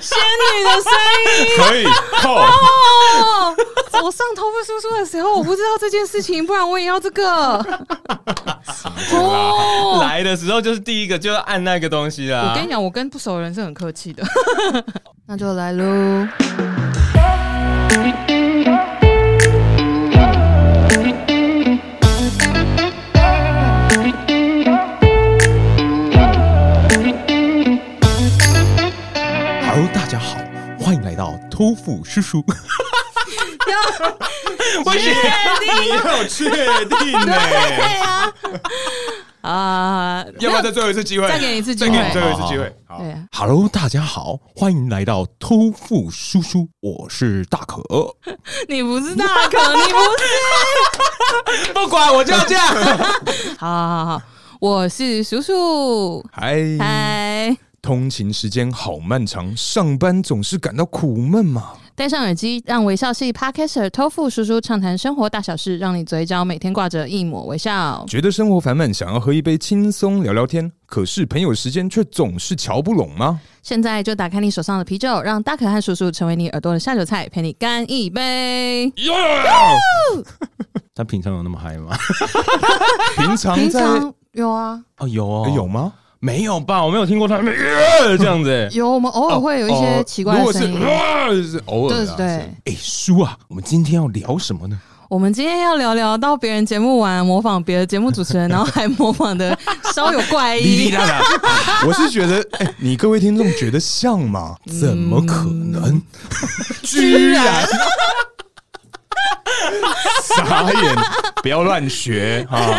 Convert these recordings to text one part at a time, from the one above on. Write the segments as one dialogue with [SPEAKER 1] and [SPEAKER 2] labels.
[SPEAKER 1] 仙女的声音
[SPEAKER 2] 可以扣。
[SPEAKER 1] 哦！ 我上头发叔叔的时候，我不知道这件事情，不然我也要这 个。哦，
[SPEAKER 2] 来的时候就是第一个就要按那个东西啊
[SPEAKER 1] 我
[SPEAKER 2] 啦
[SPEAKER 1] 跟。你讲，我跟不熟的人是很客气的。 那就来喽。
[SPEAKER 2] Hello，大家好，欢迎来到托付叔叔。 我确定，你有确定呢、
[SPEAKER 1] 啊，
[SPEAKER 2] 要不要再最后一次机会？
[SPEAKER 1] 再给你一次机会
[SPEAKER 2] 再给你最后一次
[SPEAKER 3] 哦
[SPEAKER 2] 机会。好
[SPEAKER 1] 对啊，
[SPEAKER 3] Hello，大家好，欢迎来到偷富叔叔，我是大可。
[SPEAKER 1] 你不是大 可，你不
[SPEAKER 2] 不管我就要这样。
[SPEAKER 1] 是。 好好好好，我是叔叔。
[SPEAKER 3] 嗨，
[SPEAKER 1] 嗨，
[SPEAKER 3] 通勤时间好漫长，上班总是感到苦闷嘛。
[SPEAKER 1] 戴上耳机，让微笑系 Podcaster 托付叔叔畅谈生活大小事，让你嘴角每天挂着一抹微笑。
[SPEAKER 3] 觉得生活烦闷，想要喝一杯轻松聊聊天，可是朋友时间却总是瞧不拢吗？
[SPEAKER 1] 现在就打开你手上的啤酒，让大可和叔叔成为你耳朵的下酒菜，陪你干一杯。
[SPEAKER 2] 他平常有那么嗨吗？
[SPEAKER 3] 平常
[SPEAKER 1] 平
[SPEAKER 3] 在
[SPEAKER 1] 常有啊，
[SPEAKER 2] 哦，有
[SPEAKER 3] 诶
[SPEAKER 2] 哦，
[SPEAKER 3] 哎有吗？
[SPEAKER 2] 没有吧？我没有听过他 们这样子、欸。
[SPEAKER 1] 有我们偶尔会有一些奇怪
[SPEAKER 3] 如
[SPEAKER 1] 的
[SPEAKER 3] 果是
[SPEAKER 1] 声音。
[SPEAKER 3] 啊是偶尔
[SPEAKER 1] 对
[SPEAKER 3] 啊。
[SPEAKER 1] 对，
[SPEAKER 3] 哎，叔啊，我们今天要聊什么呢？
[SPEAKER 1] 我们今天要聊聊到别人节目玩模仿别的节目主持 人，然后还模仿的稍有怪异。
[SPEAKER 3] 啦啦，
[SPEAKER 4] 我是觉得，哎、你各位听众觉得像吗？
[SPEAKER 3] 怎么可能？
[SPEAKER 4] 居然，傻眼，不要乱学啊！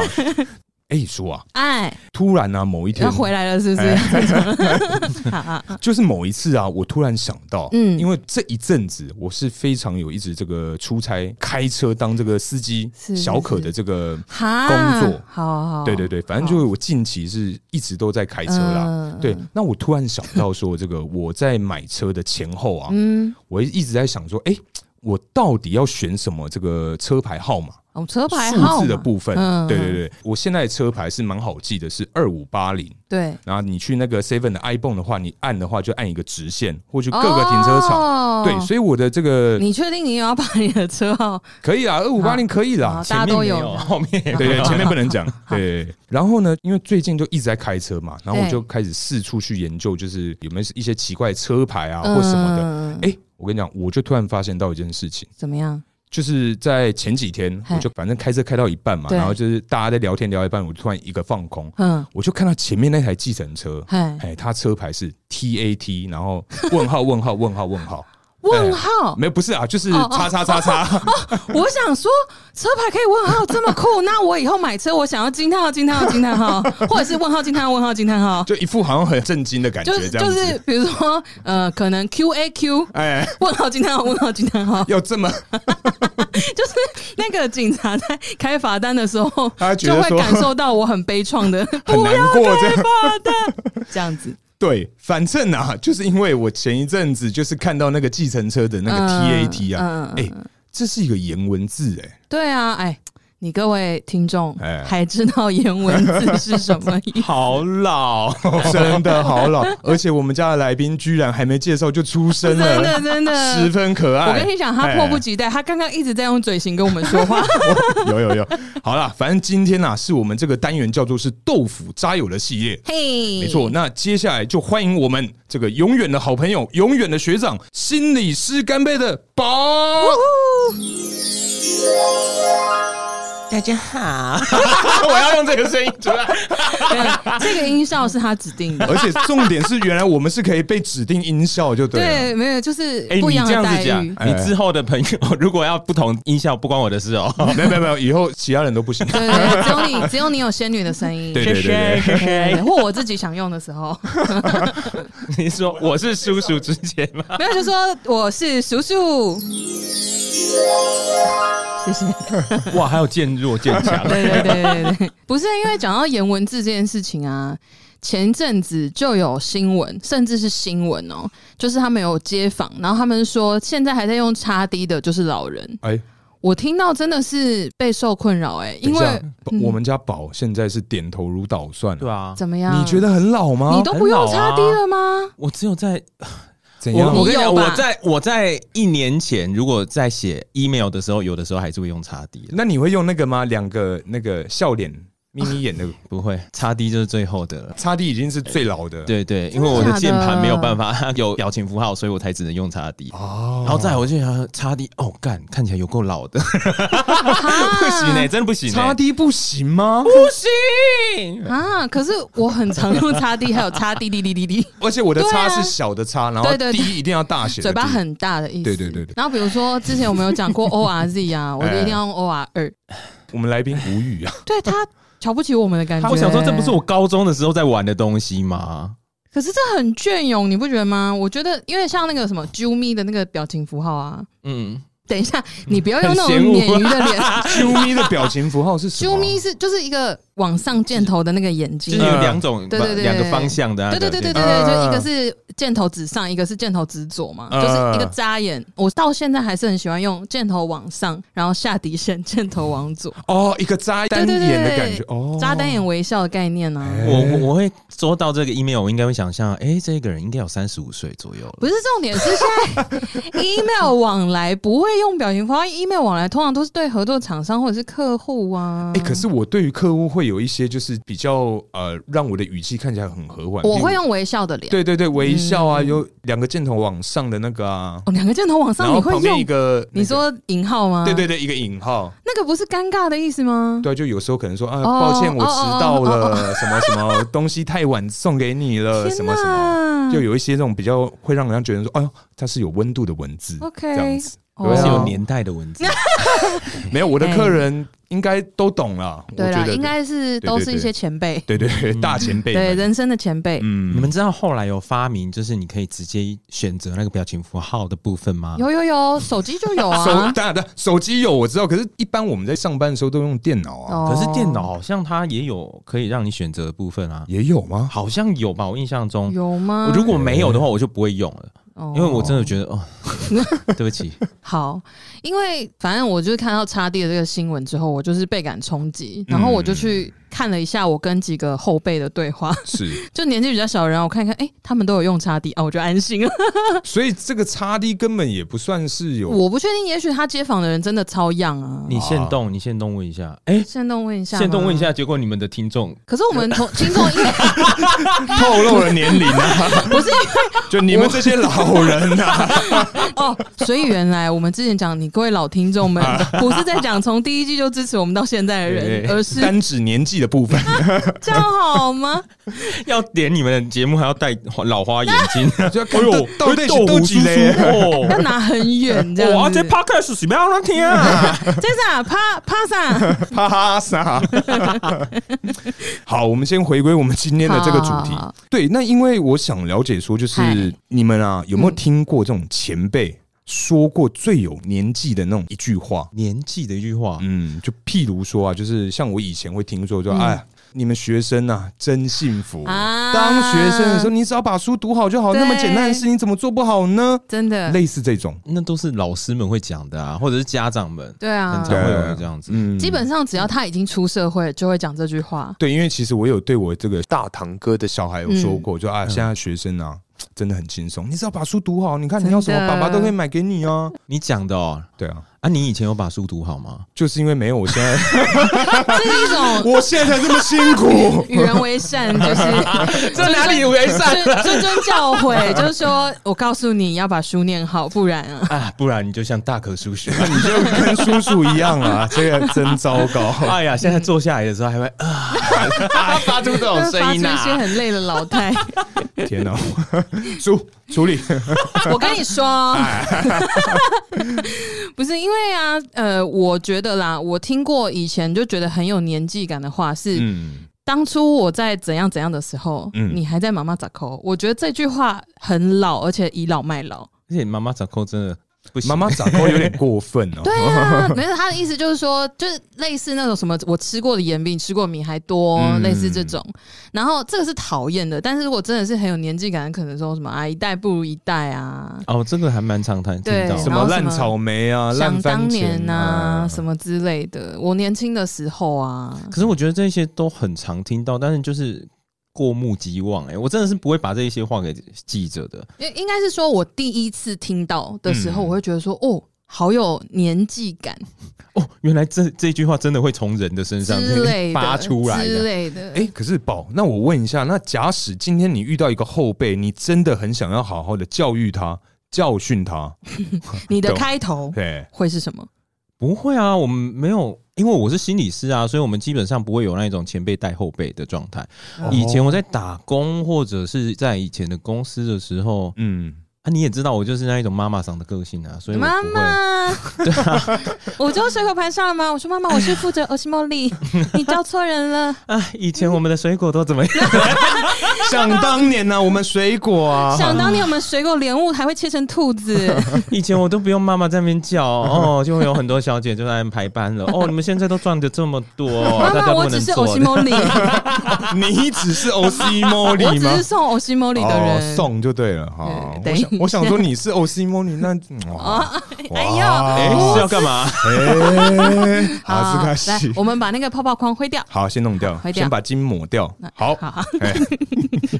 [SPEAKER 3] 哎，叔啊，
[SPEAKER 1] 哎，
[SPEAKER 3] 突然啊，某一天
[SPEAKER 1] 要回来了是不
[SPEAKER 3] 哎
[SPEAKER 1] 是？好好好
[SPEAKER 3] 就是某一次啊，我突然想到，
[SPEAKER 1] 嗯
[SPEAKER 3] 嗯，因为这一阵子我是非常有一直这个出差开车当这个司机
[SPEAKER 1] 是
[SPEAKER 3] 小可的这个，
[SPEAKER 1] 哈
[SPEAKER 3] 工作
[SPEAKER 1] 好哦好好，
[SPEAKER 3] 对对对，反正就是我近期是一直都在开车啦
[SPEAKER 1] 嗯。
[SPEAKER 3] 对，那我突然想到说，这个我在买车的前后啊，
[SPEAKER 1] 嗯，
[SPEAKER 3] 我一直在想说，哎，我到底要选什么这个车牌号码？
[SPEAKER 1] 我们车牌号
[SPEAKER 3] 数字的
[SPEAKER 1] 码
[SPEAKER 3] 部分
[SPEAKER 1] 嗯，
[SPEAKER 3] 对对对，我现在的车牌是蛮好记的，是二五八零。
[SPEAKER 1] 对，
[SPEAKER 3] 然后你去那个 Seven 的 iPhone 的话，你按的话就按一个直线，或去各个停车场。
[SPEAKER 1] 哦
[SPEAKER 3] 对，所以我的这个
[SPEAKER 1] 你确定你有要把你的车 号？
[SPEAKER 3] 可以啦，二五八零可以
[SPEAKER 1] 好
[SPEAKER 3] 啦，
[SPEAKER 1] 大家都
[SPEAKER 3] 啊前面
[SPEAKER 1] 有
[SPEAKER 3] 没
[SPEAKER 1] 这样
[SPEAKER 2] 后面 也
[SPEAKER 3] 对 对，前面不能讲。对，然后呢，因为最近就一直在开车嘛，然后我
[SPEAKER 1] 对
[SPEAKER 3] 就开始四处去研究，就是有没有一些奇怪的车牌啊
[SPEAKER 1] 嗯
[SPEAKER 3] 或什么的。哎，我跟你讲，我就突然发现到一件事情。
[SPEAKER 1] 怎么样？
[SPEAKER 3] 就是在前几天，
[SPEAKER 1] 嘿
[SPEAKER 3] 我就反正开车开到一半嘛，
[SPEAKER 1] 对
[SPEAKER 3] 然后就是大家在聊天聊一半，我突然一个放空，
[SPEAKER 1] 嗯，
[SPEAKER 3] 我就看到前面那台计程车，
[SPEAKER 1] 嘿，
[SPEAKER 3] 哎，他车牌是 T A T，然后问号问号问号 问号，
[SPEAKER 1] 问号？
[SPEAKER 3] 没有不是啊，就是
[SPEAKER 1] 哦哦
[SPEAKER 3] 叉叉叉叉，
[SPEAKER 1] 我想说，车牌可以问号这么酷，那我以后买车，我想要惊叹号、惊叹号、惊叹号，或者是问号、惊叹号、问号、惊叹 号。
[SPEAKER 3] 就一副好像很震惊的感觉
[SPEAKER 1] 就是
[SPEAKER 3] 这样
[SPEAKER 1] 就
[SPEAKER 3] 子。
[SPEAKER 1] 是，比如说，呃，可能 Q A Q
[SPEAKER 3] 哎，
[SPEAKER 1] 问号惊叹号问号惊叹 号，
[SPEAKER 3] 要这么
[SPEAKER 1] 就是那个警察在开罚单的时候，
[SPEAKER 3] 他觉
[SPEAKER 1] 就
[SPEAKER 3] 得
[SPEAKER 1] 会
[SPEAKER 3] 说
[SPEAKER 1] 感受到我很悲怆的
[SPEAKER 3] 很
[SPEAKER 1] 不
[SPEAKER 3] 难过这样。
[SPEAKER 1] 这样子。
[SPEAKER 3] 对，反正啊， 就是因为我前一阵子就是看到那个计程车的那个
[SPEAKER 1] 嗯
[SPEAKER 3] T A T 啊
[SPEAKER 1] 嗯，
[SPEAKER 3] 哎，这是一个颜文字哎，
[SPEAKER 1] 对啊，哎，你各位听众
[SPEAKER 3] 哎
[SPEAKER 1] 还知道颜文字是什么意 思？
[SPEAKER 2] 好老，
[SPEAKER 3] 真的 好老，而且我们家的来宾居然还没介绍就出生
[SPEAKER 1] 真
[SPEAKER 3] 了，
[SPEAKER 1] 的真的，
[SPEAKER 3] 十分可爱。哎
[SPEAKER 1] 我跟你讲，他迫不 及待，他刚刚一直在用嘴型跟我们说话。
[SPEAKER 3] 有有有，好啦，反正今天呐、啊是我们这个单元叫做是豆腐渣友的系列。
[SPEAKER 1] 嘿，
[SPEAKER 3] 没错，，那接下来就欢迎我们这个永远的好朋友、永远的学长、心理师干杯的宝。
[SPEAKER 2] 大家好， 我要用这个声音出来。
[SPEAKER 1] 对，这个音效是他指定
[SPEAKER 2] 哦
[SPEAKER 1] 的。
[SPEAKER 3] 而且重点是，原来我们是可以被指定音效，就对了。
[SPEAKER 1] 对，没有，就是
[SPEAKER 2] 啊 哎、
[SPEAKER 1] 不一
[SPEAKER 2] 你
[SPEAKER 1] 样的
[SPEAKER 2] 这样
[SPEAKER 1] 待
[SPEAKER 2] 子讲，
[SPEAKER 1] 遇。
[SPEAKER 2] 你之后的朋友如果要不同音效，不关我的事哦。
[SPEAKER 3] 没有没有没有，以后其他人都不行。
[SPEAKER 1] 对对，对只有你，只有你有仙女的声 音。
[SPEAKER 3] 对对对
[SPEAKER 2] 是
[SPEAKER 1] 对，或我自己想用的时候，
[SPEAKER 2] 谁？ 你说我是叔叔之前吗？
[SPEAKER 1] 没有就说我是叔叔。谢谢。
[SPEAKER 2] 哇，还有渐弱渐强。
[SPEAKER 1] 对对对对对，不是因为讲到颜文字这件事情啊，前阵子就有新闻，甚至是新闻哦，就是他们有街访，然后他们说现在还在用叉 D 的就是老人，
[SPEAKER 3] 哎，
[SPEAKER 1] 我听到真的是备受困扰哎、
[SPEAKER 3] 等
[SPEAKER 1] 因
[SPEAKER 3] 一下
[SPEAKER 1] 为嗯
[SPEAKER 3] 我们家宝现在是点头如捣蒜。
[SPEAKER 2] 对啊，
[SPEAKER 1] 怎么样？
[SPEAKER 3] 你觉得很老吗？
[SPEAKER 1] 你都不用
[SPEAKER 2] 很老啊
[SPEAKER 1] 叉 D 了吗？
[SPEAKER 2] 我只有在
[SPEAKER 3] 怎
[SPEAKER 2] 我
[SPEAKER 3] 样？
[SPEAKER 2] 我跟你
[SPEAKER 1] 你有
[SPEAKER 2] 讲，
[SPEAKER 1] 吧
[SPEAKER 2] 我在我在一年前，如果在写 email 的时候，有的时候还是会用叉 D 的，
[SPEAKER 3] 那你会用那个吗？两个那个笑脸眯眯眼的
[SPEAKER 2] 不会叉 D 就是最后的了。
[SPEAKER 3] 叉 D 已经是最老的。
[SPEAKER 2] 对对，因为我的
[SPEAKER 1] 假
[SPEAKER 2] 键盘
[SPEAKER 1] 的
[SPEAKER 2] 没有办法它 有表情符号，所以我才只能用叉 D。
[SPEAKER 3] 哦，
[SPEAKER 2] 然后再来我就想叉 D，哦，干，看起来有够老 的，不行
[SPEAKER 1] 啊
[SPEAKER 2] 哎、真的不行、欸，
[SPEAKER 3] 叉 D 不行吗？
[SPEAKER 2] 不行。
[SPEAKER 1] 啊！可是我很常用叉 D，还有叉 D D D D D，
[SPEAKER 3] 而且我的
[SPEAKER 1] 对
[SPEAKER 3] 叉
[SPEAKER 1] 啊
[SPEAKER 3] 是小的叉，然后
[SPEAKER 1] 对对
[SPEAKER 3] D
[SPEAKER 1] 对
[SPEAKER 3] 一定要大写的 D，
[SPEAKER 1] 嘴巴很大的意思。
[SPEAKER 3] 对对对对
[SPEAKER 1] 然后比如说之前我们有讲过 O R Z 啊，
[SPEAKER 2] 哎
[SPEAKER 1] 我就一定要用 O R 二，
[SPEAKER 3] 我们来宾无 语啊，
[SPEAKER 1] 对他瞧不起我们的感觉。
[SPEAKER 2] 我想说，这不是我高中的时候在玩的东西吗？
[SPEAKER 1] 可是这很隽永，你不觉得吗？我觉得，因为像那个什么啾咪的那个表情符号啊，
[SPEAKER 2] 嗯，
[SPEAKER 1] 等一下，你不要用那种
[SPEAKER 2] 很嫌恶
[SPEAKER 1] 鲶鱼的 脸，
[SPEAKER 3] 啾咪的表情符号是什么？
[SPEAKER 1] 啾咪是就是一个往上箭头的那个眼
[SPEAKER 2] 就是
[SPEAKER 1] 睛。
[SPEAKER 2] 有两种
[SPEAKER 1] 对对对
[SPEAKER 2] 两个方向的、啊，
[SPEAKER 1] 对对对对对对，
[SPEAKER 2] 对，
[SPEAKER 3] 嗯
[SPEAKER 1] 就一个是箭头指上，一个是箭头指左嘛，
[SPEAKER 3] 嗯
[SPEAKER 1] 就是一个扎眼。我到现在还是很喜欢用箭头往上，然后下底线，箭头往左，
[SPEAKER 3] 哦，一个扎单
[SPEAKER 1] 对对对
[SPEAKER 3] 眼的感觉
[SPEAKER 1] 对
[SPEAKER 3] 哦，
[SPEAKER 1] 扎单眼微笑的概念啊呢、
[SPEAKER 3] 哎
[SPEAKER 2] 我我我会收到这个 email，我应该会想象，哎、这个人应该有三十五岁左右了。
[SPEAKER 1] 不是重点，是现在 email 往来不会用表情符号，email 往来通常都是对合作厂商或者是客户啊。
[SPEAKER 3] 哎、可是我对于客户会有一些就是比较呃，让我的语气看起来很和缓。
[SPEAKER 1] 我会
[SPEAKER 3] 例如
[SPEAKER 1] 用微笑的脸。
[SPEAKER 3] 对对对微笑啊，
[SPEAKER 1] 嗯
[SPEAKER 3] 有两个箭头往上的那个啊，
[SPEAKER 1] 哦，两个箭头往
[SPEAKER 3] 然
[SPEAKER 1] 上，
[SPEAKER 3] 后
[SPEAKER 1] 你会
[SPEAKER 3] 旁边一
[SPEAKER 1] 用？
[SPEAKER 3] 个、那个
[SPEAKER 1] 你说引号吗？
[SPEAKER 3] 对对，对，一个引号。
[SPEAKER 1] 那个不是尴尬的意思吗？
[SPEAKER 3] 对啊，就有时候可能说啊，
[SPEAKER 1] 哦
[SPEAKER 3] 抱歉，我
[SPEAKER 1] 哦
[SPEAKER 3] 迟到
[SPEAKER 1] 哦哦
[SPEAKER 3] 了，什么什么东西太晚送给你了，呃什么什么，
[SPEAKER 1] 么
[SPEAKER 3] 就有一些这种比较会让人家觉得说，哎呦，它是有温度的文字
[SPEAKER 1] OK
[SPEAKER 3] 这样子。啊
[SPEAKER 1] 哦哎
[SPEAKER 2] 是有年代的文字，
[SPEAKER 3] 没有，我的客人应该都懂了，我
[SPEAKER 1] 对
[SPEAKER 3] 觉
[SPEAKER 1] 啦，
[SPEAKER 3] 得
[SPEAKER 1] 应该是都是一些前辈，
[SPEAKER 3] 对对对，大前辈
[SPEAKER 1] 对
[SPEAKER 3] 们，
[SPEAKER 1] 人生的前辈。
[SPEAKER 3] 嗯，
[SPEAKER 2] 你们知道后来有发明，就是你可以直接选择那个表情符号的部分吗？
[SPEAKER 1] 有有有，手机就 有
[SPEAKER 3] 手
[SPEAKER 1] 啊。
[SPEAKER 3] 当然的，手机有我知道，可是一般我们在上班的时候都用电脑啊，
[SPEAKER 1] 哦
[SPEAKER 2] 可是电脑好像它也有可以让你选择的部分啊，
[SPEAKER 3] 也有吗？
[SPEAKER 2] 好像有吧？我印象 中，
[SPEAKER 1] 有啊吗
[SPEAKER 2] 我？如果没有的话，我就不会用了，
[SPEAKER 1] 哦
[SPEAKER 2] 因为我真的觉得哦， 对 不起，
[SPEAKER 1] 好，因为反正我就是看到插地的这个新闻之后，我就是倍感冲击，
[SPEAKER 2] 嗯
[SPEAKER 1] 然后我就去看了一下我跟几个后辈的对话，
[SPEAKER 3] 是，
[SPEAKER 1] 就年纪比较小的人，我看看，哎、他们都有用插地啊，我就安心了。
[SPEAKER 3] 所以这个叉 D 根本也不算是有，
[SPEAKER 1] 我不确定，也许他街访的人真的超样啊。
[SPEAKER 2] 你先动，你先动问一下，哎，
[SPEAKER 1] 现动问一下，
[SPEAKER 2] 先动问一。下，结果你们的听众
[SPEAKER 1] 可是我们同 听众应该
[SPEAKER 3] 透露了年龄啊，
[SPEAKER 1] 不是
[SPEAKER 3] 就你们这些老人啊，
[SPEAKER 1] 哦，所以原来我们之前讲你各位老听众们，不是在讲从第一季就支持我们到现在的
[SPEAKER 3] 啊对
[SPEAKER 1] 人，而是
[SPEAKER 3] 单指年纪的部分，
[SPEAKER 1] 这样好 吗？
[SPEAKER 2] 要点你们的节目还要戴老花眼镜，
[SPEAKER 3] 就要看
[SPEAKER 2] 哎
[SPEAKER 3] 到底是哎斗鸡嘞，
[SPEAKER 1] 要
[SPEAKER 2] 哦。
[SPEAKER 1] 拿很远这
[SPEAKER 2] 哇，
[SPEAKER 1] 样
[SPEAKER 2] 哦啊这
[SPEAKER 1] 子。
[SPEAKER 2] podcast 什么样的听啊？
[SPEAKER 1] 这是啊，趴趴上。
[SPEAKER 3] 哈哈啥？ 好，我们先回归我们今天的这个主题
[SPEAKER 1] 好好好。
[SPEAKER 3] 对，那因为我想了解说，就是
[SPEAKER 1] 嗨嗯
[SPEAKER 3] 你们啊，有没有听过这种前辈说过最有年纪的那种一句话？
[SPEAKER 2] 年纪的一句话，
[SPEAKER 3] 嗯，就譬如说啊，就是像我以前会听说，就哎，你们学生啊，真幸福。
[SPEAKER 1] 嗯啊
[SPEAKER 3] 当学生的时候，你只要把书读好就好，
[SPEAKER 1] 对
[SPEAKER 3] 那么简单的事情怎么做不好呢？
[SPEAKER 1] 啊真的，
[SPEAKER 3] 类似这种，
[SPEAKER 2] 那都是老师们会讲的啊，或者是家长们，
[SPEAKER 1] 对
[SPEAKER 2] 很
[SPEAKER 1] 啊
[SPEAKER 2] 常，会有人这样子。
[SPEAKER 3] 嗯
[SPEAKER 1] 基本上只要他已经出社会，就会讲 这句话。嗯
[SPEAKER 3] 对，因为其实我有对我这个大堂哥的小孩有说过，就啊，现在学生啊，真的很轻松。你只要把书读好，你看
[SPEAKER 1] 真的
[SPEAKER 3] 你要什么，爸爸都可以买给你啊。
[SPEAKER 1] 嗯
[SPEAKER 2] 你讲的哦，
[SPEAKER 3] 对啊，
[SPEAKER 2] 啊，你以前有把书读好吗？
[SPEAKER 3] 就是因为没有，我现在
[SPEAKER 1] 这是一种。
[SPEAKER 3] 我现在才这么辛苦
[SPEAKER 1] 与人为善， 就是
[SPEAKER 2] 这哪里为善
[SPEAKER 3] 啊
[SPEAKER 1] 谆谆谆教诲，就是说我告诉你要把书念好，不然啊，
[SPEAKER 2] 啊，不然你就像大可叔 叔。
[SPEAKER 3] 你就跟叔叔一样啊，这个真糟糕。
[SPEAKER 2] 哎呀，现在坐下来的时候还会 啊，发出这种
[SPEAKER 1] 发
[SPEAKER 2] 声
[SPEAKER 1] 出
[SPEAKER 2] 音
[SPEAKER 1] 一些
[SPEAKER 2] 啊。
[SPEAKER 1] 很累的老太。
[SPEAKER 3] 天哪， 书处理
[SPEAKER 1] 我跟你说，
[SPEAKER 3] 哎
[SPEAKER 1] 不是因为啊，呃，我觉得啦，我听过以前就觉得很有年纪感的话是，
[SPEAKER 3] 嗯，
[SPEAKER 1] 当初我在怎样怎样的时候，
[SPEAKER 3] 嗯
[SPEAKER 1] 你还在妈妈咋扣？我觉得这句话很老，而且倚老卖老。
[SPEAKER 2] 而且妈妈掌控真的 不行，
[SPEAKER 3] 妈妈长高有点过分哦。
[SPEAKER 1] 对 啊，没有他的意思就是说，就是类似那种什么我吃过的盐比你吃过的米还多，
[SPEAKER 3] 嗯
[SPEAKER 1] 类似这种。然后这个是讨厌的，但是如果真的是很有年纪感，可能说什么啊一代不如一代啊，
[SPEAKER 2] 哦，真的还蛮常谈听
[SPEAKER 1] 对
[SPEAKER 2] 到。
[SPEAKER 3] 什
[SPEAKER 1] 然后
[SPEAKER 3] 么
[SPEAKER 1] 什
[SPEAKER 3] 烂
[SPEAKER 1] 么
[SPEAKER 3] 草莓啊，烂
[SPEAKER 1] 想当
[SPEAKER 3] 番
[SPEAKER 1] 年
[SPEAKER 3] 茄啊
[SPEAKER 1] 呐、
[SPEAKER 2] 啊
[SPEAKER 1] 什么之类的。我年轻的时候啊，
[SPEAKER 2] 可是我觉得这些都很常听到，但是就是过目即忘、哎，我真的是不会把这一些话给记着的。
[SPEAKER 1] 应应该是说我第一次听到的时候，
[SPEAKER 3] 嗯
[SPEAKER 1] 我会觉得说哦。好有年纪感
[SPEAKER 2] 哦，原来这这句话真的会从人的身上
[SPEAKER 1] 之类的
[SPEAKER 2] 发出来
[SPEAKER 1] 之
[SPEAKER 2] 的。
[SPEAKER 1] 类的，
[SPEAKER 3] 哎、可是宝，那我问一下，那假使今天你遇到一个后辈，你真的很想要好好的教育他、教训他，
[SPEAKER 1] 你的
[SPEAKER 3] 懂
[SPEAKER 1] 开头
[SPEAKER 3] 对，
[SPEAKER 1] 会是什么？
[SPEAKER 2] 不会啊，我们没有，因为我是心理师啊，所以我们基本上不会有那一种前辈带后辈的状态。
[SPEAKER 1] 哦
[SPEAKER 2] 以前我在打工或者是在以前的公司的时候，
[SPEAKER 3] 嗯，
[SPEAKER 2] 啊，你也知道我就是那一种妈妈桑的个性啊，所以我
[SPEAKER 1] 妈
[SPEAKER 2] 不会
[SPEAKER 1] 妈， 我就随口盘上了吗？我说妈妈，我是负责儿呃媳茉 莉，你叫错人了。
[SPEAKER 2] 啊，以前我们的水果都怎么样？
[SPEAKER 3] 想当年呢、我们水果 啊，
[SPEAKER 1] 想当年我们水果莲雾还会切成兔 子，
[SPEAKER 2] 以前我都不用妈妈在那边叫哦，就会有很多小姐就在那边排班了。哦，你们现在都赚的这么多，
[SPEAKER 1] 妈
[SPEAKER 2] 大
[SPEAKER 1] 妈，
[SPEAKER 2] 家
[SPEAKER 1] 我
[SPEAKER 2] 不
[SPEAKER 1] 只
[SPEAKER 2] 能
[SPEAKER 1] 是儿
[SPEAKER 2] 做
[SPEAKER 1] 媳
[SPEAKER 2] 的。
[SPEAKER 1] 茉莉，
[SPEAKER 3] 你只是 OC Molly
[SPEAKER 1] 我只
[SPEAKER 3] 吗
[SPEAKER 1] 是？送儿媳茉莉的
[SPEAKER 3] 哦，
[SPEAKER 1] 人。
[SPEAKER 3] 送就对了哈
[SPEAKER 1] 对。
[SPEAKER 3] 我
[SPEAKER 1] 等一下
[SPEAKER 3] 想，我想说你是 OC Molly，那嗯哇，
[SPEAKER 1] 哎
[SPEAKER 2] 哎、
[SPEAKER 1] 呦，
[SPEAKER 2] 是要干嘛？
[SPEAKER 3] 哎，好，
[SPEAKER 1] 好，
[SPEAKER 3] 是开
[SPEAKER 1] 来
[SPEAKER 3] 始，，
[SPEAKER 1] 我们把那个泡泡框挥掉。
[SPEAKER 3] 好，先弄掉，
[SPEAKER 1] 毁掉
[SPEAKER 3] 先把筋抹掉，好，
[SPEAKER 1] 好，
[SPEAKER 3] 哎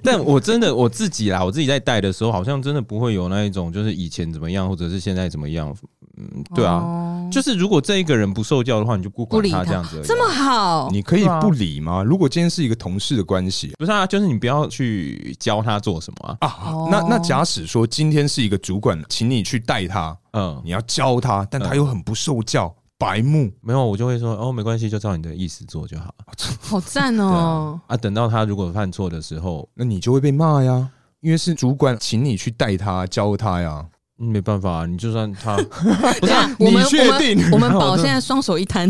[SPEAKER 2] 但我真的我自己啦，我自己在带的时候，好像真的不会有那一种就是以前怎么样，或者是现在怎么样。嗯，对啊，
[SPEAKER 1] 哦
[SPEAKER 2] 就是如果这一个人不受教的话，你就不
[SPEAKER 1] 不
[SPEAKER 2] 管
[SPEAKER 1] 理
[SPEAKER 2] 他这样子而已啊。
[SPEAKER 1] 这么好，
[SPEAKER 3] 你可以不理吗？如果今天是一个同事的关系
[SPEAKER 2] 不是啊，就是你不要去教他做什么啊。
[SPEAKER 3] 啊
[SPEAKER 1] 哦，
[SPEAKER 3] 那那假使说今天是一个主管，请你去带他，
[SPEAKER 2] 嗯，
[SPEAKER 3] 你要教他，但他又很不受教，白目。
[SPEAKER 2] 没有，我就会说哦，没关系，就照你的意思做就好。
[SPEAKER 1] 好赞
[SPEAKER 2] 对
[SPEAKER 1] 哦
[SPEAKER 2] 啊。，啊，等到他如果犯错的时候，
[SPEAKER 3] 那你就会被骂呀，因为是主管请你去带他、教他呀。
[SPEAKER 2] 嗯没办法啊，你就算 他不
[SPEAKER 1] 对
[SPEAKER 2] 是啊、
[SPEAKER 1] 啊，我们
[SPEAKER 3] 你确定
[SPEAKER 1] 我们我们宝现在双手一 摊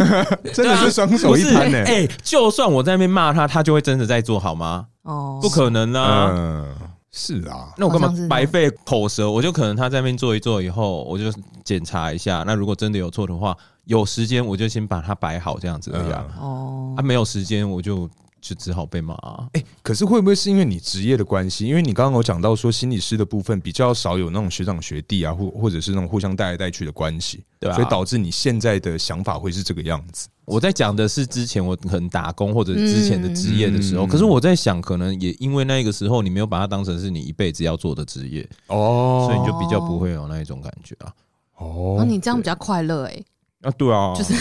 [SPEAKER 3] 真的是双手一摊呢、
[SPEAKER 2] 啊哎、就算我在那边骂他，他就会真的在做好吗？
[SPEAKER 1] 哦，
[SPEAKER 2] 不可能啊！
[SPEAKER 3] 嗯，是啊，
[SPEAKER 2] 那我干
[SPEAKER 1] 好像是呢
[SPEAKER 2] 嘛白费口舌？我就可能他在那边做一做以后，我就检查一下。那如果真的有错的话，有时间我就先把它摆好，这样子的呀。
[SPEAKER 3] 嗯
[SPEAKER 1] 哦
[SPEAKER 2] 啊，。没有时间我就就只好被骂、啊。
[SPEAKER 3] 哎、可是会不会是因为你职业的关系？因为你刚刚有讲到说心理师的部分比较少有那种学长学弟啊，或或者是那种互相带来带去的关系，
[SPEAKER 2] 对啊
[SPEAKER 3] 所以导致你现在的想法会是这个样子。
[SPEAKER 2] 我在讲的是之前我可能打工或者之前的职业的时候，
[SPEAKER 3] 嗯
[SPEAKER 2] 可是我在想，可能也因为那个时候你没有把它当成是你一辈子要做的职业，
[SPEAKER 3] 哦
[SPEAKER 2] 所以你就比较不会有那一种感觉啊。
[SPEAKER 1] 哦，
[SPEAKER 3] 哦，
[SPEAKER 1] 你这样比较快乐哎、
[SPEAKER 2] 啊，对啊，就是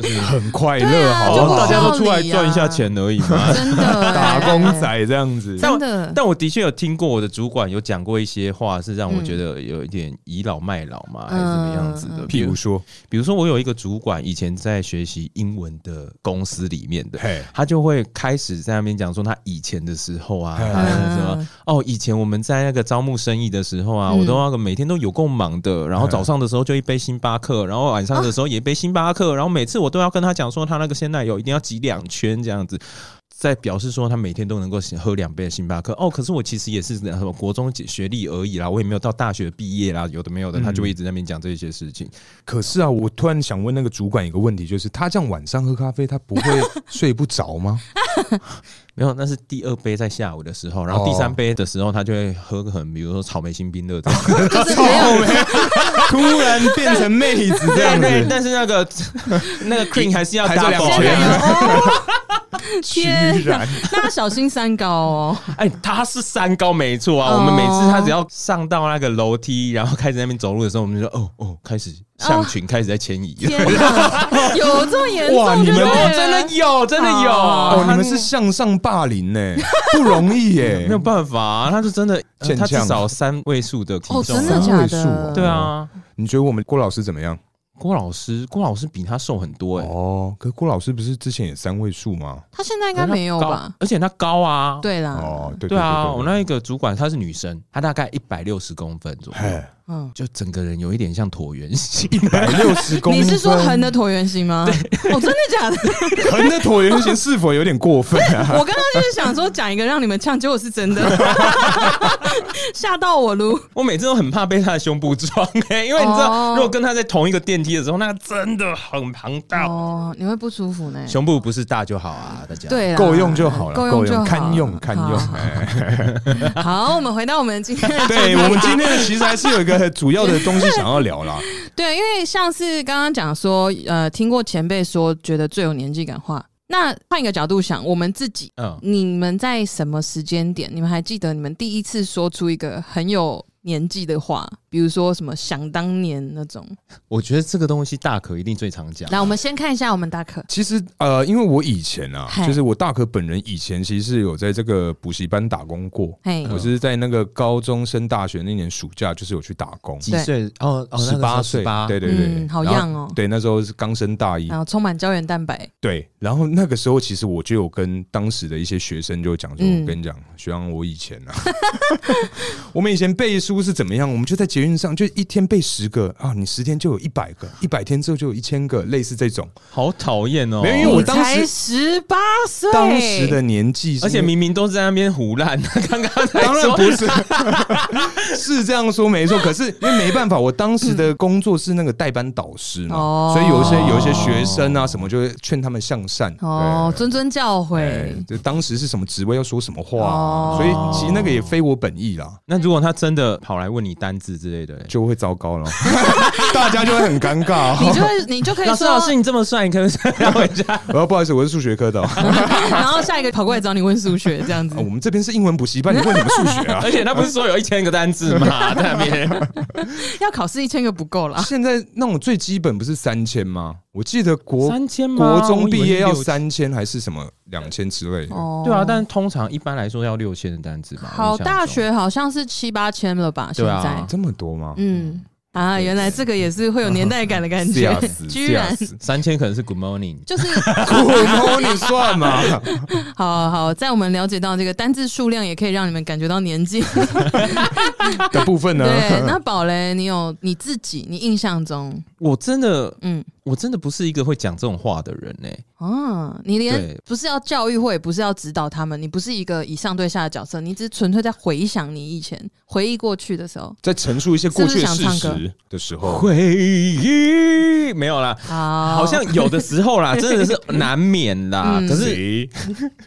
[SPEAKER 2] 就是
[SPEAKER 3] 很快
[SPEAKER 1] 对
[SPEAKER 3] 乐，
[SPEAKER 1] 啊
[SPEAKER 3] 好
[SPEAKER 1] 就
[SPEAKER 3] 不
[SPEAKER 1] 不
[SPEAKER 3] 好
[SPEAKER 2] 大家都出来
[SPEAKER 1] 道理啊。
[SPEAKER 2] 赚一下钱而已 嘛
[SPEAKER 1] 真的、欸、
[SPEAKER 3] 哦打工，仔这样子。
[SPEAKER 1] 真的。
[SPEAKER 2] 但我的确有听过我的主管有讲过一些话，是让我觉得有一点倚老卖老嘛，还是怎么样子
[SPEAKER 1] 嗯嗯
[SPEAKER 2] 的。
[SPEAKER 1] 嗯
[SPEAKER 2] 比
[SPEAKER 3] 譬
[SPEAKER 2] 如
[SPEAKER 3] 如，说，
[SPEAKER 2] 比如说我有一个主管，以前在学习英文的公司里面的，
[SPEAKER 3] 嘿，
[SPEAKER 2] 他就会开始在那边讲说他以前的时候啊，
[SPEAKER 3] 嗯
[SPEAKER 2] 他什么哦，以前我们在那个招募生意的时候啊，我都
[SPEAKER 1] 嗯
[SPEAKER 2] 那个每天都有够忙的，然后
[SPEAKER 3] 嗯
[SPEAKER 2] 早上的时候就一杯星巴克，然后晚上的时候也一杯星巴克， 然后每次我都要跟他讲说他那个鲜奶油一定要挤两圈这样子。在表示说他每天都能够喝两杯的星巴克哦，可是我其实也是什么国中学历而已啦，我也没有到大学毕业啦，有的没有的，他就会一直在那边讲这些事情。
[SPEAKER 3] 可是啊，我突然想问那个主管一个问题，就是他这样晚上喝咖啡，他 不会睡不着吗？
[SPEAKER 2] 没有，那是第二杯在下午的时候，然后第三杯的时候，他就会喝个很，比如说草莓星冰乐这样。
[SPEAKER 1] 嗯 就是没有
[SPEAKER 3] 哦突然变成妹子这
[SPEAKER 2] 对
[SPEAKER 3] 样
[SPEAKER 2] 对，
[SPEAKER 3] 子，
[SPEAKER 2] 但是那个那个 cream 还是要
[SPEAKER 3] 还是
[SPEAKER 2] 打
[SPEAKER 3] 两
[SPEAKER 2] 饱
[SPEAKER 3] 圈
[SPEAKER 1] 哦，
[SPEAKER 3] 居
[SPEAKER 1] 天
[SPEAKER 3] 然
[SPEAKER 1] 那要小心三高 哦。
[SPEAKER 2] 哎，他是三高没错啊。
[SPEAKER 1] 哦
[SPEAKER 2] 我们每次他只要上到那个楼梯，然后开始在那边走路的时候，我们就说哦哦，开始 象群开始在迁移。
[SPEAKER 1] 天哪，有这么严重？
[SPEAKER 3] 哇你们
[SPEAKER 1] 就对
[SPEAKER 2] 哦，
[SPEAKER 1] 了
[SPEAKER 2] 真的有，真的有。
[SPEAKER 1] 哦
[SPEAKER 3] 哦，你们是向上霸凌呢、 不容易耶、
[SPEAKER 2] 没有办法啊，他是真的，呃
[SPEAKER 3] 欠
[SPEAKER 2] 他至
[SPEAKER 3] 呛
[SPEAKER 2] 少三位数的体
[SPEAKER 1] 哦
[SPEAKER 2] 重
[SPEAKER 1] 真的
[SPEAKER 2] 啊。
[SPEAKER 1] 假
[SPEAKER 3] 三位数哦
[SPEAKER 2] 对啊，
[SPEAKER 3] 你觉得我们郭老师怎么样？
[SPEAKER 2] 郭老师，郭老师比他瘦很多哎。
[SPEAKER 3] 哦，可是郭老师不是之前也三位数吗？
[SPEAKER 1] 他现在应该没有
[SPEAKER 2] 高
[SPEAKER 1] 吧？
[SPEAKER 2] 而且他高啊，
[SPEAKER 1] 对啦，
[SPEAKER 3] 哦，对
[SPEAKER 2] 对啊，
[SPEAKER 3] 对
[SPEAKER 2] 我那一个主管她是女生，她大概一百六十公分左右，
[SPEAKER 3] 嘿
[SPEAKER 1] 嗯，
[SPEAKER 2] 就整个人有一点像椭圆形。
[SPEAKER 3] 百六十公分，
[SPEAKER 1] 你是说横的椭圆形吗？哦，真的假的？
[SPEAKER 3] 横的椭圆形是否有点过分 啊？
[SPEAKER 1] 我刚刚就是想说讲一个让你们呛，结果是真的， 吓到我噜。
[SPEAKER 2] 我每次都很怕被她的胸部撞、欸，因为你知道，
[SPEAKER 1] 哦
[SPEAKER 2] 如果跟她在同一个电梯的时候，那个真的很庞大。
[SPEAKER 1] 哦，你会不舒服呢？
[SPEAKER 2] 胸部不是大就好啊，大家。，
[SPEAKER 1] 对啦，
[SPEAKER 3] 够用就好了，
[SPEAKER 1] 够
[SPEAKER 3] 够
[SPEAKER 1] 就好，
[SPEAKER 3] 用，堪用，堪用。
[SPEAKER 1] 好
[SPEAKER 3] 哎
[SPEAKER 1] 好，我们回到我们今天 的
[SPEAKER 3] 对我们今天其实还是有一个主要的东西想要 聊啦。
[SPEAKER 1] 对，因为上次刚刚讲说，呃，听过前辈说，觉得最有年纪感话。那换一个角度想，我们自己，
[SPEAKER 2] 嗯，
[SPEAKER 1] 你们在什么时间点？你们还记得你们第一次说出一个很有年纪的话，比如说什么“想当年”那 种？
[SPEAKER 2] 我觉得这个东西大可一定最常讲。
[SPEAKER 1] 来，我们先看一下我们大可。
[SPEAKER 3] 其实呃，因为我以前啊
[SPEAKER 1] 嗨，
[SPEAKER 3] 就是我大可本人以前其实是有在这个补习班打工过。
[SPEAKER 1] 嘿，
[SPEAKER 3] 我是在那个高中升大学那年暑假，就是有去打工，
[SPEAKER 2] 几岁？哦哦，
[SPEAKER 3] 十八岁，
[SPEAKER 2] 八。
[SPEAKER 3] 对对对，
[SPEAKER 1] 嗯好
[SPEAKER 3] 然后
[SPEAKER 1] young 哦
[SPEAKER 3] 对，那时候是刚升大一
[SPEAKER 1] 然，后充满胶原蛋白，
[SPEAKER 3] 对，然后那个时候其实我就有跟当时的一些学生就讲说，
[SPEAKER 1] 嗯
[SPEAKER 3] 我跟你讲，学长，我以前啊， 我们以前背书是怎么样？我们就在捷运上，就一天背十个啊，你十天就有一百个，一百天之后就有一千个，类似这种。
[SPEAKER 2] 好讨厌哦。
[SPEAKER 3] 没有因为我
[SPEAKER 1] 你
[SPEAKER 3] 当时
[SPEAKER 1] 才十八岁，
[SPEAKER 3] 当时的年纪是，
[SPEAKER 2] 而且明明都是在那边胡乱， 刚刚才
[SPEAKER 3] 当然
[SPEAKER 2] 说
[SPEAKER 3] 不是， 是这样说没错。可是因为没办法，我当时的工作是那个代班导师嘛，
[SPEAKER 1] 哦
[SPEAKER 3] 所以有一些有一些学生啊什么，就会劝他们向善。
[SPEAKER 1] 哦，
[SPEAKER 3] 对
[SPEAKER 1] 谆谆教
[SPEAKER 3] 哎
[SPEAKER 1] 诲，
[SPEAKER 3] 就当时是什么职位要说什么话
[SPEAKER 1] 哦嗯
[SPEAKER 3] 啊、所以其实那个也非我本意啦，
[SPEAKER 2] 那如果他真的跑来问你单字之类的欸嘞，
[SPEAKER 3] 就会糟 糕了，大家就会很尴尬、
[SPEAKER 1] 你就会你 就可以
[SPEAKER 2] 老师
[SPEAKER 1] 说，
[SPEAKER 2] 老师你这么帅，你可不可以让我一下？
[SPEAKER 3] 呃，不好意思，我是数学科的哦、
[SPEAKER 1] 然后下一个跑过来找你问数学这样子
[SPEAKER 2] 哦
[SPEAKER 3] 啊。我们这边是英文补习班，你问什么数 学啊？
[SPEAKER 2] 而且他不是说有一千个单字嘛， 在那边。
[SPEAKER 1] 要考试一千个不够啦。
[SPEAKER 3] 现在那种最基本不是三千吗？我记得国
[SPEAKER 2] 三千吗
[SPEAKER 3] 国中毕业要。
[SPEAKER 2] 我以为是六千
[SPEAKER 3] 三千还是什么两千之类的。
[SPEAKER 1] 哦
[SPEAKER 2] 对啊，但通常一般来说要六千的单子吧。
[SPEAKER 1] 好
[SPEAKER 2] 印象中
[SPEAKER 1] 大学好像是七八千了吧？现
[SPEAKER 2] 对啊
[SPEAKER 1] 在，
[SPEAKER 3] 这么多吗？
[SPEAKER 1] 嗯啊，原来这个也是会有年代感的感觉
[SPEAKER 3] 吓死，，
[SPEAKER 1] 嗯居然
[SPEAKER 3] 吓死
[SPEAKER 2] 三千可能是 Good morning，
[SPEAKER 1] 就是
[SPEAKER 3] 我摸你算嘛？
[SPEAKER 1] 好好，在我们了解到这个单字数量，也可以让你们感觉到年 纪。
[SPEAKER 3] 的部分呢？
[SPEAKER 1] 对，那宝嘞，你有你自己，你印象中，
[SPEAKER 2] 我真的
[SPEAKER 1] 嗯
[SPEAKER 2] 我真的不是一个会讲这种话的人欸呢、
[SPEAKER 1] 啊，你连
[SPEAKER 2] 对
[SPEAKER 1] 不是要教育或也不是要指导他们，你不是一个以上对下的角色，你只是纯粹在回想你以前回忆过去的时候。
[SPEAKER 3] 在陈述一些过去
[SPEAKER 1] 是不
[SPEAKER 3] 的
[SPEAKER 1] 是
[SPEAKER 3] 事
[SPEAKER 1] 想唱歌
[SPEAKER 3] 实的时候，
[SPEAKER 2] 回忆没有啦。
[SPEAKER 1] 好，
[SPEAKER 2] 好像有的时 候啦，真的是难免啦。
[SPEAKER 1] 哦嗯
[SPEAKER 2] 可是
[SPEAKER 3] 谁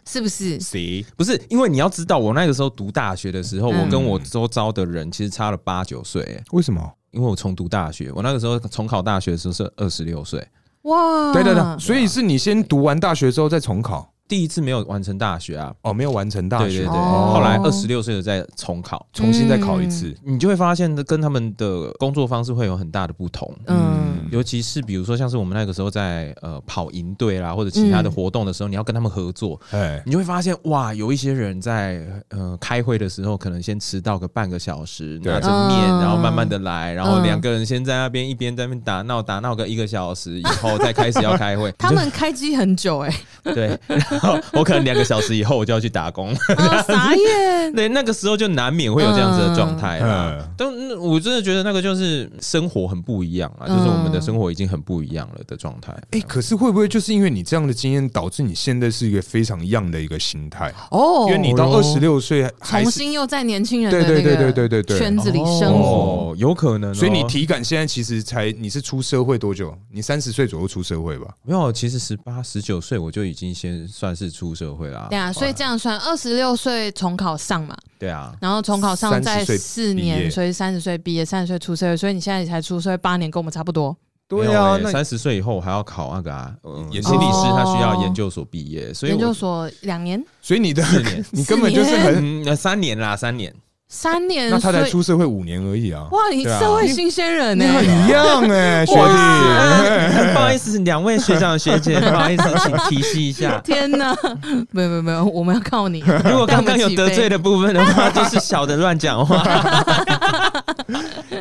[SPEAKER 1] 是不是？
[SPEAKER 3] 谁
[SPEAKER 2] 不是因为你要知道，我那个时候读大学的时候，
[SPEAKER 1] 嗯
[SPEAKER 2] 我跟我周遭的人其实差了八九岁欸、
[SPEAKER 3] 为什么？
[SPEAKER 2] 因为我重读大学，我那个时候重考大学的时候是二十六岁，
[SPEAKER 1] 哇，嗯
[SPEAKER 3] 对对对，所以是你先读完大学之后再重考
[SPEAKER 2] 第一次没有完成大学啊，
[SPEAKER 3] 哦，没有完成大
[SPEAKER 2] 对
[SPEAKER 3] 学
[SPEAKER 2] 对对，
[SPEAKER 3] 的，
[SPEAKER 1] 哦
[SPEAKER 2] 后来二十六岁的再重考，
[SPEAKER 3] 重新再考一次。
[SPEAKER 1] 嗯
[SPEAKER 2] 你就会发现跟他们的工作方式会有很大的不同。
[SPEAKER 1] 嗯，
[SPEAKER 2] 尤其是比如说，像是我们那个时候在呃跑营队啦，或者其他的
[SPEAKER 1] 嗯
[SPEAKER 2] 活动的时候，你要跟他们合作，
[SPEAKER 3] 哎，
[SPEAKER 2] 你就会发现哇，有一些人在呃开会的时候，可能先迟到个半个小时，
[SPEAKER 3] 对
[SPEAKER 2] 拿着面，
[SPEAKER 1] 嗯
[SPEAKER 2] 然后慢慢的来，然后
[SPEAKER 1] 嗯
[SPEAKER 2] 两个人先在那边一边在那边打闹，打闹个一个小时以后，再开始要开会。
[SPEAKER 1] 他们开机很久 哎、
[SPEAKER 2] 对，然后我可能两个小时以后我就要去打工，
[SPEAKER 1] 啊，傻眼。
[SPEAKER 2] 对，那个时候就难免会有这样子的状态啦。
[SPEAKER 3] 嗯
[SPEAKER 2] 但那我真的觉得那个就是生活很不一样啊，
[SPEAKER 1] 嗯
[SPEAKER 2] 就是我们的生活已经很不一样了的状态。
[SPEAKER 3] 哎，可是会不会就是因为你这样的经验，导致你现在是一个非常一样的一个心态？
[SPEAKER 1] 哦，
[SPEAKER 3] 因为你到二十六岁还
[SPEAKER 1] 重
[SPEAKER 3] 是，
[SPEAKER 1] 新又在年轻人的
[SPEAKER 3] 对
[SPEAKER 1] 那
[SPEAKER 3] 对对对
[SPEAKER 1] 个
[SPEAKER 3] 对对对，
[SPEAKER 1] 圈子里生活。
[SPEAKER 2] 哦，有可能哦、
[SPEAKER 3] 所以你体感现在其实才你是出社会多久？你三十岁左右出社会吧？
[SPEAKER 2] 没有？其实十八、十九岁我就已经先算是出社会啦。
[SPEAKER 1] 对啊，所以这样算，二十六岁重考上嘛，
[SPEAKER 2] 对啊，
[SPEAKER 1] 然后重考上
[SPEAKER 3] 30
[SPEAKER 1] 在
[SPEAKER 3] 岁
[SPEAKER 1] 四
[SPEAKER 3] 毕业
[SPEAKER 1] 年，所以三十岁毕业，三十岁出社会，所以你现在才出社会八年，跟我们差不多。
[SPEAKER 3] 对啊，那
[SPEAKER 2] 三十岁以后我还要考那个啊，嗯
[SPEAKER 3] 也是
[SPEAKER 2] 心理师，
[SPEAKER 1] 哦
[SPEAKER 2] 他需要研究所毕业，所以
[SPEAKER 1] 研
[SPEAKER 2] 我
[SPEAKER 1] 究所两年、
[SPEAKER 3] 所以你的
[SPEAKER 2] 四年
[SPEAKER 3] 你根本就是很，
[SPEAKER 2] 嗯，那三年啦，三年，
[SPEAKER 1] 三年，
[SPEAKER 3] 那他才
[SPEAKER 1] 所以
[SPEAKER 3] 出社会五年而已啊，
[SPEAKER 1] 哇，你
[SPEAKER 2] 对啊
[SPEAKER 1] 社会新鲜人呢、。
[SPEAKER 3] 那 一样哎，学弟，
[SPEAKER 2] 哇 不好意思，两位学长学姐，不好意思，请提示一下
[SPEAKER 1] 天哪， 没有没有没有，我们要靠 你。
[SPEAKER 2] 如果刚刚有
[SPEAKER 1] 干不起
[SPEAKER 2] 得罪的部分的话，就是小的乱讲话。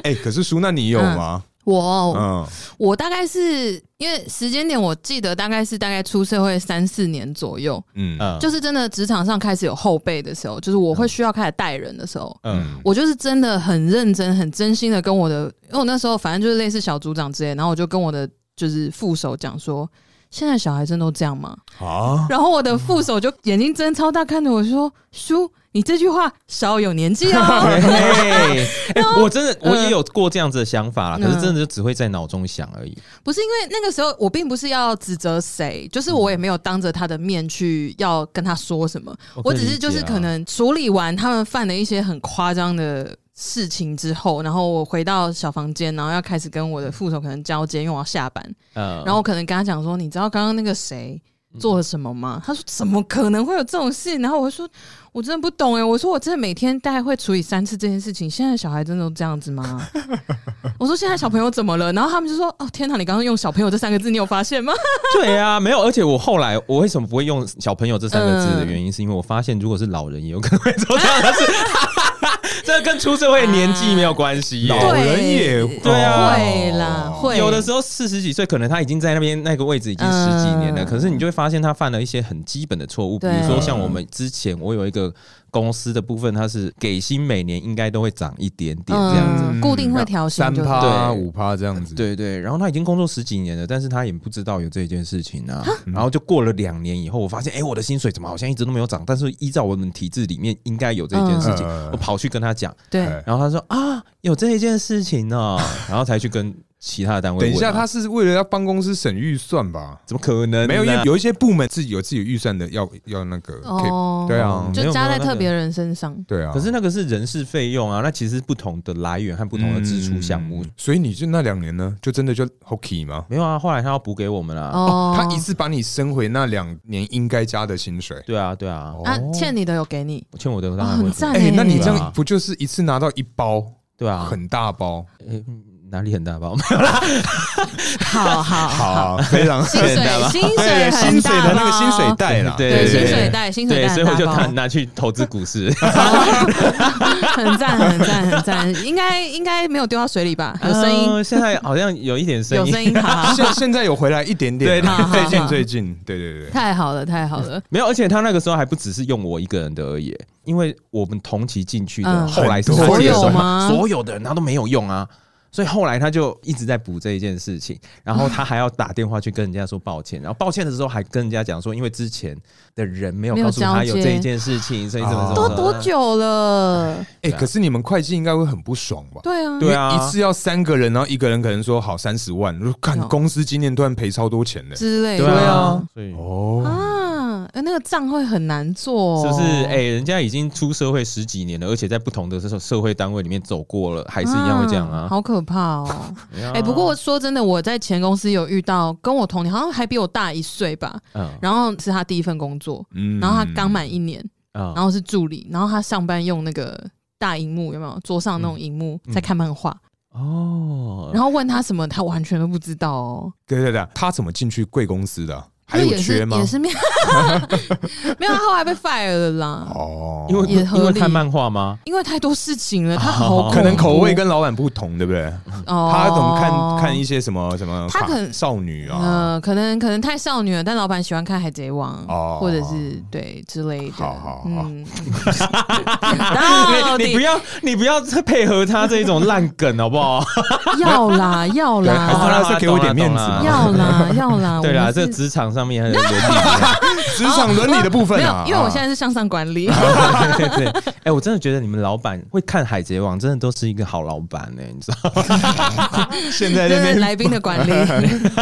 [SPEAKER 3] 哎，可是叔，那你有吗？
[SPEAKER 1] 我、
[SPEAKER 3] 嗯，
[SPEAKER 1] 我大概是因为时间点，我记得大概是大概出社会三四年左右，
[SPEAKER 3] 嗯
[SPEAKER 2] 嗯，
[SPEAKER 1] 就是真的职场上开始有后辈的时候，就是我会需要开始带人的时候，
[SPEAKER 2] 嗯，
[SPEAKER 1] 我就是真的很认真、很真心的跟我的，因为我那时候反正就是类似小组长之类，然后我就跟我的就是副手讲说，现在小孩真都这样吗？
[SPEAKER 3] 啊，
[SPEAKER 1] 然后我的副手就眼睛睁超大看着我说：“叔，你这句话稍有年纪哦。
[SPEAKER 2] 哎， 我真的我也有过这样子的想法啦，
[SPEAKER 1] 嗯
[SPEAKER 2] 可是真的就只会在脑中想而已。”
[SPEAKER 1] 不是因为那个时候我并不是要指责谁，就是我也没有当着他的面去要跟他说什么，
[SPEAKER 2] 我可
[SPEAKER 1] 我
[SPEAKER 2] 以
[SPEAKER 1] 只是就是
[SPEAKER 2] 理解啊
[SPEAKER 1] 可能处理完他们犯了一些很夸张的。事情之后，然后我回到小房间，然后要开始跟我的副手可能交接，因为我要下班。
[SPEAKER 2] 嗯
[SPEAKER 1] 然后我可能跟他讲说，你知道刚刚那个谁做了什么吗？他说怎么可能会有这种事？然后我就说我真的不懂哎、我说我真的每天大概会处理三次这件事情，现在小孩真的都这样子吗？ 我说现在小朋友怎么了？然后他们就说哦天哪，你刚刚用小朋友这三个字，你有发现吗？
[SPEAKER 2] 对啊，没有，而且我后来我为什么不会用“小朋友”这三个字的原因，是因为我发现，如果是老人，也有可能会做这样 的事，这跟出社会年纪没有关系耶。
[SPEAKER 3] 老人也
[SPEAKER 2] 对啊
[SPEAKER 1] 会啦，会
[SPEAKER 2] 有的时候四十几岁，可能他已经在那边那个位置已经十几年了，
[SPEAKER 1] 嗯
[SPEAKER 2] 可是你就会发现他犯了一些很基本的错误，比
[SPEAKER 1] 对
[SPEAKER 2] 如说像我们之前我有一个公司的部分，它是给薪每年应该都会涨一点点这样子。
[SPEAKER 1] 嗯固定会调薪
[SPEAKER 3] 三
[SPEAKER 1] 就
[SPEAKER 3] 趴
[SPEAKER 2] 对
[SPEAKER 3] 五趴这样子，
[SPEAKER 2] 对对，然后他已经工作十几年了，但是他也不知道有这件事情 啊。然后就过了两年以后，我发现，哎，我的薪水怎么好像一直都没有涨？但是依照我们体制里面，应该有这件事情。
[SPEAKER 3] 嗯
[SPEAKER 2] 我跑去跟他讲，
[SPEAKER 1] 对
[SPEAKER 3] 哎
[SPEAKER 2] 然后他说啊，有这一件事情呢、然后才去跟其他的单位
[SPEAKER 3] 等
[SPEAKER 2] 问啊。嗯
[SPEAKER 3] 一下，他是为了要帮公司省预算吧？
[SPEAKER 2] 怎么可能呢？啊
[SPEAKER 3] 没有，因为有一些部门自己有自己预算的，要要那个可以，
[SPEAKER 1] 哦，
[SPEAKER 3] 对啊
[SPEAKER 2] 没
[SPEAKER 1] 就
[SPEAKER 2] 有
[SPEAKER 1] 加
[SPEAKER 2] 没
[SPEAKER 1] 在
[SPEAKER 2] 有那
[SPEAKER 1] 特
[SPEAKER 2] 个
[SPEAKER 1] 别人身上。
[SPEAKER 3] 对啊。
[SPEAKER 2] 可是那个是人事费用啊，那其实不同的来源和不同的支出项目。
[SPEAKER 3] 嗯所以你就那两年呢，就真的就 hockey 吗？
[SPEAKER 2] 没有啊，后来他要补给我们啊啦。
[SPEAKER 1] 哦
[SPEAKER 3] 他一次把你升回那两年应该加的薪水。
[SPEAKER 2] 对啊，对啊，
[SPEAKER 3] 哦
[SPEAKER 1] 啊欠你的有给你，
[SPEAKER 2] 欠我的
[SPEAKER 1] 哦
[SPEAKER 2] 当然会
[SPEAKER 1] 很
[SPEAKER 2] 补。
[SPEAKER 1] 赞
[SPEAKER 3] 哎
[SPEAKER 1] 欸，
[SPEAKER 3] 那你这
[SPEAKER 2] 对啊
[SPEAKER 3] 样不就是一次拿到一包
[SPEAKER 2] 对啊，
[SPEAKER 3] 很大包？
[SPEAKER 2] 诶嗯哪里很大吧？
[SPEAKER 1] 好好
[SPEAKER 3] 好
[SPEAKER 1] 好，
[SPEAKER 3] 啊，非常
[SPEAKER 1] 薪 水薪水很
[SPEAKER 3] 薪水
[SPEAKER 1] 大
[SPEAKER 3] 的那个薪水
[SPEAKER 1] 包
[SPEAKER 3] 袋啦，
[SPEAKER 2] 对
[SPEAKER 1] 对，
[SPEAKER 2] 对
[SPEAKER 1] 薪水袋，薪水
[SPEAKER 2] 对，
[SPEAKER 1] 袋
[SPEAKER 2] 所
[SPEAKER 1] 很
[SPEAKER 2] 以我
[SPEAKER 1] 大
[SPEAKER 2] 就
[SPEAKER 1] 包，
[SPEAKER 2] 拿拿去投资股 市。
[SPEAKER 1] 很赞，很赞，很赞，应该应该没有丢到水里吧？有声音，
[SPEAKER 2] 嗯现在好像有一点嗯声
[SPEAKER 1] 有
[SPEAKER 2] 音。
[SPEAKER 1] 声音，好 好，好
[SPEAKER 3] 现现在有回来一点点
[SPEAKER 2] 啊对啊
[SPEAKER 3] 啊，
[SPEAKER 1] 对对
[SPEAKER 3] 最 近最近，对对对。
[SPEAKER 1] 太好了，太好了，
[SPEAKER 2] 没有，而且他那个时候还不只是用我一个人的而已，因为我们同期进去的，
[SPEAKER 1] 嗯
[SPEAKER 2] 后来是
[SPEAKER 3] 很多
[SPEAKER 2] 他接手
[SPEAKER 1] 所有吗
[SPEAKER 2] 所有的人他都没有用啊，所以后来他就一直在补这一件事情，然后他还要打电话去跟人家说抱歉，然后抱歉的时候还跟人家讲说，因为之前的人没有
[SPEAKER 1] 没有
[SPEAKER 2] 告诉他
[SPEAKER 1] 交
[SPEAKER 2] 有
[SPEAKER 1] 接
[SPEAKER 2] 这一件事情，所以怎么
[SPEAKER 3] 哦
[SPEAKER 2] 怎
[SPEAKER 1] 都
[SPEAKER 2] 么怎么
[SPEAKER 1] 多？久了？
[SPEAKER 3] 哎，
[SPEAKER 2] 对啊
[SPEAKER 3] 可是你们会计应该会很不爽吧？
[SPEAKER 1] 对啊，
[SPEAKER 2] 对啊
[SPEAKER 3] 因为一次要三个人，然后一个人可能说好三十万，如果看
[SPEAKER 1] 哦
[SPEAKER 3] 公司今年突然赔超多钱的
[SPEAKER 1] 之类的，
[SPEAKER 2] 对啊，，所以。
[SPEAKER 3] 哦，
[SPEAKER 1] 啊，哎那个账会很难做，
[SPEAKER 2] 是不是？哎、，人家已经出社会十几年了，而且在不同的这种社会单位里面走过了，还是一样会这样啊。
[SPEAKER 1] 好可怕 哦！
[SPEAKER 2] 对啊
[SPEAKER 1] 哎，不过说真的，我在前公司有遇到跟我同年，好像还比我大一岁吧，
[SPEAKER 2] 嗯
[SPEAKER 1] 然后是他第一份工作，
[SPEAKER 3] 嗯
[SPEAKER 1] 然后他刚满一年。
[SPEAKER 2] 嗯
[SPEAKER 1] 然后是助理，然后他上班用那个大荧幕，有没有桌上那种荧幕、
[SPEAKER 2] 嗯
[SPEAKER 1] 在看漫画？
[SPEAKER 3] 嗯
[SPEAKER 2] 哦，
[SPEAKER 1] 然后问他什么，他完全都不知道哦。
[SPEAKER 3] 对对对，他怎么进去贵公司的啊？还有
[SPEAKER 1] 也是
[SPEAKER 3] 缺吗
[SPEAKER 1] 也？是 面，没有，他后来被 fire 了啦，
[SPEAKER 3] 哦，
[SPEAKER 2] 因为
[SPEAKER 1] 也合理
[SPEAKER 2] 因为看漫画吗？
[SPEAKER 1] 因为太多事情了，他好恐怖
[SPEAKER 3] 可能口味跟老板不同，对不对？
[SPEAKER 1] 哦，
[SPEAKER 3] 他怎么看看一。些什么什么
[SPEAKER 1] 他
[SPEAKER 3] 卡
[SPEAKER 1] 可能
[SPEAKER 3] 少女啊？
[SPEAKER 1] 呃，可能可能太少女了，但老板喜欢看《海贼王》
[SPEAKER 3] 哦
[SPEAKER 1] 或者是对之类的。
[SPEAKER 3] 好好好
[SPEAKER 1] 嗯，到
[SPEAKER 2] 你
[SPEAKER 1] 底
[SPEAKER 2] 你不要你不要 再配合他这一种烂梗好 不好？
[SPEAKER 1] 要啦要
[SPEAKER 3] 对，还是
[SPEAKER 2] 好
[SPEAKER 1] 啦
[SPEAKER 2] 啦
[SPEAKER 3] 他是给我一点面子
[SPEAKER 2] 懂了
[SPEAKER 3] 嘛
[SPEAKER 2] 懂了？
[SPEAKER 1] 要啦要啦，
[SPEAKER 2] 对
[SPEAKER 1] 我
[SPEAKER 2] 啦，
[SPEAKER 1] 们
[SPEAKER 2] 这
[SPEAKER 1] 是
[SPEAKER 2] 职场上面还有伦理，
[SPEAKER 3] 职场伦理的部分
[SPEAKER 1] 哦没
[SPEAKER 3] 啊
[SPEAKER 1] 有，，因为我现在
[SPEAKER 3] 在
[SPEAKER 1] 是向上管理，
[SPEAKER 2] 对对对。哎，我真的觉得你们老板会看《海贼王》，真的都是一个好老板呢，你知道吗？
[SPEAKER 3] 现在
[SPEAKER 1] 对
[SPEAKER 3] 那
[SPEAKER 1] 对，
[SPEAKER 3] 边
[SPEAKER 1] 来宾的管理。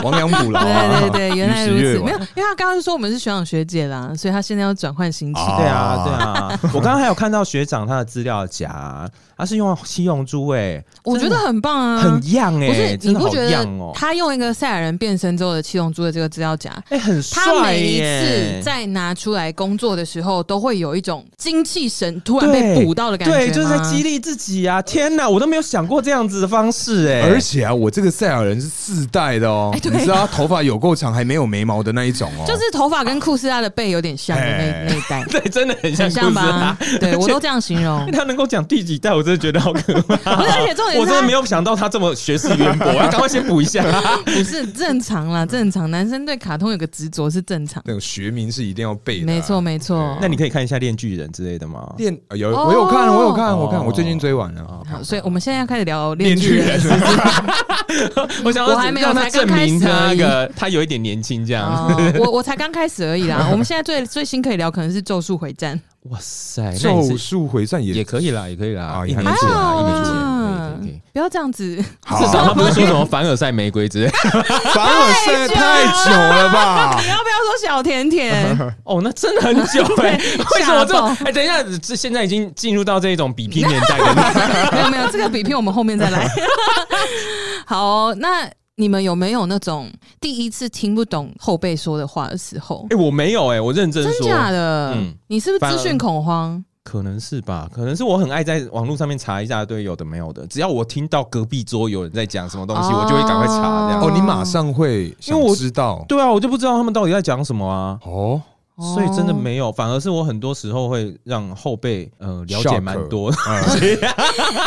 [SPEAKER 3] 亡羊补牢啊，
[SPEAKER 1] 对对 对，原来如
[SPEAKER 3] 与
[SPEAKER 1] 此
[SPEAKER 3] 时越。往
[SPEAKER 1] 没有，因为他刚刚说我们是学长学姐啦，所以他现在要转换心情。
[SPEAKER 3] 啊
[SPEAKER 2] 对啊，对啊。我刚刚还有看到学长他的资料夹，他是用七龙珠，哎，
[SPEAKER 1] 我觉得很棒啊，
[SPEAKER 2] 很样
[SPEAKER 1] 不是
[SPEAKER 2] 哎，
[SPEAKER 1] 你
[SPEAKER 2] 真的
[SPEAKER 1] 不
[SPEAKER 2] 好
[SPEAKER 1] 觉得
[SPEAKER 2] 样哦，
[SPEAKER 1] 他用一个赛亚人变身之后的七龙珠的这个资料夹，
[SPEAKER 2] 哎，很
[SPEAKER 1] 他
[SPEAKER 2] 帅
[SPEAKER 1] 每一
[SPEAKER 2] 耶
[SPEAKER 1] 次。在拿出来工作的时候，都会有一种精气神突然被补到的感觉吗，
[SPEAKER 2] 对，就是在激励自己啊！天哪，我都没有想过这样子的方式哎、
[SPEAKER 3] 而且啊，我这个赛亚人是自带的哦，
[SPEAKER 1] 哎对
[SPEAKER 3] 你知道他头发有够长，还没有眉毛的那一种哦，
[SPEAKER 1] 就是头发跟库斯拉的背有点像的
[SPEAKER 3] 哎
[SPEAKER 1] 那那一代，
[SPEAKER 2] 对，真的很像
[SPEAKER 1] 很
[SPEAKER 2] 故
[SPEAKER 1] 像
[SPEAKER 2] 事啊
[SPEAKER 1] 吧？对我都这样形 容。
[SPEAKER 2] 他能够讲第几代，我真的觉得好可 怕。
[SPEAKER 1] 不是而且重点是
[SPEAKER 2] 啊我真的
[SPEAKER 1] 他
[SPEAKER 2] 没有想到他这么学识渊 博，啊！赶快先补一下。
[SPEAKER 1] 不是正常
[SPEAKER 2] 嗯
[SPEAKER 1] 啦，正常男生对卡通有个执着是正常，
[SPEAKER 3] 那种学名是一定要背的啊。
[SPEAKER 1] 没错没错。
[SPEAKER 2] 那你可以看一下《恋巨人》之类的吗？
[SPEAKER 3] 练呃有
[SPEAKER 1] 哦
[SPEAKER 3] 我有看，我有看，
[SPEAKER 2] 哦
[SPEAKER 3] 我看，我最近追完了。啊
[SPEAKER 1] 好，所以我们现在要开始聊《
[SPEAKER 3] 练
[SPEAKER 1] 恋巨人》。
[SPEAKER 2] 我想
[SPEAKER 1] 我
[SPEAKER 2] 要
[SPEAKER 1] 还没有
[SPEAKER 2] 让他
[SPEAKER 1] 才刚
[SPEAKER 2] 证
[SPEAKER 1] 开
[SPEAKER 2] 明
[SPEAKER 1] 始
[SPEAKER 2] 他
[SPEAKER 1] 而
[SPEAKER 2] 那
[SPEAKER 1] 已
[SPEAKER 2] 个他有一点年轻这样。
[SPEAKER 1] 哦，我我才刚开始而已啦。我们现在最最新可以聊可能是《咒术回战》，
[SPEAKER 2] 哇塞，那你
[SPEAKER 3] 咒
[SPEAKER 2] 是
[SPEAKER 3] 术回战
[SPEAKER 2] 也
[SPEAKER 3] 也
[SPEAKER 2] 可以啦，也可以啦，
[SPEAKER 3] 啊
[SPEAKER 2] 一
[SPEAKER 3] 也
[SPEAKER 2] 年
[SPEAKER 3] 还
[SPEAKER 2] 前
[SPEAKER 3] 没
[SPEAKER 2] 啦，一年前
[SPEAKER 1] 啊
[SPEAKER 2] 可以可以可以。
[SPEAKER 1] 不要这样子，
[SPEAKER 3] 好
[SPEAKER 2] 至少他不是说什么凡尔赛玫瑰之 类的。
[SPEAKER 3] 反而晒太久了吧？
[SPEAKER 1] 你要不要说小甜 甜？
[SPEAKER 2] 哦，那真的很久哎、为什么这种
[SPEAKER 1] 吓？
[SPEAKER 2] 哎、等一下，这现在已经进入到这种比拼年代了。
[SPEAKER 1] 没有没有，这个比拼我们后面再 来。好哦、那你们有没有那种第一次听不懂后辈说的话的时候
[SPEAKER 2] 哎、？我没有哎、我认真
[SPEAKER 1] 真
[SPEAKER 2] 说，
[SPEAKER 1] 假的？
[SPEAKER 2] 嗯
[SPEAKER 1] 你是不
[SPEAKER 2] 反
[SPEAKER 1] 是
[SPEAKER 2] 而
[SPEAKER 1] 资讯恐慌？
[SPEAKER 2] 可能是吧，可能是我很爱在网络上面查一大堆有的没有的，只要我听到隔壁桌有人在讲什么东西，
[SPEAKER 1] 哦
[SPEAKER 2] 我就会赶快查这样。
[SPEAKER 3] 哦，你马上会想
[SPEAKER 2] 因为我
[SPEAKER 3] 知道
[SPEAKER 2] 对啊，我就不知道他们到底在讲什么啊。
[SPEAKER 3] 哦，
[SPEAKER 2] 所以真的
[SPEAKER 1] 哦
[SPEAKER 2] 没有，反而是我很多时候会让后辈呃了解
[SPEAKER 3] Shock
[SPEAKER 2] 蛮多，
[SPEAKER 3] 啊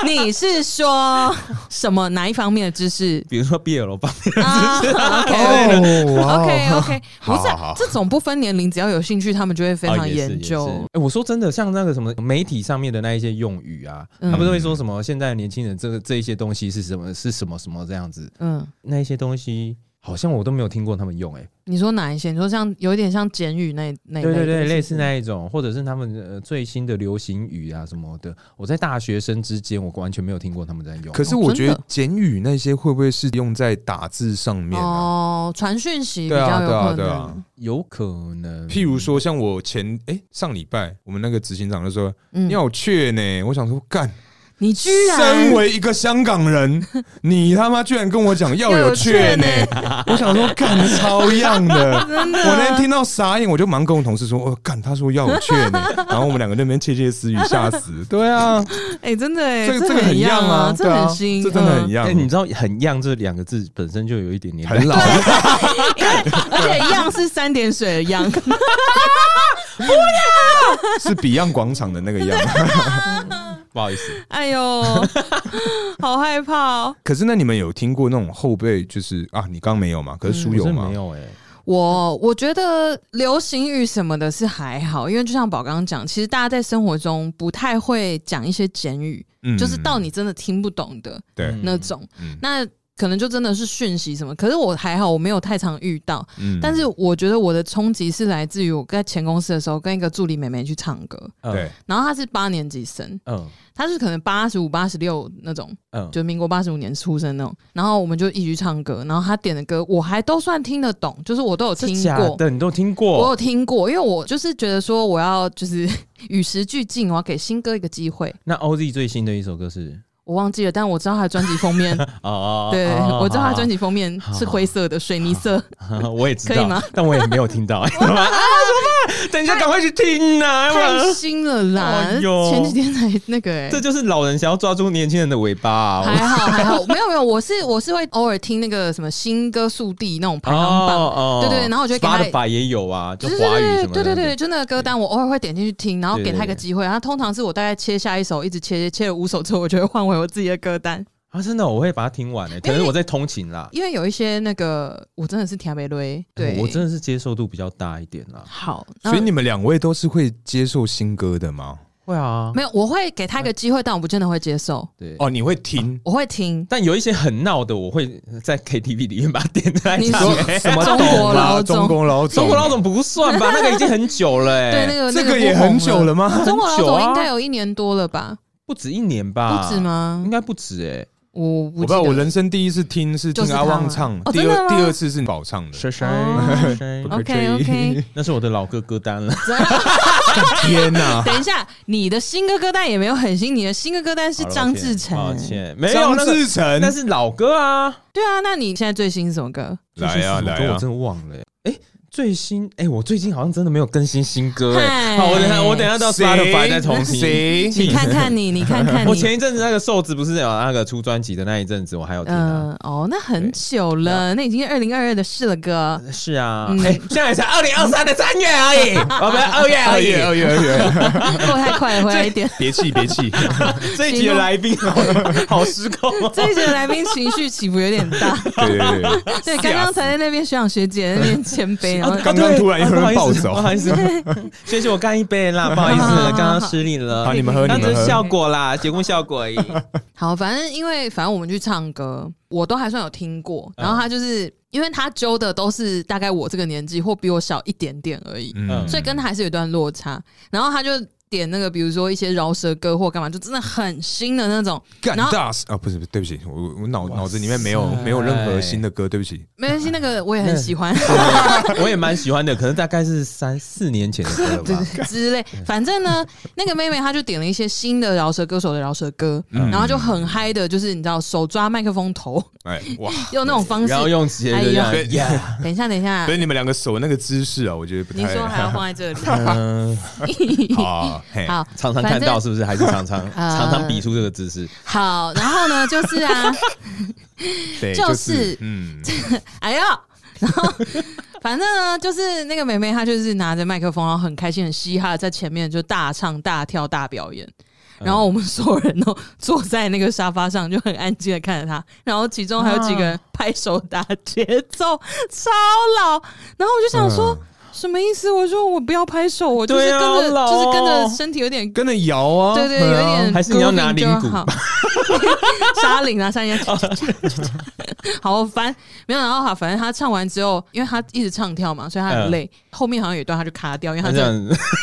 [SPEAKER 1] 你是说什么哪一方面的知识
[SPEAKER 2] 比如说 BL 吧，
[SPEAKER 1] 啊？OK
[SPEAKER 3] 哦，哇
[SPEAKER 1] OK OK，不是啊
[SPEAKER 3] 好好
[SPEAKER 1] 这种不分年龄，只要有兴趣，他们就会非
[SPEAKER 2] 哦
[SPEAKER 1] 常
[SPEAKER 2] 也是
[SPEAKER 1] 研
[SPEAKER 2] 也
[SPEAKER 1] 究
[SPEAKER 2] 是。哎、我说真的，像那个什么媒体上面的那一些用语啊，
[SPEAKER 1] 嗯
[SPEAKER 2] 他们都会说什么现在的年轻人这个这一些东西是什么是什么什么这样子，
[SPEAKER 1] 嗯，
[SPEAKER 2] 那一些东西好像我都没有听过他们用、欸，
[SPEAKER 1] 你说哪一些？你说像有一点像简语那那一
[SPEAKER 2] 对对
[SPEAKER 1] 的
[SPEAKER 2] 对，
[SPEAKER 1] 是
[SPEAKER 2] 类似
[SPEAKER 1] 不是
[SPEAKER 2] 那一种，或者是他们呃最新的流行语啊什么的，我在大学生之间我完全没有听过他们在用。
[SPEAKER 3] 可是我觉得简语那些会不会是用在打字上面啊？
[SPEAKER 1] 哦，传讯息比
[SPEAKER 3] 对啊
[SPEAKER 1] 较有
[SPEAKER 3] 对啊
[SPEAKER 1] 可
[SPEAKER 3] 对啊
[SPEAKER 1] 能。
[SPEAKER 2] 有可能，
[SPEAKER 3] 譬如说，像我前哎上礼拜，我们那个执行长就说
[SPEAKER 1] 嗯
[SPEAKER 3] 你好怯呢，我想说干，
[SPEAKER 1] 你居然
[SPEAKER 3] 身为一个香 港人，你他妈居然跟我讲要有雀呢！ 我想说，干超样 的。
[SPEAKER 1] 真的，
[SPEAKER 3] 我那天听到傻眼，我就忙跟我同事说：“哦，干，他说要有雀 呢。”然后我们两个那边窃窃私语，吓死。对啊，
[SPEAKER 1] 哎、真的哎、
[SPEAKER 3] 这个这个
[SPEAKER 1] 很
[SPEAKER 3] 很样
[SPEAKER 1] 啊，
[SPEAKER 3] 对啊
[SPEAKER 1] 很，新，
[SPEAKER 3] 这真的
[SPEAKER 1] 嗯。
[SPEAKER 3] 很样
[SPEAKER 2] 哎、，你知道“很样”这两个字本身就有一点年代
[SPEAKER 3] 很，老。
[SPEAKER 1] 而且“样”是三点水的“样
[SPEAKER 3] 是 Beyond 广场的那 个样。
[SPEAKER 2] 不好意思，”，
[SPEAKER 1] 哎呦， 好害怕、哦！
[SPEAKER 3] 可是那你们有听过那种后辈就是啊，你刚刚没有
[SPEAKER 1] 嗯
[SPEAKER 3] 嘛？可是书
[SPEAKER 2] 我
[SPEAKER 3] 有
[SPEAKER 2] 真的
[SPEAKER 3] 吗
[SPEAKER 2] 没？有哎、
[SPEAKER 1] 我我觉得流行语什么的是还好，因为就像宝刚刚讲，其实大家在生活中不太会讲一些简语，
[SPEAKER 3] 嗯
[SPEAKER 1] 就是到你真的听不懂的
[SPEAKER 3] 对，
[SPEAKER 2] 嗯
[SPEAKER 1] 那种，
[SPEAKER 3] 嗯
[SPEAKER 1] 那可能就真的是讯息什么。可是我还好，我没有太常遇到。
[SPEAKER 3] 嗯
[SPEAKER 1] 但是我觉得我的冲击是来自于我在前公司的时候，跟一个助理妹妹去唱歌，
[SPEAKER 2] 嗯
[SPEAKER 3] 对，
[SPEAKER 1] 然后她是八年级生，
[SPEAKER 2] 嗯
[SPEAKER 1] 她是可能八十五、八十六那种，
[SPEAKER 2] 嗯，
[SPEAKER 1] 就民国八十五年出生那种。然后我们就一起去唱歌，然后她点的歌我还都算听得懂，就是我都有听
[SPEAKER 2] 是假
[SPEAKER 1] 过。
[SPEAKER 2] 的，你都听
[SPEAKER 1] 我
[SPEAKER 2] 过
[SPEAKER 1] 有听过，因为我就是觉得说，我要就是 与时俱进，我要给新歌一个机会。
[SPEAKER 2] 那 OZ 最新的一首歌是
[SPEAKER 1] 我忘记了，但我知道他的专辑封面，
[SPEAKER 2] 哦，
[SPEAKER 1] 对
[SPEAKER 2] 哦
[SPEAKER 1] 我知道他专，
[SPEAKER 2] 哦
[SPEAKER 1] 辑封面是灰色的水泥色。
[SPEAKER 2] 哦我也知道，
[SPEAKER 1] 可以吗？
[SPEAKER 2] 但我也没有 听到，哎，怎么办？啊怎么办？等一下，赶快去听啊呐！
[SPEAKER 1] 太新了啦！
[SPEAKER 2] 哎呦
[SPEAKER 1] 前几天才那个哎、
[SPEAKER 2] 这就是老人想要抓住年轻人的尾巴啊。
[SPEAKER 1] 还好还 好，没有没有，我是我是会偶尔听那个什么新歌速递那种排行榜，
[SPEAKER 2] 哦
[SPEAKER 1] 对对然后我就给他
[SPEAKER 2] Spotify 也有啊，就
[SPEAKER 1] 对对
[SPEAKER 2] 华语
[SPEAKER 1] 对
[SPEAKER 2] 什么
[SPEAKER 1] 对
[SPEAKER 2] 的。
[SPEAKER 1] 对对，就那个歌单，我偶尔会点进去听，然后
[SPEAKER 2] 对
[SPEAKER 1] 给
[SPEAKER 2] 对
[SPEAKER 1] 他一个
[SPEAKER 2] 对
[SPEAKER 1] 机会。然后通常是我大概切下一首，一直切切了五首之后，我就会换回我自己的歌单。
[SPEAKER 2] 啊，真的我会把它听完诶，欸可能我在通勤啦。
[SPEAKER 1] 因为有一些那个我真的是田北瑞，对，
[SPEAKER 2] 我真的是接受度比较大一点啦。
[SPEAKER 1] 好，
[SPEAKER 3] 所以
[SPEAKER 1] 那
[SPEAKER 3] 你们两位都是会接受新歌的吗？
[SPEAKER 2] 会啊，
[SPEAKER 1] 没有，我会给他一个机会，但我不见得会接受，
[SPEAKER 2] 对哦。
[SPEAKER 3] 哦，你会听？
[SPEAKER 1] 我会听。
[SPEAKER 2] 但有一些很闹的，我会在 KTV 里面把它点在
[SPEAKER 1] 你
[SPEAKER 2] 唱
[SPEAKER 1] 说。
[SPEAKER 3] 什么
[SPEAKER 1] 中
[SPEAKER 3] 懂
[SPEAKER 1] 国
[SPEAKER 3] 啦
[SPEAKER 1] 老总
[SPEAKER 3] 中国老
[SPEAKER 2] 中
[SPEAKER 3] 总，
[SPEAKER 2] 国老总不 算吧？那个已经很久了、欸，
[SPEAKER 1] 对，那个
[SPEAKER 3] 这
[SPEAKER 1] 那
[SPEAKER 3] 个
[SPEAKER 1] 不
[SPEAKER 3] 也
[SPEAKER 1] 红
[SPEAKER 3] 很久了吗？
[SPEAKER 1] 中国老
[SPEAKER 2] 很久
[SPEAKER 1] 总
[SPEAKER 2] 啊
[SPEAKER 1] 应该有一年多了吧？
[SPEAKER 2] 不止一年吧？
[SPEAKER 1] 不止？吗
[SPEAKER 2] 应？该不止哎、欸。
[SPEAKER 1] 我
[SPEAKER 3] 我
[SPEAKER 1] 不记
[SPEAKER 3] 不知
[SPEAKER 1] 得
[SPEAKER 3] 道，我人生第一次听是
[SPEAKER 1] 就是
[SPEAKER 3] 听
[SPEAKER 1] 他
[SPEAKER 3] 阿旺唱，
[SPEAKER 1] 哦
[SPEAKER 3] 第
[SPEAKER 1] 真
[SPEAKER 3] 二
[SPEAKER 1] 的
[SPEAKER 3] 第
[SPEAKER 1] 吗
[SPEAKER 3] 二次是宝唱的。
[SPEAKER 2] 谁谁
[SPEAKER 1] 哦
[SPEAKER 2] 谁？
[SPEAKER 3] 不可
[SPEAKER 1] OK OK，
[SPEAKER 2] 那是我的老歌歌单了。啊
[SPEAKER 3] 天哪！
[SPEAKER 1] 等一下，你的新歌歌单也没有很新，你的新歌歌单是
[SPEAKER 2] 好 了
[SPEAKER 1] 张
[SPEAKER 2] 抱歉
[SPEAKER 1] 志成。
[SPEAKER 2] 抱歉，没有
[SPEAKER 3] 张
[SPEAKER 2] 那是
[SPEAKER 3] 志成
[SPEAKER 2] 那，是老歌啊。
[SPEAKER 1] 对啊，那你现在最新是什么歌？
[SPEAKER 3] 来啊
[SPEAKER 2] 这是什么歌
[SPEAKER 3] 来啊
[SPEAKER 2] 我真的忘了欸。哎，最新哎，我最近好像真的没有更新新歌哎。
[SPEAKER 1] 嗨
[SPEAKER 2] 好，我等一下我等一下到 Spotify 再重听。
[SPEAKER 3] 谁？
[SPEAKER 1] 你看看你，你看看你。
[SPEAKER 2] 我前一阵子那个瘦子不是有那个出专辑的那一阵子，我还有听啊。
[SPEAKER 1] 嗯、哦，那很久了，那已经二零二二的事了，哥。
[SPEAKER 2] 是啊，
[SPEAKER 1] 嗯
[SPEAKER 2] 哎，现在才二零二三的三月而已，我们二月而
[SPEAKER 3] 二
[SPEAKER 2] 已
[SPEAKER 3] 月。二月二月，
[SPEAKER 1] 过太快了，回来一点。
[SPEAKER 3] 别气别气，
[SPEAKER 2] 这一集的来宾好好失控哦。
[SPEAKER 1] 这一集的来宾情绪起伏有点大，
[SPEAKER 3] 啊对对对，
[SPEAKER 1] 对，刚刚才在那边学长学姐那边谦卑，然后
[SPEAKER 3] 刚刚突然有人暴走
[SPEAKER 2] 不好意思，不好意思学姐我干一杯啦，不好意思，刚刚失礼了
[SPEAKER 3] 好，。你们喝
[SPEAKER 2] 那
[SPEAKER 3] 你
[SPEAKER 2] 只
[SPEAKER 3] 们
[SPEAKER 2] 是
[SPEAKER 3] 喝，
[SPEAKER 2] 效果啦，节目效果而已。
[SPEAKER 1] 好，反正因为反正我们去唱歌，我都还算有听过。然后他就是、因为他揪的都是大概我这个年纪或比我小一点点而已，
[SPEAKER 2] 嗯
[SPEAKER 1] 所以跟他还是有一段落差。然后他就点那个，比如说一些饶舌歌或干嘛，就真的很新的那种。
[SPEAKER 3] 干
[SPEAKER 1] 然后
[SPEAKER 3] 大事啊，不是对不起，我我我脑
[SPEAKER 2] 哇塞
[SPEAKER 3] 脑子里面没有没有任何新的歌，对不起，
[SPEAKER 1] 没关系，那个我也很喜欢。
[SPEAKER 2] 我也蛮喜欢的，可能大概是三四年前的歌了吧。
[SPEAKER 1] 之类。反正呢，那个妹妹她就点了一些新的饶舌歌手的饶舌歌，
[SPEAKER 3] 嗯
[SPEAKER 1] 然后就很嗨的，就是你知道手抓麦克风头，
[SPEAKER 3] 哎 哇，
[SPEAKER 1] 用那种方式
[SPEAKER 2] 然。后用斜的这
[SPEAKER 1] 哎
[SPEAKER 3] 呦
[SPEAKER 2] 样呀，
[SPEAKER 1] 等一下，等一下
[SPEAKER 3] 所，以你们两个手那个姿势啊，我觉得不
[SPEAKER 1] 你
[SPEAKER 3] 太
[SPEAKER 1] 说还要放在这里？
[SPEAKER 2] 嗯，
[SPEAKER 3] 好 啊，嘿
[SPEAKER 1] 好，
[SPEAKER 2] 常常看到是不是？还是常常
[SPEAKER 1] 呃
[SPEAKER 2] 常常比出这个姿势，
[SPEAKER 1] 好，然后呢，就是 啊，
[SPEAKER 3] 对，
[SPEAKER 1] 就是
[SPEAKER 3] 是嗯，
[SPEAKER 1] 哎呀，然后反正呢，就是那个妹妹她就是拿着麦克风，然后很开心、很嘻哈，在前面就大唱、大跳、大表演。
[SPEAKER 2] 嗯
[SPEAKER 1] 然后我们所有人都坐在那个沙发上，就很安静的看着她。然后其中还有几个
[SPEAKER 2] 嗯
[SPEAKER 1] 人拍手打节奏，超老。然后我就想说，什么意思？我说我不要拍手，我就是
[SPEAKER 2] 嗯对
[SPEAKER 1] 跟
[SPEAKER 2] 啊
[SPEAKER 1] 着，
[SPEAKER 2] 好老哦
[SPEAKER 1] 就是跟着身体有点
[SPEAKER 3] 跟着摇啊，
[SPEAKER 1] 对对，有
[SPEAKER 3] 啊
[SPEAKER 1] 点
[SPEAKER 2] 还是你要拿
[SPEAKER 1] grooving
[SPEAKER 2] 铃鼓
[SPEAKER 1] 就好 沙铃啊，沙 铃啊，好烦。没有，然后好，反正他唱完之后，因为他一直唱跳嘛，所以他
[SPEAKER 2] 嗯
[SPEAKER 1] 很累。后面好像有一段他就卡掉，因为他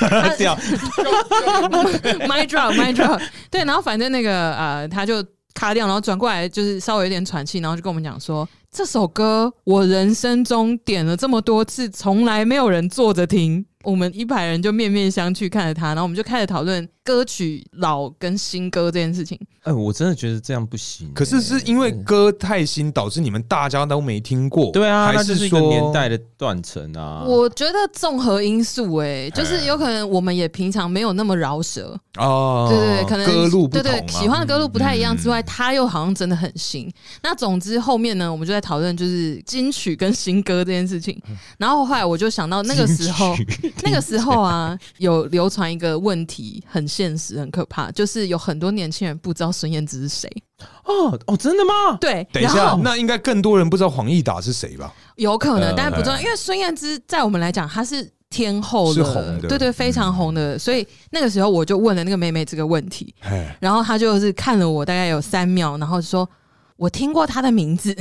[SPEAKER 2] 他这
[SPEAKER 1] 真
[SPEAKER 2] 样
[SPEAKER 1] 他
[SPEAKER 2] 这样
[SPEAKER 1] my drop my drop。对，然后反正那个呃，他就卡掉，然后转过来就是稍微有点喘气，然后就跟我们讲说，这首歌我人生中点了这么多次，从来没有人坐着听。我们一排人就面面相觑看着他，然后我们就开始讨论歌曲老跟新歌这件事情。
[SPEAKER 2] 哎，我真的觉得这样不行。欸
[SPEAKER 3] 可是是因为歌太新，导致你们大家都没听过，
[SPEAKER 2] 对啊，
[SPEAKER 3] 还
[SPEAKER 2] 那就是一个
[SPEAKER 3] 说
[SPEAKER 2] 年代的断层啊。
[SPEAKER 1] 我觉得综合因素、欸，哎，就是有可能我们也平常没有那么饶舌，
[SPEAKER 3] 哦，
[SPEAKER 1] 对对，对可能
[SPEAKER 3] 歌路
[SPEAKER 1] 对
[SPEAKER 3] 不同啊，
[SPEAKER 1] 对喜欢的歌路不太一样之外，
[SPEAKER 3] 嗯
[SPEAKER 1] 他又好像真的很新。那总之后面呢，我们就在讨论就是金曲跟新歌这件事情。
[SPEAKER 3] 嗯
[SPEAKER 1] 然后后来我就想到那个时候，那个时候啊，有流传一个问题，很现实，很可 怕，就是有很多年轻人不知道孙燕姿是谁。
[SPEAKER 2] 哦哦，真的吗？
[SPEAKER 1] 对，
[SPEAKER 3] 等一
[SPEAKER 1] 然
[SPEAKER 3] 下
[SPEAKER 1] 后，
[SPEAKER 3] 那应该更多人不知道黄义达是谁吧？
[SPEAKER 1] 有可能
[SPEAKER 2] 呃，
[SPEAKER 1] 但是不重要，因为孙燕姿在我们来讲，她是天后了，
[SPEAKER 3] 是红的嗯
[SPEAKER 1] 对对，非常红的。所以那个时候我就问了那个妹妹这个问题，
[SPEAKER 3] 哎，
[SPEAKER 1] 然后她就是看了我大概有三秒，然后就说。我听过她的名 字，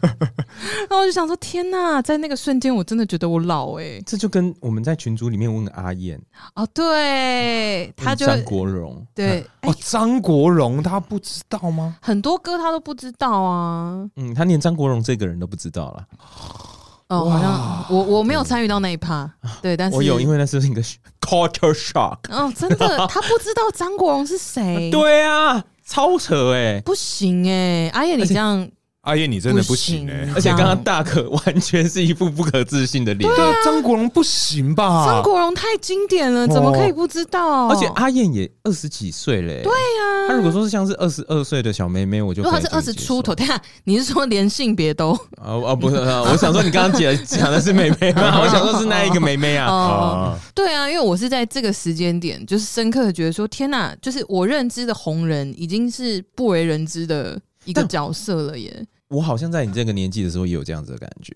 [SPEAKER 1] 然后我就想说：天呐，在那个瞬间，我真的觉得我老哎、
[SPEAKER 2] 这就跟我们在群组里面问阿燕，
[SPEAKER 1] 哦，对，她
[SPEAKER 2] 问
[SPEAKER 1] 就
[SPEAKER 2] 张国荣，
[SPEAKER 1] 对、哎
[SPEAKER 3] 哦，张国荣他不知道吗？
[SPEAKER 1] 很多歌她都不知道啊。
[SPEAKER 2] 嗯，他连张国荣这个人都不知道了。
[SPEAKER 1] 哦，好像我我没有参与到那一趴，对，但是
[SPEAKER 2] 我有，因为那是一个 culture shock。
[SPEAKER 1] 哦，真 的，她不知道张国荣是谁。
[SPEAKER 2] 对啊，超扯哎、
[SPEAKER 1] 不行哎、阿燕，你这样
[SPEAKER 3] 阿燕，你真的不
[SPEAKER 1] 不
[SPEAKER 3] 行
[SPEAKER 1] 行
[SPEAKER 3] 哎、
[SPEAKER 2] 而且刚刚大可完全是一副不可置信的脸，
[SPEAKER 3] 对啊，张国荣不行吧？
[SPEAKER 1] 张国荣太经典了，怎么可以不知道？
[SPEAKER 2] 啊而且阿燕也二十几岁嘞、对呀、她如果说是像是二十二岁的小妹妹，我就
[SPEAKER 1] 如果他
[SPEAKER 2] 可以
[SPEAKER 1] 是
[SPEAKER 2] 这么
[SPEAKER 1] 二十
[SPEAKER 2] 接
[SPEAKER 1] 出
[SPEAKER 2] 受
[SPEAKER 1] 头，等一下你是说连性别都
[SPEAKER 2] 啊啊不是，啊我想说你刚刚讲讲的是妹妹吗？我想说是那一个妹妹啊，
[SPEAKER 1] 哦、
[SPEAKER 3] 啊，
[SPEAKER 1] 对啊，因为我是在这个时间点，就是深刻的觉得说，天哪，就是我认知的红人已经是不为人知的一个角色了耶。
[SPEAKER 2] 我好像在你这个年纪的时候也有这样子的感觉，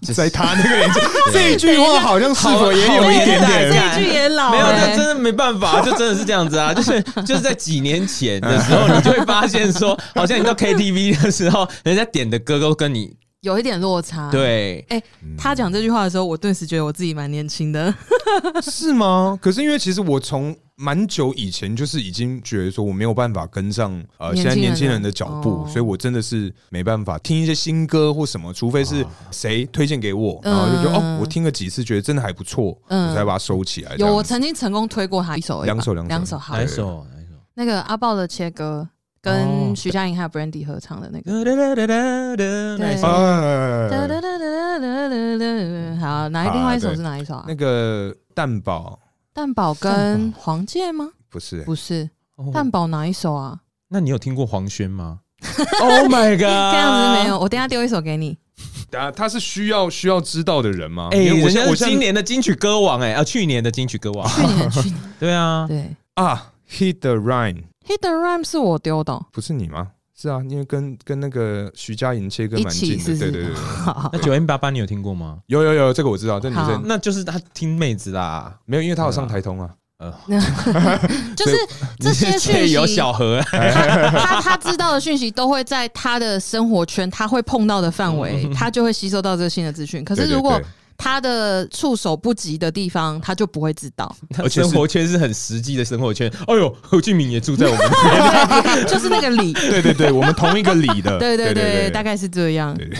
[SPEAKER 2] 就是
[SPEAKER 3] 在他那个年纪，这一句话好像是否也有一点
[SPEAKER 2] 对
[SPEAKER 3] 点？
[SPEAKER 5] 这一句也老
[SPEAKER 2] 没有，
[SPEAKER 5] 欸
[SPEAKER 2] 那真的没办法，就真的是这样子啊，就是就是在几年前的时候，你就会发现说，好像你到 KTV 的时候，人家点的歌都跟你
[SPEAKER 1] 有一点落差。，
[SPEAKER 2] 对，
[SPEAKER 1] 哎、他讲这句话的时候，我顿时觉得我自己蛮年轻的。
[SPEAKER 3] 是吗？可是因为其实我从蛮久以前就是已经觉得说我没有办法跟上呃
[SPEAKER 1] 年轻
[SPEAKER 3] 现
[SPEAKER 1] 人
[SPEAKER 3] 在年轻人的脚步，
[SPEAKER 1] 哦
[SPEAKER 3] 所以我真的是没办法听一些新歌或什么，除非是谁推荐给我，然后就觉得、
[SPEAKER 1] 嗯
[SPEAKER 3] 哦，我听了几次觉得真的还不错，
[SPEAKER 1] 嗯
[SPEAKER 3] 我才把它收起来。这
[SPEAKER 1] 有，
[SPEAKER 3] 样
[SPEAKER 1] 我
[SPEAKER 3] 子
[SPEAKER 1] 曾经成功推过他一首而已吧，
[SPEAKER 3] 两首两首哎
[SPEAKER 1] 两首好
[SPEAKER 2] 哪一。首？哪一首？
[SPEAKER 1] 那个阿豹的切歌，
[SPEAKER 2] 哦
[SPEAKER 1] 跟徐佳莹还有 Brandy 合唱的那个。
[SPEAKER 3] 嗯
[SPEAKER 2] 哒哒哒哒哒哒哪一首？
[SPEAKER 1] 哒
[SPEAKER 3] 哎，
[SPEAKER 1] 哒哒哒哒哒哒哒好，哪一另外一首是哪一首啊
[SPEAKER 3] 那？个蛋堡
[SPEAKER 1] 蛋堡跟黄玠吗？
[SPEAKER 3] 不是
[SPEAKER 1] 不是，
[SPEAKER 2] 哦
[SPEAKER 1] 蛋堡哪一首啊？
[SPEAKER 2] 那你有听过黄轩 吗？Oh my god！
[SPEAKER 1] 这样子没有，。我等一下丢一首给你。
[SPEAKER 3] 等下，他是需要需要知道的人吗？
[SPEAKER 2] 哎、
[SPEAKER 3] 因为我
[SPEAKER 2] 人
[SPEAKER 3] 现
[SPEAKER 2] 家
[SPEAKER 3] 在我
[SPEAKER 2] 是
[SPEAKER 3] 现在
[SPEAKER 2] 今年的金曲歌王哎、啊，去年的金曲歌王，
[SPEAKER 1] 去年，去年，
[SPEAKER 2] 对啊，
[SPEAKER 1] 对
[SPEAKER 3] 啊，Hit the Rhine
[SPEAKER 1] ，Hit the Rhyme 是我丢的哦。
[SPEAKER 3] 不是你吗？是啊，因为跟跟那个徐佳莹切割蛮近
[SPEAKER 1] 一
[SPEAKER 3] 的，
[SPEAKER 1] 起是不是
[SPEAKER 3] 对对对对，
[SPEAKER 1] 好
[SPEAKER 2] 那九 N 八八你有听过吗？
[SPEAKER 3] 有有有，这个我知道，这女
[SPEAKER 1] 好
[SPEAKER 3] 生
[SPEAKER 2] 那就是他听妹子啦，
[SPEAKER 3] 没有，因为她有上台通啊，
[SPEAKER 2] 呃，
[SPEAKER 1] 就是 这 些
[SPEAKER 2] 你是
[SPEAKER 1] 讯息
[SPEAKER 2] 有小 哦何、
[SPEAKER 1] 他他他知道的讯息都会在他的生活圈，他会碰到的范 围，他就会吸收到这个新的资讯。可
[SPEAKER 3] 对
[SPEAKER 1] 是
[SPEAKER 3] 对
[SPEAKER 1] 如果
[SPEAKER 3] 对
[SPEAKER 1] 他的触手不及的地方，他就不会知 道，
[SPEAKER 2] 他
[SPEAKER 3] 而且是
[SPEAKER 2] 生活圈是很实际的生活圈。哎呦，何俊明也住在我 们这
[SPEAKER 1] 就是那个理。
[SPEAKER 3] 对对对，我们同一个理的，
[SPEAKER 1] 对对
[SPEAKER 3] 对
[SPEAKER 1] 对，大概是这样
[SPEAKER 3] 对对。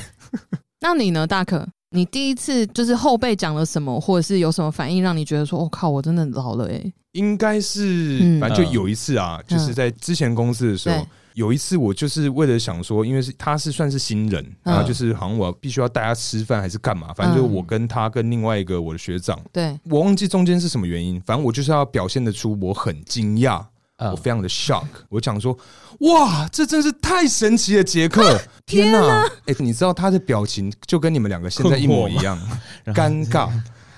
[SPEAKER 1] 那你呢，大可？你第一次就是后辈讲了什么，或者是有什么反应，让你觉得说“我、靠，我真的老了哎、欸
[SPEAKER 3] 应该是
[SPEAKER 1] 嗯，
[SPEAKER 3] 反正就有一次啊，就是在之前公司的时
[SPEAKER 1] 对
[SPEAKER 3] 候。有一次，我就是为了想说，因为是他是算是新人，
[SPEAKER 1] 嗯
[SPEAKER 3] 然后就是好像我必须要带他吃饭还是干嘛，反正就是我跟他跟另外一个我的学长，
[SPEAKER 1] 对，
[SPEAKER 3] 我忘记中间是什么原因，反正我就是要表现得出我很惊讶，我
[SPEAKER 2] 啊，
[SPEAKER 3] 非常的 shock，我讲说，哇，这真是太神奇了，杰克！天哪，哎、你知道他的表情就跟你们两个现在一模一样，尴尬。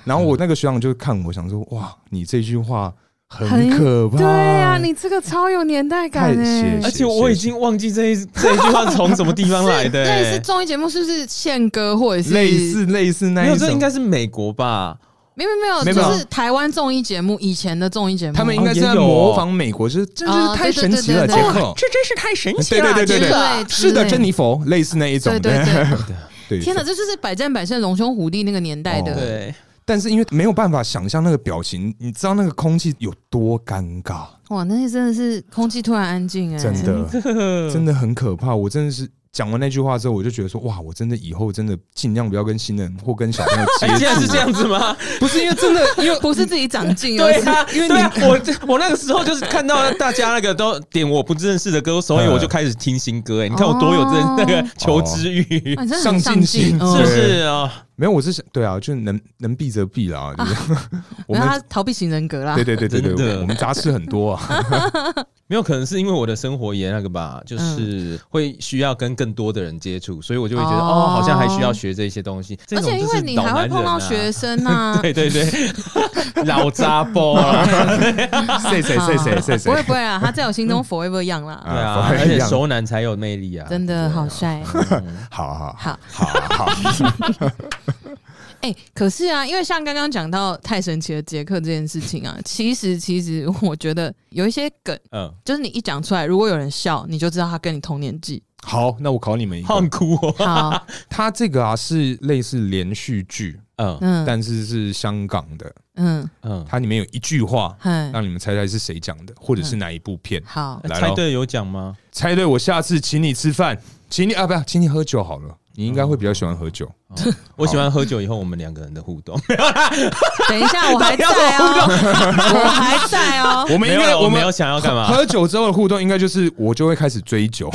[SPEAKER 3] 然后我那个学长就看我，想说，哇，你这句话很
[SPEAKER 1] 很
[SPEAKER 3] 可怕，
[SPEAKER 1] 对啊，你这个超有年代感
[SPEAKER 3] 太
[SPEAKER 1] 哎、
[SPEAKER 3] 谢
[SPEAKER 2] 而
[SPEAKER 3] 谢
[SPEAKER 2] 且我已经忘记这一这一句话从什么地方来的、
[SPEAKER 1] 对，是
[SPEAKER 2] 欸。
[SPEAKER 1] 综艺节目，是不是宪歌或者是
[SPEAKER 3] 类似类似那
[SPEAKER 2] 没有，
[SPEAKER 3] 一
[SPEAKER 2] 这
[SPEAKER 3] 种，
[SPEAKER 2] 应该是美国吧？
[SPEAKER 1] 没有没有
[SPEAKER 3] 没
[SPEAKER 1] 没有，
[SPEAKER 3] 有
[SPEAKER 1] 就是台湾综艺节目以前的综艺节目，
[SPEAKER 3] 他们应该是
[SPEAKER 2] 哦
[SPEAKER 3] 在
[SPEAKER 2] 也有哦
[SPEAKER 3] 模仿美国，就是真
[SPEAKER 1] 哦
[SPEAKER 3] 是太神奇了，
[SPEAKER 1] 对
[SPEAKER 3] 杰
[SPEAKER 1] 对对对
[SPEAKER 3] 克。
[SPEAKER 2] 这真是太神
[SPEAKER 3] 对对对对
[SPEAKER 1] 之类
[SPEAKER 3] 对，
[SPEAKER 1] 之类
[SPEAKER 3] 是的，珍妮佛，类似那一种
[SPEAKER 1] 对对
[SPEAKER 3] 的。
[SPEAKER 1] 对，
[SPEAKER 3] 对
[SPEAKER 1] 天哪，这就是百战百胜、龙兄虎弟那个年代的。
[SPEAKER 3] 哦
[SPEAKER 2] 对，
[SPEAKER 3] 但是因为没有办法想象那个表情，你知道那个空气有多尴尬。
[SPEAKER 1] 哇，那些真的是空气突然安静哎、
[SPEAKER 3] 哦真的真
[SPEAKER 2] 的
[SPEAKER 3] 的很可怕。我真的是讲完那句话之后，我就觉得说，哇，我真的以后真的尽量不要跟新人或跟小朋友接
[SPEAKER 2] 哎，
[SPEAKER 3] 触。
[SPEAKER 2] 竟然是这样子 吗？
[SPEAKER 3] 不是因为真的，因为
[SPEAKER 1] 不是自己长进，
[SPEAKER 2] 对
[SPEAKER 1] 而是
[SPEAKER 2] 啊，因为对啊，我 我那个时候就是看到大家那个都点我不认识的歌，所以我就开始听新歌。哎，你看我多有这
[SPEAKER 1] 嗯哦
[SPEAKER 2] 那个求知欲，
[SPEAKER 1] 哇啊你真的很
[SPEAKER 3] 上
[SPEAKER 1] 上
[SPEAKER 3] 进
[SPEAKER 1] 进
[SPEAKER 3] 心，
[SPEAKER 2] 是不
[SPEAKER 1] 嗯
[SPEAKER 2] 是啊？
[SPEAKER 3] 没有，我是想对啊，就是能能避则避啦。就是我
[SPEAKER 1] 然后他
[SPEAKER 3] 们
[SPEAKER 1] 逃避型人格啦
[SPEAKER 3] 对。对对对
[SPEAKER 2] 真的
[SPEAKER 3] 对，我们杂事很多啊。
[SPEAKER 2] 没有，可能是因为我的生活也那个吧，就是会需要跟更多的人接触，所以我就会觉得
[SPEAKER 1] 嗯哦
[SPEAKER 2] 哦，好像还需要学这些东西。这
[SPEAKER 1] 而
[SPEAKER 2] 种
[SPEAKER 1] 且因
[SPEAKER 2] 就
[SPEAKER 1] 为
[SPEAKER 2] 是
[SPEAKER 1] 你
[SPEAKER 2] 老
[SPEAKER 1] 还会
[SPEAKER 2] 男
[SPEAKER 1] 碰
[SPEAKER 2] 人
[SPEAKER 1] 到
[SPEAKER 2] 啊
[SPEAKER 1] 学生 呐、
[SPEAKER 2] 对 对对，老渣波啊，
[SPEAKER 3] 谢谢谢谢谢
[SPEAKER 1] 不会
[SPEAKER 3] 谢。
[SPEAKER 1] 不会啊，他在我
[SPEAKER 3] 嗯
[SPEAKER 1] 心中 forever young 啦，
[SPEAKER 2] 对啊，
[SPEAKER 3] 啊
[SPEAKER 2] 而且
[SPEAKER 3] 一样
[SPEAKER 2] 熟男才有魅力啊，嗯
[SPEAKER 1] 真的好帅。
[SPEAKER 3] 好好
[SPEAKER 1] 好，
[SPEAKER 3] 好好，
[SPEAKER 1] 哎、可是啊，因为像刚刚讲到太神奇的杰克这件事情 啊，其实其实我觉得有一些梗，
[SPEAKER 2] 嗯，
[SPEAKER 1] 就是你一讲出来，如果有人笑，你就知道他跟你同年 纪。
[SPEAKER 3] 好，那我考你们一
[SPEAKER 2] 好
[SPEAKER 3] 个
[SPEAKER 2] 很，酷哦，
[SPEAKER 1] 好，
[SPEAKER 3] 它这个啊是类似连续剧，
[SPEAKER 2] 嗯
[SPEAKER 1] 嗯
[SPEAKER 3] 但是是香港的，
[SPEAKER 1] 嗯，
[SPEAKER 2] 嗯，
[SPEAKER 3] 它里面有一句话
[SPEAKER 1] 嗨，
[SPEAKER 3] 让你们猜猜是谁讲的，或者
[SPEAKER 1] 嗯
[SPEAKER 3] 是哪一部片。
[SPEAKER 1] 好，
[SPEAKER 3] 来
[SPEAKER 2] 猜
[SPEAKER 3] 咯
[SPEAKER 2] 对有奖吗？
[SPEAKER 3] 猜对，我下次请你吃饭，请你啊，不要，请你喝酒好了。你应该会比较喜欢喝酒，
[SPEAKER 2] 我喜欢喝酒以后我们两个人的互动，
[SPEAKER 1] 等一下，我还在哦， 我还在哦。
[SPEAKER 3] 我们
[SPEAKER 2] 没
[SPEAKER 3] 应
[SPEAKER 2] 有
[SPEAKER 3] 该
[SPEAKER 2] 啦我没
[SPEAKER 3] 们
[SPEAKER 2] 有想要干嘛
[SPEAKER 3] 喝酒之后的互动，应该就是我就会开始追酒。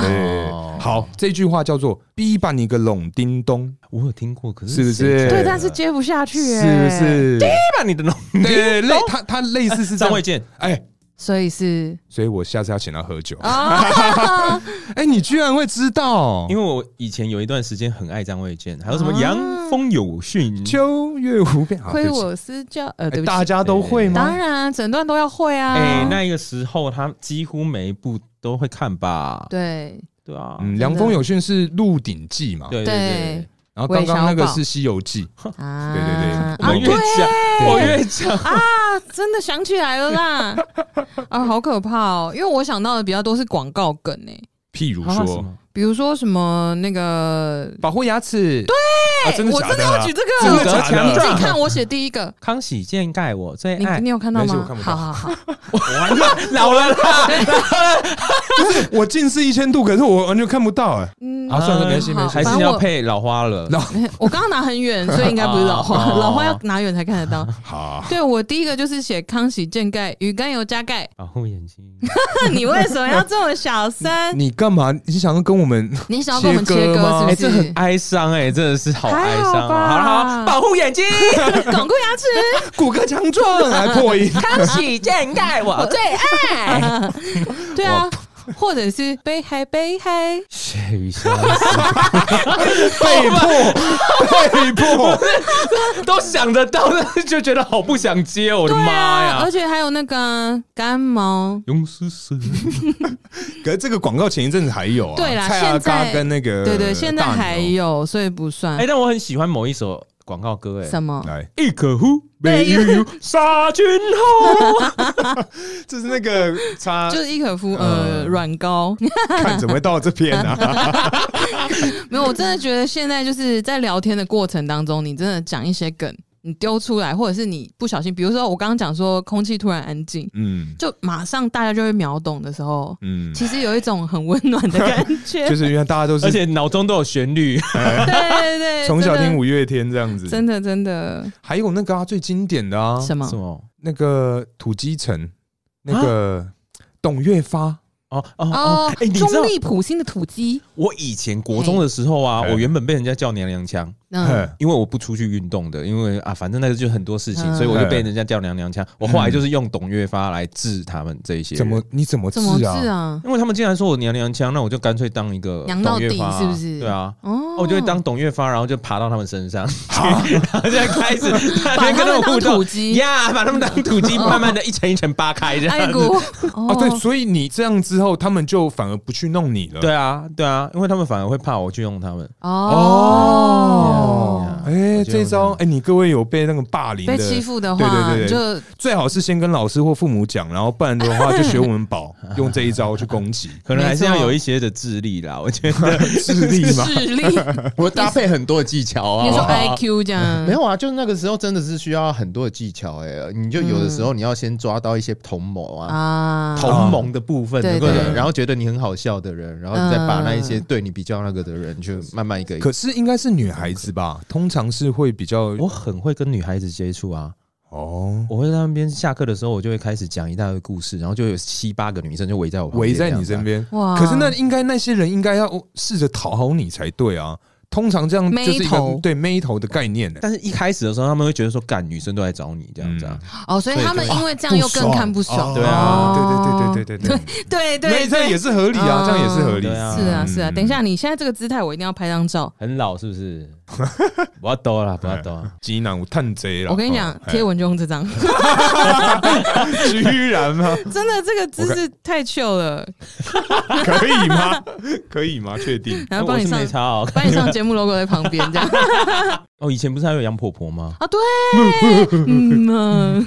[SPEAKER 3] 对，
[SPEAKER 2] 哦，
[SPEAKER 3] 好，这句话叫做“逼把你个拢叮咚
[SPEAKER 2] 我有听过，可是
[SPEAKER 3] 是不是
[SPEAKER 2] 谁啊
[SPEAKER 1] 对，
[SPEAKER 3] 对啊
[SPEAKER 1] 但是接不下”，去、
[SPEAKER 3] 是
[SPEAKER 1] 欸，
[SPEAKER 3] 不？是？
[SPEAKER 2] 把你的龙
[SPEAKER 3] 对，类它它类似是这
[SPEAKER 2] 张卫
[SPEAKER 3] 样。
[SPEAKER 2] 健，
[SPEAKER 3] 哎，
[SPEAKER 1] 所以是
[SPEAKER 3] 所以我下次要请他喝酒。
[SPEAKER 1] 啊，
[SPEAKER 3] 哎，你居然会知道？
[SPEAKER 2] 因
[SPEAKER 3] 为
[SPEAKER 2] 为我以前有一段时间很爱张卫健，还有什么杨风有训，
[SPEAKER 3] 秋月无边，好
[SPEAKER 1] 亏
[SPEAKER 3] 对不起
[SPEAKER 1] 我私教，呃，
[SPEAKER 3] 哎
[SPEAKER 1] 对不
[SPEAKER 3] 大
[SPEAKER 1] 起，
[SPEAKER 3] 家都会吗
[SPEAKER 1] 当？然整段都
[SPEAKER 2] 哎
[SPEAKER 1] 要会啊。
[SPEAKER 2] 哎，那个时候他几乎每一部都会看吧，
[SPEAKER 1] 对
[SPEAKER 2] 对啊，
[SPEAKER 3] 嗯，梁峰有训是《鹿鼎记》嘛，
[SPEAKER 2] 对对
[SPEAKER 1] 对
[SPEAKER 2] 对，
[SPEAKER 3] 然后刚刚那个是《西游记》，
[SPEAKER 1] 啊
[SPEAKER 3] 对对对
[SPEAKER 1] 啊
[SPEAKER 2] 我们越
[SPEAKER 1] 对
[SPEAKER 2] 讲我越讲，
[SPEAKER 1] 啊，真的想起来了 啦！啊，好可怕哦，因为我想到的比较多是广告梗诶、
[SPEAKER 3] 譬如
[SPEAKER 2] 啊
[SPEAKER 3] 说
[SPEAKER 2] 什么
[SPEAKER 1] 比如说什么那个，
[SPEAKER 3] 保护牙齿，对，真的
[SPEAKER 1] 我
[SPEAKER 3] 假
[SPEAKER 1] 真的
[SPEAKER 3] 的
[SPEAKER 1] 要
[SPEAKER 3] 啊
[SPEAKER 1] 举？这
[SPEAKER 2] 真
[SPEAKER 1] 个，
[SPEAKER 2] 的假的
[SPEAKER 1] 你自己看我写第一个，
[SPEAKER 2] 康熙健盖我最
[SPEAKER 1] 你
[SPEAKER 2] 爱
[SPEAKER 1] 你，有看到
[SPEAKER 3] 哎没事
[SPEAKER 1] 吗
[SPEAKER 3] 我看？不
[SPEAKER 1] 好
[SPEAKER 3] 到
[SPEAKER 1] 好 好，
[SPEAKER 2] 完了 老了啦，
[SPEAKER 3] 我近视一千度，可是我完全看不到 哎。
[SPEAKER 1] 嗯，
[SPEAKER 3] 啊，算了，没关系
[SPEAKER 1] 好
[SPEAKER 3] 没
[SPEAKER 2] 还
[SPEAKER 3] 事。
[SPEAKER 2] 是要配老花了。
[SPEAKER 3] 然后
[SPEAKER 1] 我刚刚拿很远，所以应该不是 老花，
[SPEAKER 2] 哦
[SPEAKER 1] 老花要拿远才看得到。
[SPEAKER 3] 好，
[SPEAKER 1] 对我第一个就是写康熙健盖，鱼肝油加盖。
[SPEAKER 2] 保护眼睛，
[SPEAKER 1] 那你为什么要这么小声？
[SPEAKER 3] 你干嘛？你想要跟 我们？
[SPEAKER 1] 你想要跟我们切
[SPEAKER 3] 切割
[SPEAKER 1] 割
[SPEAKER 3] 吗
[SPEAKER 2] 哎，
[SPEAKER 1] 是
[SPEAKER 2] 这
[SPEAKER 1] 不
[SPEAKER 2] 很
[SPEAKER 1] 是？
[SPEAKER 2] 哀伤哎，真的是好哀伤
[SPEAKER 1] 还好
[SPEAKER 2] 哦。好
[SPEAKER 1] 吧
[SPEAKER 2] 了好了，保护眼睛，
[SPEAKER 1] 巩固牙齿，
[SPEAKER 3] 骨骼强壮，
[SPEAKER 1] 啊
[SPEAKER 3] 还 破音。
[SPEAKER 2] 康熙健盖我最
[SPEAKER 1] 对啊，或者是背嗨背嗨，
[SPEAKER 2] 血雨相
[SPEAKER 3] 被迫，被迫，
[SPEAKER 2] 思， 都想得到，但是就觉得好不想接，我的
[SPEAKER 1] 对
[SPEAKER 2] 妈
[SPEAKER 1] 啊，而
[SPEAKER 2] 呀！
[SPEAKER 1] 且还有那个干毛，
[SPEAKER 2] 勇士是
[SPEAKER 3] 可是这个广告前一阵子还有啊，
[SPEAKER 1] 对啦
[SPEAKER 3] 蔡阿
[SPEAKER 1] 现在
[SPEAKER 3] 嘎跟那个
[SPEAKER 1] 对对，现在
[SPEAKER 3] 大牛
[SPEAKER 1] 还有，所以不算
[SPEAKER 2] 哎，但我很喜欢某一首广告歌，哎，
[SPEAKER 1] 什么。
[SPEAKER 3] 来，
[SPEAKER 2] 一可呼，没有杀菌 后，
[SPEAKER 3] 这是那个 差
[SPEAKER 1] 就是伊可夫，呃，软 膏。
[SPEAKER 3] 看怎么会到这边 啊？
[SPEAKER 1] 没有，我真的觉得现在就是在聊天的过程当中，你真的讲一些梗，你丢出来，或者是你不小心，比如说我刚刚讲说空气突然安静，
[SPEAKER 3] 嗯
[SPEAKER 1] 就马上大家就会秒懂的时候，
[SPEAKER 3] 嗯，
[SPEAKER 1] 其实有一种很温暖的感觉。
[SPEAKER 3] 就是因为大家都
[SPEAKER 2] 而
[SPEAKER 3] 是
[SPEAKER 2] 且脑中都有旋律，
[SPEAKER 1] 对对对，
[SPEAKER 3] 从小听
[SPEAKER 1] 舞，
[SPEAKER 3] 五月天这样子，
[SPEAKER 1] 真的真的
[SPEAKER 3] 还有那个啊，最经典的啊，
[SPEAKER 1] 什么
[SPEAKER 2] 什么？
[SPEAKER 3] 那个土鸡城，
[SPEAKER 1] 啊
[SPEAKER 3] 那个董月发，
[SPEAKER 2] 哦哦哦
[SPEAKER 1] 哦！
[SPEAKER 2] 哎，你知道
[SPEAKER 1] 中立普星的土鸡，
[SPEAKER 2] 我以前国中的时候啊，
[SPEAKER 3] 嘿
[SPEAKER 2] 我原本被人家叫娘娘腔，
[SPEAKER 1] 嗯，
[SPEAKER 2] 因为我不出去运动的，因为啊，反正那个就很多事情，
[SPEAKER 1] 嗯
[SPEAKER 2] 所以我就被人家叫娘娘腔。我后来就是用董月发来治他们这一些人
[SPEAKER 3] 怎么你怎么
[SPEAKER 1] 怎
[SPEAKER 3] 治
[SPEAKER 1] 么治
[SPEAKER 3] 啊？
[SPEAKER 1] 啊？
[SPEAKER 2] 因为他们竟然说我娘娘腔，那我就干脆当一个
[SPEAKER 1] 娘到
[SPEAKER 2] 董月
[SPEAKER 1] 底
[SPEAKER 2] 发啊
[SPEAKER 1] 是不是
[SPEAKER 2] 对啊。
[SPEAKER 1] 哦
[SPEAKER 2] 我就会当董月发，然后就爬到他们身上， 然后就开始
[SPEAKER 1] 把
[SPEAKER 2] 把
[SPEAKER 1] 他们当土 鸡，哦
[SPEAKER 2] 呀，把他们当土鸡，慢慢的一层一层扒开这
[SPEAKER 1] 爱
[SPEAKER 2] 样
[SPEAKER 1] 国
[SPEAKER 2] 子。
[SPEAKER 3] 啊，
[SPEAKER 1] 哦
[SPEAKER 3] 对，所以你这样之后，他们就反而不去弄你了。
[SPEAKER 2] 对啊，对啊，因为他们反而会怕我去用他们。
[SPEAKER 1] 哦，
[SPEAKER 3] 哎，
[SPEAKER 2] 我觉得
[SPEAKER 3] 这招哎，你各位有被那个霸凌
[SPEAKER 1] 被欺
[SPEAKER 3] 的，
[SPEAKER 1] 负的话，
[SPEAKER 3] 对对对对
[SPEAKER 1] 就
[SPEAKER 3] 最好是先跟老师或父母讲，然后不然的话就学我们 宝用这一招去攻击
[SPEAKER 2] 可能还是要
[SPEAKER 1] 没错
[SPEAKER 2] 有一些的智力啦，我 觉得
[SPEAKER 3] 智 力嘛。
[SPEAKER 1] 智力，你
[SPEAKER 6] 我搭配很多的技巧啊。
[SPEAKER 1] 说
[SPEAKER 2] 哦
[SPEAKER 6] 好不好
[SPEAKER 1] IQ 这样，
[SPEAKER 6] 没有啊，就是那个时候真的是需要很多的技巧哎、你就有的时候你要先抓到一些同谋啊，
[SPEAKER 1] 嗯啊？
[SPEAKER 2] 啊
[SPEAKER 6] 同盟的部分，
[SPEAKER 1] 对
[SPEAKER 6] 能够
[SPEAKER 1] 对嗯
[SPEAKER 6] 然后觉得你很好笑的人，然后再把那一些对你比较那个的人，就慢慢一个一个
[SPEAKER 3] 可。是应该是女孩子吧，通常是会比较
[SPEAKER 2] 我很会跟女孩子接触啊。
[SPEAKER 3] 哦
[SPEAKER 2] 我会在那边下课的时候，我就会开始讲一大堆故事，然后就有七八个女生就围在我旁边
[SPEAKER 3] 围在你身
[SPEAKER 2] 这样子啊。
[SPEAKER 3] 边。
[SPEAKER 1] 哇
[SPEAKER 3] 可是那应该那些人应该要试着讨好你才对啊。通常这样就是一
[SPEAKER 1] 妹头
[SPEAKER 3] 个对妹头的概念呢、
[SPEAKER 2] 但是一开始的时候，他们会觉得说，干女生都来找你这样子啊。
[SPEAKER 1] 哦，所以他们因为这样又更看不爽，
[SPEAKER 2] 对啊
[SPEAKER 1] 哦
[SPEAKER 3] 哦对对对对对对
[SPEAKER 1] 对
[SPEAKER 3] 对，那
[SPEAKER 1] 对
[SPEAKER 3] 这样
[SPEAKER 1] 对，
[SPEAKER 3] 也是合理啊，
[SPEAKER 1] 嗯
[SPEAKER 3] 这样也是合理。
[SPEAKER 2] 对啊
[SPEAKER 1] 是啊是啊。
[SPEAKER 3] 嗯
[SPEAKER 1] 等一下，你现在这个姿态，我一定要拍张照。
[SPEAKER 2] 很老是 不是？不要抖啦，不要抖啊！
[SPEAKER 3] 基南我探贼了。
[SPEAKER 1] 我跟你讲
[SPEAKER 3] 哦，
[SPEAKER 1] 贴 文就用这张，
[SPEAKER 3] 哎居然吗？
[SPEAKER 1] 真的这个姿势太 chill 了，
[SPEAKER 3] 可以吗？可以吗？确定？
[SPEAKER 1] 然后帮你
[SPEAKER 2] 我是
[SPEAKER 1] 上
[SPEAKER 2] 没差哦。
[SPEAKER 1] 帮你上节目 logo 在旁边 这样
[SPEAKER 2] 哦，以前不是还有杨婆婆吗？
[SPEAKER 1] 啊，对，嗯啊，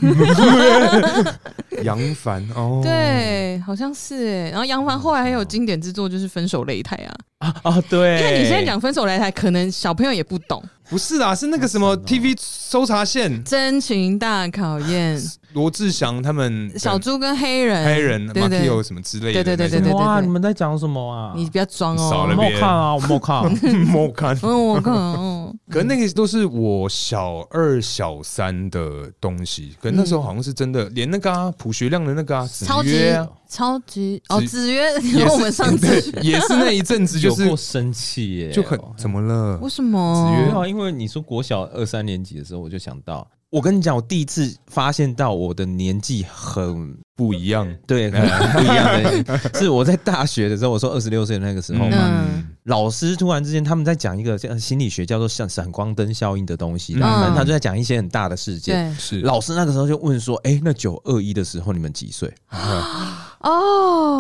[SPEAKER 3] 杨凡哦，，
[SPEAKER 1] 对，好像是哎。然后杨凡后来还有经典之作就是《分手擂台》啊，
[SPEAKER 2] 啊啊，对，
[SPEAKER 1] 因为你现在讲《分手擂台》，可能小朋友也不懂
[SPEAKER 3] 不是啦，是那个什么 TV 搜查线，
[SPEAKER 1] 真情大考验，
[SPEAKER 3] 罗志祥他们
[SPEAKER 1] 小猪跟黑人，
[SPEAKER 3] 黑人马
[SPEAKER 1] 对
[SPEAKER 3] 奎
[SPEAKER 1] 对
[SPEAKER 3] 有什么之类的
[SPEAKER 1] 对
[SPEAKER 3] 那
[SPEAKER 1] 对对
[SPEAKER 3] 种，
[SPEAKER 1] 对对
[SPEAKER 2] 哇，
[SPEAKER 1] 对
[SPEAKER 2] 你们在讲什么啊？
[SPEAKER 1] 你不要装
[SPEAKER 3] 少了
[SPEAKER 1] 哦
[SPEAKER 3] 别
[SPEAKER 2] 我。没有看啊，我没有 看。
[SPEAKER 3] 莫看。
[SPEAKER 1] 嗯，我 看，嗯
[SPEAKER 3] 可是那个都是我小二、小三的东西，可那时候好像是真的，连那个啊，朴学亮的那个啊，子
[SPEAKER 1] 超级
[SPEAKER 3] 曰啊，
[SPEAKER 1] 超级哦，
[SPEAKER 3] 子
[SPEAKER 1] 子曰，然
[SPEAKER 3] 也是
[SPEAKER 1] 后我们上次
[SPEAKER 3] 对也是那一阵子，就
[SPEAKER 2] 有
[SPEAKER 3] 是
[SPEAKER 2] 过生气耶，
[SPEAKER 3] 就很怎么了？
[SPEAKER 1] 为什
[SPEAKER 2] 没
[SPEAKER 3] 子
[SPEAKER 2] 有
[SPEAKER 1] 么？
[SPEAKER 2] 啊，因为你说国小二三年级的时候，我就想到，我跟你讲，我第一次发现到我的年纪很
[SPEAKER 3] 不一样，
[SPEAKER 2] 对，很不一样的，是我在大学的时候，我说二十六岁的那个
[SPEAKER 3] 哦
[SPEAKER 2] 时候嘛，
[SPEAKER 1] 嗯
[SPEAKER 2] 老师突然之间他们在讲一个像心理学叫做像闪光灯效应的东西，
[SPEAKER 3] 嗯
[SPEAKER 2] 反正他就在讲一些很大的事件。
[SPEAKER 1] 对，
[SPEAKER 3] 是
[SPEAKER 2] 老师那个时候就问说：“哎、那九二一的时候你们几岁？”
[SPEAKER 5] 哦，
[SPEAKER 3] 啊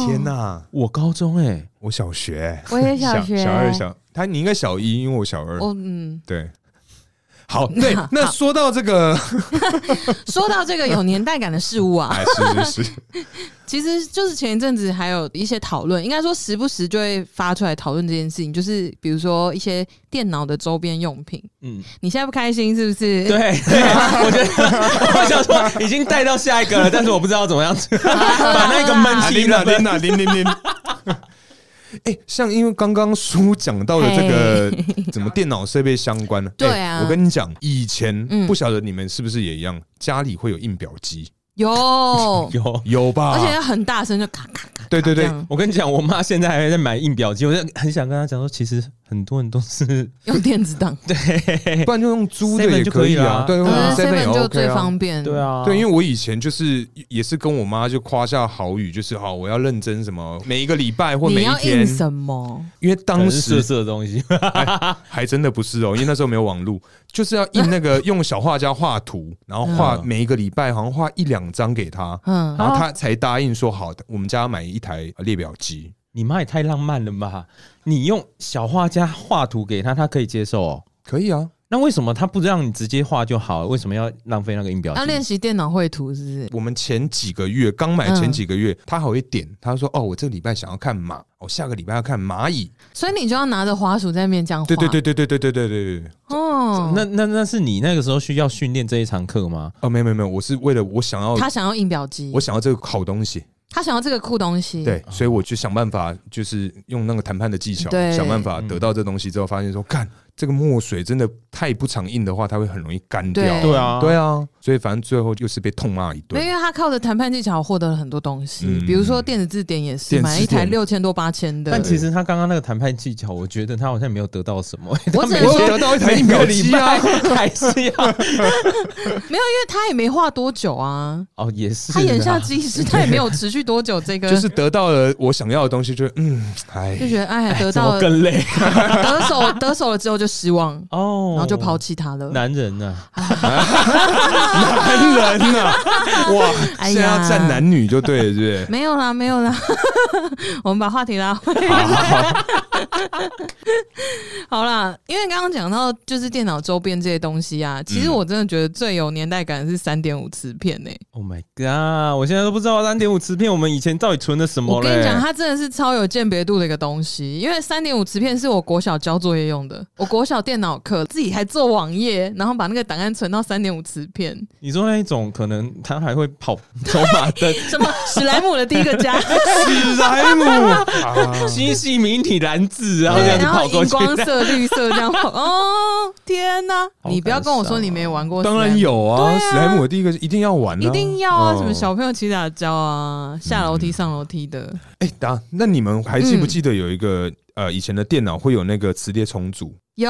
[SPEAKER 3] 天哪，
[SPEAKER 2] 我高中哎、
[SPEAKER 3] 我小学，
[SPEAKER 5] 我也小学
[SPEAKER 3] 小二小，他你应该小一，因为我小二。
[SPEAKER 1] 我嗯，
[SPEAKER 3] 对，好，对，那说到这个，
[SPEAKER 1] 说到这个有年代感的事物啊，
[SPEAKER 3] 哎，是是是，
[SPEAKER 1] 其实就是前一阵子还有一些讨论，应该说时不时就会发出来讨论这件事情，就是比如说一些电脑的周边用品，
[SPEAKER 2] 嗯，
[SPEAKER 1] 你现在不开心是不是？
[SPEAKER 2] 对，对我觉得我想说已经带到下一个了，但是我不知道怎么样把那个
[SPEAKER 1] 啊
[SPEAKER 2] 闷气
[SPEAKER 3] 琳啊娜
[SPEAKER 2] 了。，
[SPEAKER 3] 琳娜琳琳琳。 哎，像因为刚刚书讲到的这个 怎么电脑设备相关呢？
[SPEAKER 1] 对
[SPEAKER 3] 哎
[SPEAKER 1] 啊
[SPEAKER 3] 我跟你讲，以前
[SPEAKER 1] 嗯
[SPEAKER 3] 不晓得你们是不是也一样，家里会有印表机，
[SPEAKER 1] 有
[SPEAKER 2] 有，
[SPEAKER 3] 有吧？
[SPEAKER 1] 而且要很大声，就咔咔咔，
[SPEAKER 3] 对对
[SPEAKER 1] 这
[SPEAKER 3] 对，
[SPEAKER 1] 样
[SPEAKER 2] 我跟你讲，我妈现在还在买印表机，我就很想跟她讲说，其实很多人都是
[SPEAKER 1] 用电子档，
[SPEAKER 2] 对
[SPEAKER 3] 不然就用租的
[SPEAKER 2] Seven
[SPEAKER 3] 也
[SPEAKER 2] 就
[SPEAKER 3] 可
[SPEAKER 2] 可以
[SPEAKER 3] 以啊
[SPEAKER 2] 啦，
[SPEAKER 3] 对
[SPEAKER 1] 我觉得
[SPEAKER 3] seven
[SPEAKER 1] 嗯
[SPEAKER 3] 也
[SPEAKER 1] seven 就
[SPEAKER 3] OK
[SPEAKER 1] 最
[SPEAKER 3] 啊。
[SPEAKER 1] 方便，
[SPEAKER 2] 对，啊，
[SPEAKER 3] 对，因为我以前就是也是跟我妈就夸下好语，就是好我要认真什么，每一个礼拜或每
[SPEAKER 1] 你
[SPEAKER 3] 一
[SPEAKER 1] 要
[SPEAKER 3] 天
[SPEAKER 1] 印，什么？
[SPEAKER 3] 因为
[SPEAKER 2] 当
[SPEAKER 3] 当
[SPEAKER 2] 时色
[SPEAKER 3] 时
[SPEAKER 2] 色的东西，
[SPEAKER 3] 还真的不是哦，因为那时候没有网络，就是要印那个用小画家画图，然后画
[SPEAKER 2] 嗯
[SPEAKER 3] 每一个礼拜好像画一两张给她，
[SPEAKER 1] 嗯，
[SPEAKER 3] 然后她才答应说好，我们家买一台列表机。
[SPEAKER 2] 你妈也太浪漫了吧！你用小画家画图给她，她可以接受哦。
[SPEAKER 3] 可以啊，
[SPEAKER 2] 那为什么她不让你直接画就好？为什么要浪费那个印表
[SPEAKER 1] 要
[SPEAKER 2] 机
[SPEAKER 1] 练？习电脑绘图是不是？
[SPEAKER 3] 我们前几个月刚买前几个月，她还会点，她说哦，我这个礼拜想要看马，我下个礼拜要看蚂蚁。
[SPEAKER 1] 所以你就要拿着滑鼠在面这样画，
[SPEAKER 3] 对对对，对对对对对对对。
[SPEAKER 1] 哦，
[SPEAKER 2] 那那那是你那个时候需要训练这一堂课吗？
[SPEAKER 3] 哦，没有没有没有，我是为了我想要
[SPEAKER 1] 他想要印表机
[SPEAKER 3] 我，想要这个好东西，
[SPEAKER 1] 他想要这个酷东西，
[SPEAKER 3] 对，所以我就想办法，就是用那个谈判的技巧，
[SPEAKER 1] 对
[SPEAKER 3] 想办法得到这东西之后，发现说，看这个墨水真的太不常印的话，它会很容易干掉。
[SPEAKER 1] 对
[SPEAKER 2] 啊
[SPEAKER 3] 对啊，所以反正最后又是被痛骂一
[SPEAKER 1] 没有。
[SPEAKER 3] 顿。
[SPEAKER 1] 因为他靠着谈判技巧获得了很多东西，
[SPEAKER 3] 嗯
[SPEAKER 1] 比如说电子字典也是
[SPEAKER 3] 电子
[SPEAKER 1] 买一台
[SPEAKER 3] 字典
[SPEAKER 1] 六千多八千的，
[SPEAKER 2] 但其实他刚刚那个谈判技巧，我觉得他好像没有得到什么。
[SPEAKER 1] 我
[SPEAKER 2] 他
[SPEAKER 1] 只
[SPEAKER 2] 每
[SPEAKER 1] 能
[SPEAKER 3] 我
[SPEAKER 1] 说
[SPEAKER 3] 有
[SPEAKER 2] 天
[SPEAKER 3] 得到一台
[SPEAKER 2] 每
[SPEAKER 3] 印
[SPEAKER 2] 个
[SPEAKER 3] 表
[SPEAKER 2] 礼
[SPEAKER 3] 机啊
[SPEAKER 2] 拜！还是要
[SPEAKER 1] 没有，因为他也没画多久啊，
[SPEAKER 2] 哦，也是啊。
[SPEAKER 1] 他眼下即是，他也没有持续多久这个，
[SPEAKER 3] 就是得到了我想要的东西，就嗯，哎
[SPEAKER 1] 就，觉得哎，得
[SPEAKER 2] 怎
[SPEAKER 1] 到
[SPEAKER 2] 么
[SPEAKER 1] 了
[SPEAKER 2] 更累
[SPEAKER 1] 得手得手了之后就失望，
[SPEAKER 2] 哦，
[SPEAKER 1] 然后就抛弃他了。
[SPEAKER 2] 男人啊，
[SPEAKER 3] 男人呐，哇，
[SPEAKER 1] 哎呀
[SPEAKER 3] 现在要站男女就对了，是
[SPEAKER 1] 没有啦，没有啦， 我们把话题拉回来。 好啦，因为刚刚讲到就是电脑周边这些东西啊，其实我真的觉得最有年代感的是三点五磁片呢、欸
[SPEAKER 2] Oh my god！我现在都不知道三点五磁片我们以前到底存了什么
[SPEAKER 1] 我
[SPEAKER 2] 嘞。
[SPEAKER 1] 跟你讲，它真的是超有鉴别度的一个东西，因为三点五磁片是我国小交作业用 的，我国小电脑课自己还做网页，然后把那个档案存到三点五磁片，
[SPEAKER 2] 你说那一种可能他还会跑走马 灯，
[SPEAKER 1] 什么史莱姆的第一个家，
[SPEAKER 3] 不是？史莱姆啊，
[SPEAKER 2] 星系明体蓝字，然后这
[SPEAKER 1] 对，啊
[SPEAKER 2] 样子
[SPEAKER 1] 然后
[SPEAKER 2] 跑过
[SPEAKER 1] 荧
[SPEAKER 2] 去。
[SPEAKER 1] 光色、绿色这 样跑。哦，天哪！
[SPEAKER 2] 好
[SPEAKER 1] 你不要跟我说你没玩过，
[SPEAKER 3] 当然，有啊，史莱姆我第一个一定要玩啊，
[SPEAKER 1] 一定要啊！
[SPEAKER 3] 哦
[SPEAKER 1] 什么小朋友骑打胶啊，下楼梯、上楼梯的。
[SPEAKER 3] 哎、答，那你们还
[SPEAKER 1] 嗯
[SPEAKER 3] 记不记得有一个、呃，以前的电脑会有那个磁碟重组？
[SPEAKER 1] 有，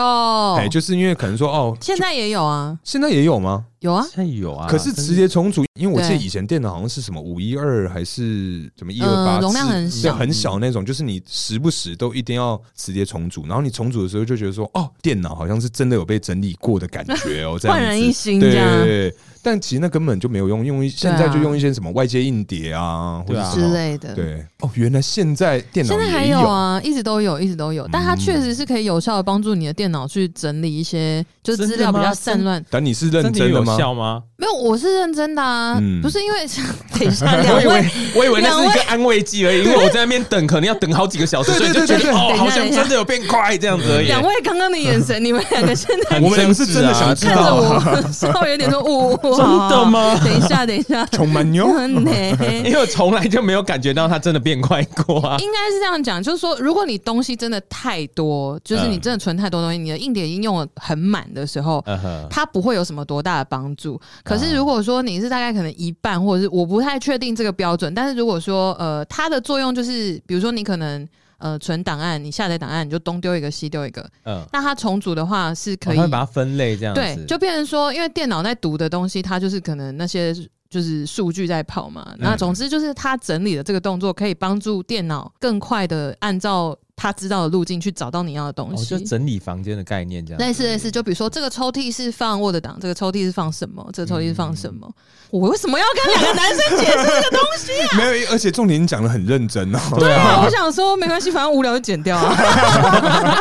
[SPEAKER 3] 哎、就是因为可能说哦，
[SPEAKER 1] 哦现在也有啊，
[SPEAKER 3] 现在也有吗？
[SPEAKER 1] 有啊，
[SPEAKER 2] 现在有啊，
[SPEAKER 3] 可是磁碟重组，因为我记得
[SPEAKER 1] 对
[SPEAKER 3] 以前电脑好像是什么五一二还是什么一二
[SPEAKER 1] 嗯
[SPEAKER 3] 八，
[SPEAKER 1] 容量很
[SPEAKER 3] 对
[SPEAKER 1] 小嗯
[SPEAKER 3] 很小那种，就是你时不时都一定要磁碟重组，然后你重组的时候就觉得说，哦，电脑好像是真的有被整理过的感觉哦，这 样
[SPEAKER 1] 焕然一
[SPEAKER 3] 子。
[SPEAKER 1] 新
[SPEAKER 3] 对
[SPEAKER 1] 这
[SPEAKER 3] 对对
[SPEAKER 1] 样啊
[SPEAKER 3] 对对，但其实那根本就没有用，因为现在就用一些什么外接硬碟啊，或
[SPEAKER 2] 对
[SPEAKER 3] 者
[SPEAKER 2] 啊
[SPEAKER 3] 什
[SPEAKER 1] 之
[SPEAKER 3] 么。
[SPEAKER 1] 类的。
[SPEAKER 3] 对哦，原来现在电脑
[SPEAKER 1] 现在还
[SPEAKER 3] 也
[SPEAKER 1] 有
[SPEAKER 3] 有嗯
[SPEAKER 1] 啊，一直都有，一直都有，但它确实是可以有效的帮助你的电脑去整理一些，就是资料比
[SPEAKER 2] 真的
[SPEAKER 1] 较
[SPEAKER 2] 吗
[SPEAKER 1] 散乱。
[SPEAKER 3] 但你是
[SPEAKER 2] 真
[SPEAKER 3] 认
[SPEAKER 2] 的
[SPEAKER 3] 真的
[SPEAKER 2] 有
[SPEAKER 3] 吗？
[SPEAKER 2] 效吗？
[SPEAKER 1] 没有，我是认真的啊，
[SPEAKER 3] 嗯
[SPEAKER 1] 不是因为 等一下两位
[SPEAKER 2] 我以为那是一个安慰剂而已，因为我在那边等，可能要等好几个小时，所
[SPEAKER 3] 对
[SPEAKER 2] 以
[SPEAKER 3] 对
[SPEAKER 2] 就觉
[SPEAKER 3] 对对
[SPEAKER 2] 得哦
[SPEAKER 1] 对，
[SPEAKER 2] 好
[SPEAKER 1] 等
[SPEAKER 2] 像
[SPEAKER 1] 一下
[SPEAKER 2] 真的有变快这样子而已。
[SPEAKER 1] 两位刚刚的眼神，你们两个现在
[SPEAKER 2] 很
[SPEAKER 3] 我们两个
[SPEAKER 2] 真
[SPEAKER 3] 是
[SPEAKER 2] 挚
[SPEAKER 3] 真的
[SPEAKER 2] 啊
[SPEAKER 3] 想知
[SPEAKER 1] 看着
[SPEAKER 3] 道 啊，
[SPEAKER 1] 我，稍微有 点说，哦呜、呜
[SPEAKER 2] 真的吗？
[SPEAKER 1] 哦等一下，等一下，
[SPEAKER 3] 充 满牛。
[SPEAKER 1] 嗯嘿嘿
[SPEAKER 2] 因为我从来就没有感觉到它真的变快过啊。
[SPEAKER 1] 应该是这样讲，就是说，如果你东西真的太多，就是你
[SPEAKER 2] 嗯
[SPEAKER 1] 真的存太多东西，你的硬碟已经用的很满的时候。
[SPEAKER 2] 嗯哼，
[SPEAKER 1] 它不会有什么多大的帮助，可
[SPEAKER 2] 啊
[SPEAKER 1] 是如果说你是大概可能一半，或者是我不太确定这个标准，但是如果说呃，它的作用就是，比如说你可能呃存档案，你下载档案你就东丢一个西丢一个，
[SPEAKER 2] 嗯，
[SPEAKER 1] 那它重组的话是可
[SPEAKER 2] 我
[SPEAKER 1] 以
[SPEAKER 2] 会把哦它分类这样子。
[SPEAKER 1] 对，就变成说，因为电脑在读的东西，它就是可能那些就是数据在
[SPEAKER 2] 嗯
[SPEAKER 1] 跑嘛。那总之就是它整理的这个动作，可以帮助电脑更快的按照。他知道的路径去找到你要的东
[SPEAKER 2] 哦，
[SPEAKER 1] 西。
[SPEAKER 2] 就整理房间的概念这样。
[SPEAKER 1] 类似类似，就比如说这个抽屉是放 Word 档，这个抽屉是放什么，这个抽屉是放什么。我为什么要跟两个男生解释这个东西？
[SPEAKER 3] 没有，而且重点你讲的很认真哦。
[SPEAKER 2] 对啊，
[SPEAKER 1] 我想说没关系，反正无聊就剪掉啊。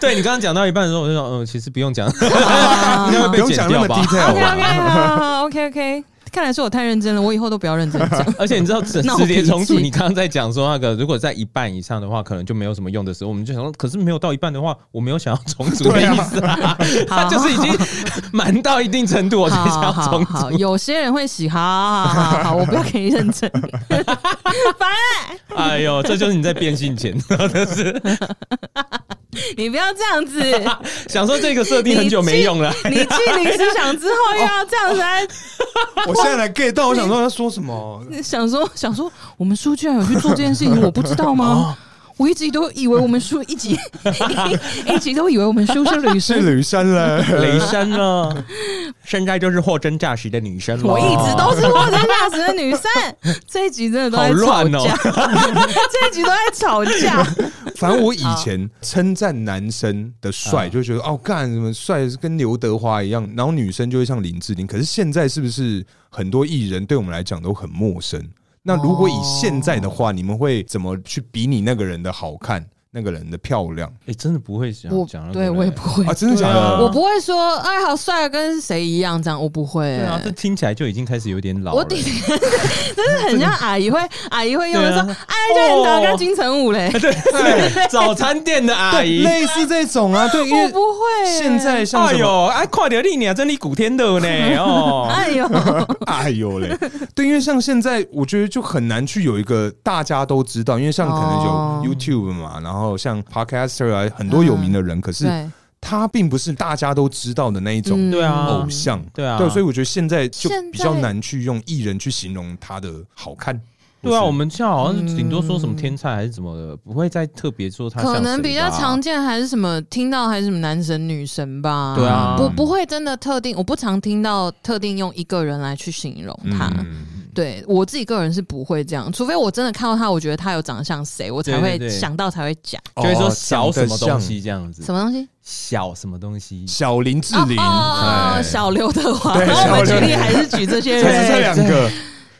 [SPEAKER 2] 对你刚刚讲到一半的时候，我就想，嗯，其实不用 讲，应该会
[SPEAKER 3] 不
[SPEAKER 2] 被
[SPEAKER 3] 用
[SPEAKER 2] 剪
[SPEAKER 3] 讲那么
[SPEAKER 2] 掉吧。啊
[SPEAKER 3] detail 吧？
[SPEAKER 1] OK OK OK，看来是我太认真了，我以后都不要认真讲。
[SPEAKER 2] 而且你知 道，直
[SPEAKER 1] 闹
[SPEAKER 2] 直接冲
[SPEAKER 1] 脾
[SPEAKER 2] 突，
[SPEAKER 1] 气
[SPEAKER 2] 你刚刚在讲说那个，如果在一半以上的话，可能就没有什么用的时候，我们就想说，可是没有到一半的话，我没有想要重组的意思 啊，他就是已经 瞒到一定程度，我才想
[SPEAKER 1] 好
[SPEAKER 2] 要
[SPEAKER 1] 好
[SPEAKER 2] 重
[SPEAKER 1] 好，
[SPEAKER 2] 组。
[SPEAKER 1] 有些人会喜，好好好好好，我不要给你认真，烦欸，
[SPEAKER 2] 哎呦，这就是你在变性前，
[SPEAKER 1] 你不要这样子，
[SPEAKER 2] 想说这个设定很久没用了。
[SPEAKER 1] 你去临时想之后又要这样子来
[SPEAKER 3] 我现在才 get 到，我想说他说什么？
[SPEAKER 1] 想说想说，我们叔居然有去做这件事情，我不知道吗？我一直都以为我们叔一直一一直都以为我们叔是女
[SPEAKER 3] 是
[SPEAKER 1] 生，
[SPEAKER 3] 吕珊了，
[SPEAKER 2] 雷声呢，现在就是货真价实的女生了。
[SPEAKER 1] 我一直都是货真价实的女生。这一集真的都在
[SPEAKER 2] 好
[SPEAKER 1] 吵
[SPEAKER 2] 乱哦
[SPEAKER 1] 架， 这一集都在吵架。
[SPEAKER 3] 反正我以前称赞男生的
[SPEAKER 2] 啊
[SPEAKER 3] 帅，就觉得哦，干什么帅是跟刘德华一样，然后女生就会像林志玲。可是现在是不是很多艺人对我们来讲都很陌生？那如果以现在的
[SPEAKER 2] 哦
[SPEAKER 3] 话，你们会怎么去比拟那个人的好看，那个人的漂亮
[SPEAKER 2] 哎、真的不会想
[SPEAKER 1] 我
[SPEAKER 2] 讲那个
[SPEAKER 1] 对我也不会
[SPEAKER 3] 啊？，真的假
[SPEAKER 2] 对啊
[SPEAKER 1] 我
[SPEAKER 3] 的？
[SPEAKER 1] 不会说哎，好帅，跟谁一样这样，我不会
[SPEAKER 2] 对。啊，这听起来就已经开始有点老了。
[SPEAKER 1] 我顶，真是很像阿姨会，阿姨会用的
[SPEAKER 2] 对
[SPEAKER 1] 说
[SPEAKER 2] 啊，
[SPEAKER 1] 哎，就很打跟金城武嘞，
[SPEAKER 2] 对，早餐店的阿
[SPEAKER 3] 对，
[SPEAKER 2] 姨。
[SPEAKER 3] 类似这种啊，对，因
[SPEAKER 1] 我
[SPEAKER 3] 为
[SPEAKER 1] 不会。
[SPEAKER 3] 现，在像
[SPEAKER 2] 哎
[SPEAKER 3] 什么
[SPEAKER 2] 呦，哎，快点你啊，真你古天乐呢？哦，
[SPEAKER 1] 哎呦，
[SPEAKER 3] 哎呦嘞，对，因为像现在，我觉得就很难去有一个大家都知道，因为像可
[SPEAKER 1] 哦
[SPEAKER 3] 能有 YouTube 嘛，然后像 Podcaster 啊，很多有名的人，可是
[SPEAKER 1] 对，
[SPEAKER 3] 他并不是大家都知道的那一种
[SPEAKER 1] 嗯
[SPEAKER 2] 对啊，
[SPEAKER 3] 偶像，
[SPEAKER 2] 对啊，
[SPEAKER 3] 对，所以我觉得现在就
[SPEAKER 1] 现在
[SPEAKER 3] 比较难去用艺人去形容他的好看，
[SPEAKER 2] 对
[SPEAKER 3] 或
[SPEAKER 2] 啊，
[SPEAKER 3] 是
[SPEAKER 2] 我们现在好像顶多说什么天才还是什么的，不会再特别说他像
[SPEAKER 1] 可能
[SPEAKER 2] 谁
[SPEAKER 1] 比较
[SPEAKER 2] 吧
[SPEAKER 1] 常见还是什么听到还是什么男神女神吧，
[SPEAKER 2] 对啊
[SPEAKER 1] 不不会真的特定，我不常听到特定用一个人来去形容他。
[SPEAKER 3] 嗯
[SPEAKER 1] 对我自己个人是不会这样，除非我真的看到他，我觉得他有长得像谁，我才
[SPEAKER 2] 对对
[SPEAKER 1] 会
[SPEAKER 2] 对
[SPEAKER 1] 想到才会讲
[SPEAKER 2] 就会说
[SPEAKER 3] 哦
[SPEAKER 2] 小什么
[SPEAKER 3] 长得
[SPEAKER 2] 东
[SPEAKER 3] 像
[SPEAKER 2] 西这样子，
[SPEAKER 1] 什么东西。
[SPEAKER 2] 小什么东西，
[SPEAKER 3] 小林嗯志玲，
[SPEAKER 1] 哦哦哦
[SPEAKER 3] 哎，
[SPEAKER 1] 小刘德华，
[SPEAKER 3] 对
[SPEAKER 1] 然后我们举
[SPEAKER 3] 小刘德华
[SPEAKER 1] 例还是举这些
[SPEAKER 3] 就是
[SPEAKER 1] 人。
[SPEAKER 3] 这两个，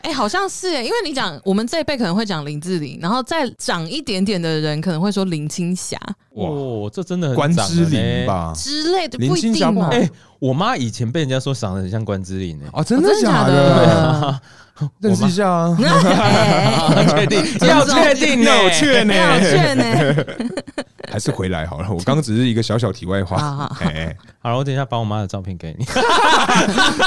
[SPEAKER 1] 哎，好像是哎，因为你讲我们这一辈可能会讲林志玲，然后再长一点点的人可能会说林青霞
[SPEAKER 3] 哇
[SPEAKER 2] 哇，哦这真的很
[SPEAKER 3] 关
[SPEAKER 2] 长
[SPEAKER 3] 之
[SPEAKER 2] 了
[SPEAKER 3] 琳
[SPEAKER 2] 呢。
[SPEAKER 3] 吧？
[SPEAKER 1] 之类的，
[SPEAKER 3] 林
[SPEAKER 1] 不一
[SPEAKER 3] 青
[SPEAKER 1] 定
[SPEAKER 3] 霞
[SPEAKER 1] 哦
[SPEAKER 3] 不
[SPEAKER 1] 嘛
[SPEAKER 3] 好。
[SPEAKER 2] 哎，我妈以前被人家说长得很像关之琳呢，欸
[SPEAKER 3] 哦，真的
[SPEAKER 1] 哦真的哎
[SPEAKER 3] 假
[SPEAKER 1] 假
[SPEAKER 3] 的？
[SPEAKER 1] 的？
[SPEAKER 3] 认识一下啊，
[SPEAKER 2] 确定要确定呢，
[SPEAKER 3] 有啊 确欸呢，
[SPEAKER 1] 要劝呢、
[SPEAKER 3] 还是回来好了。我刚刚只是一个小小题外话，
[SPEAKER 1] 好好好
[SPEAKER 3] 哎，
[SPEAKER 2] 好了，我等一下把我妈的照片给你。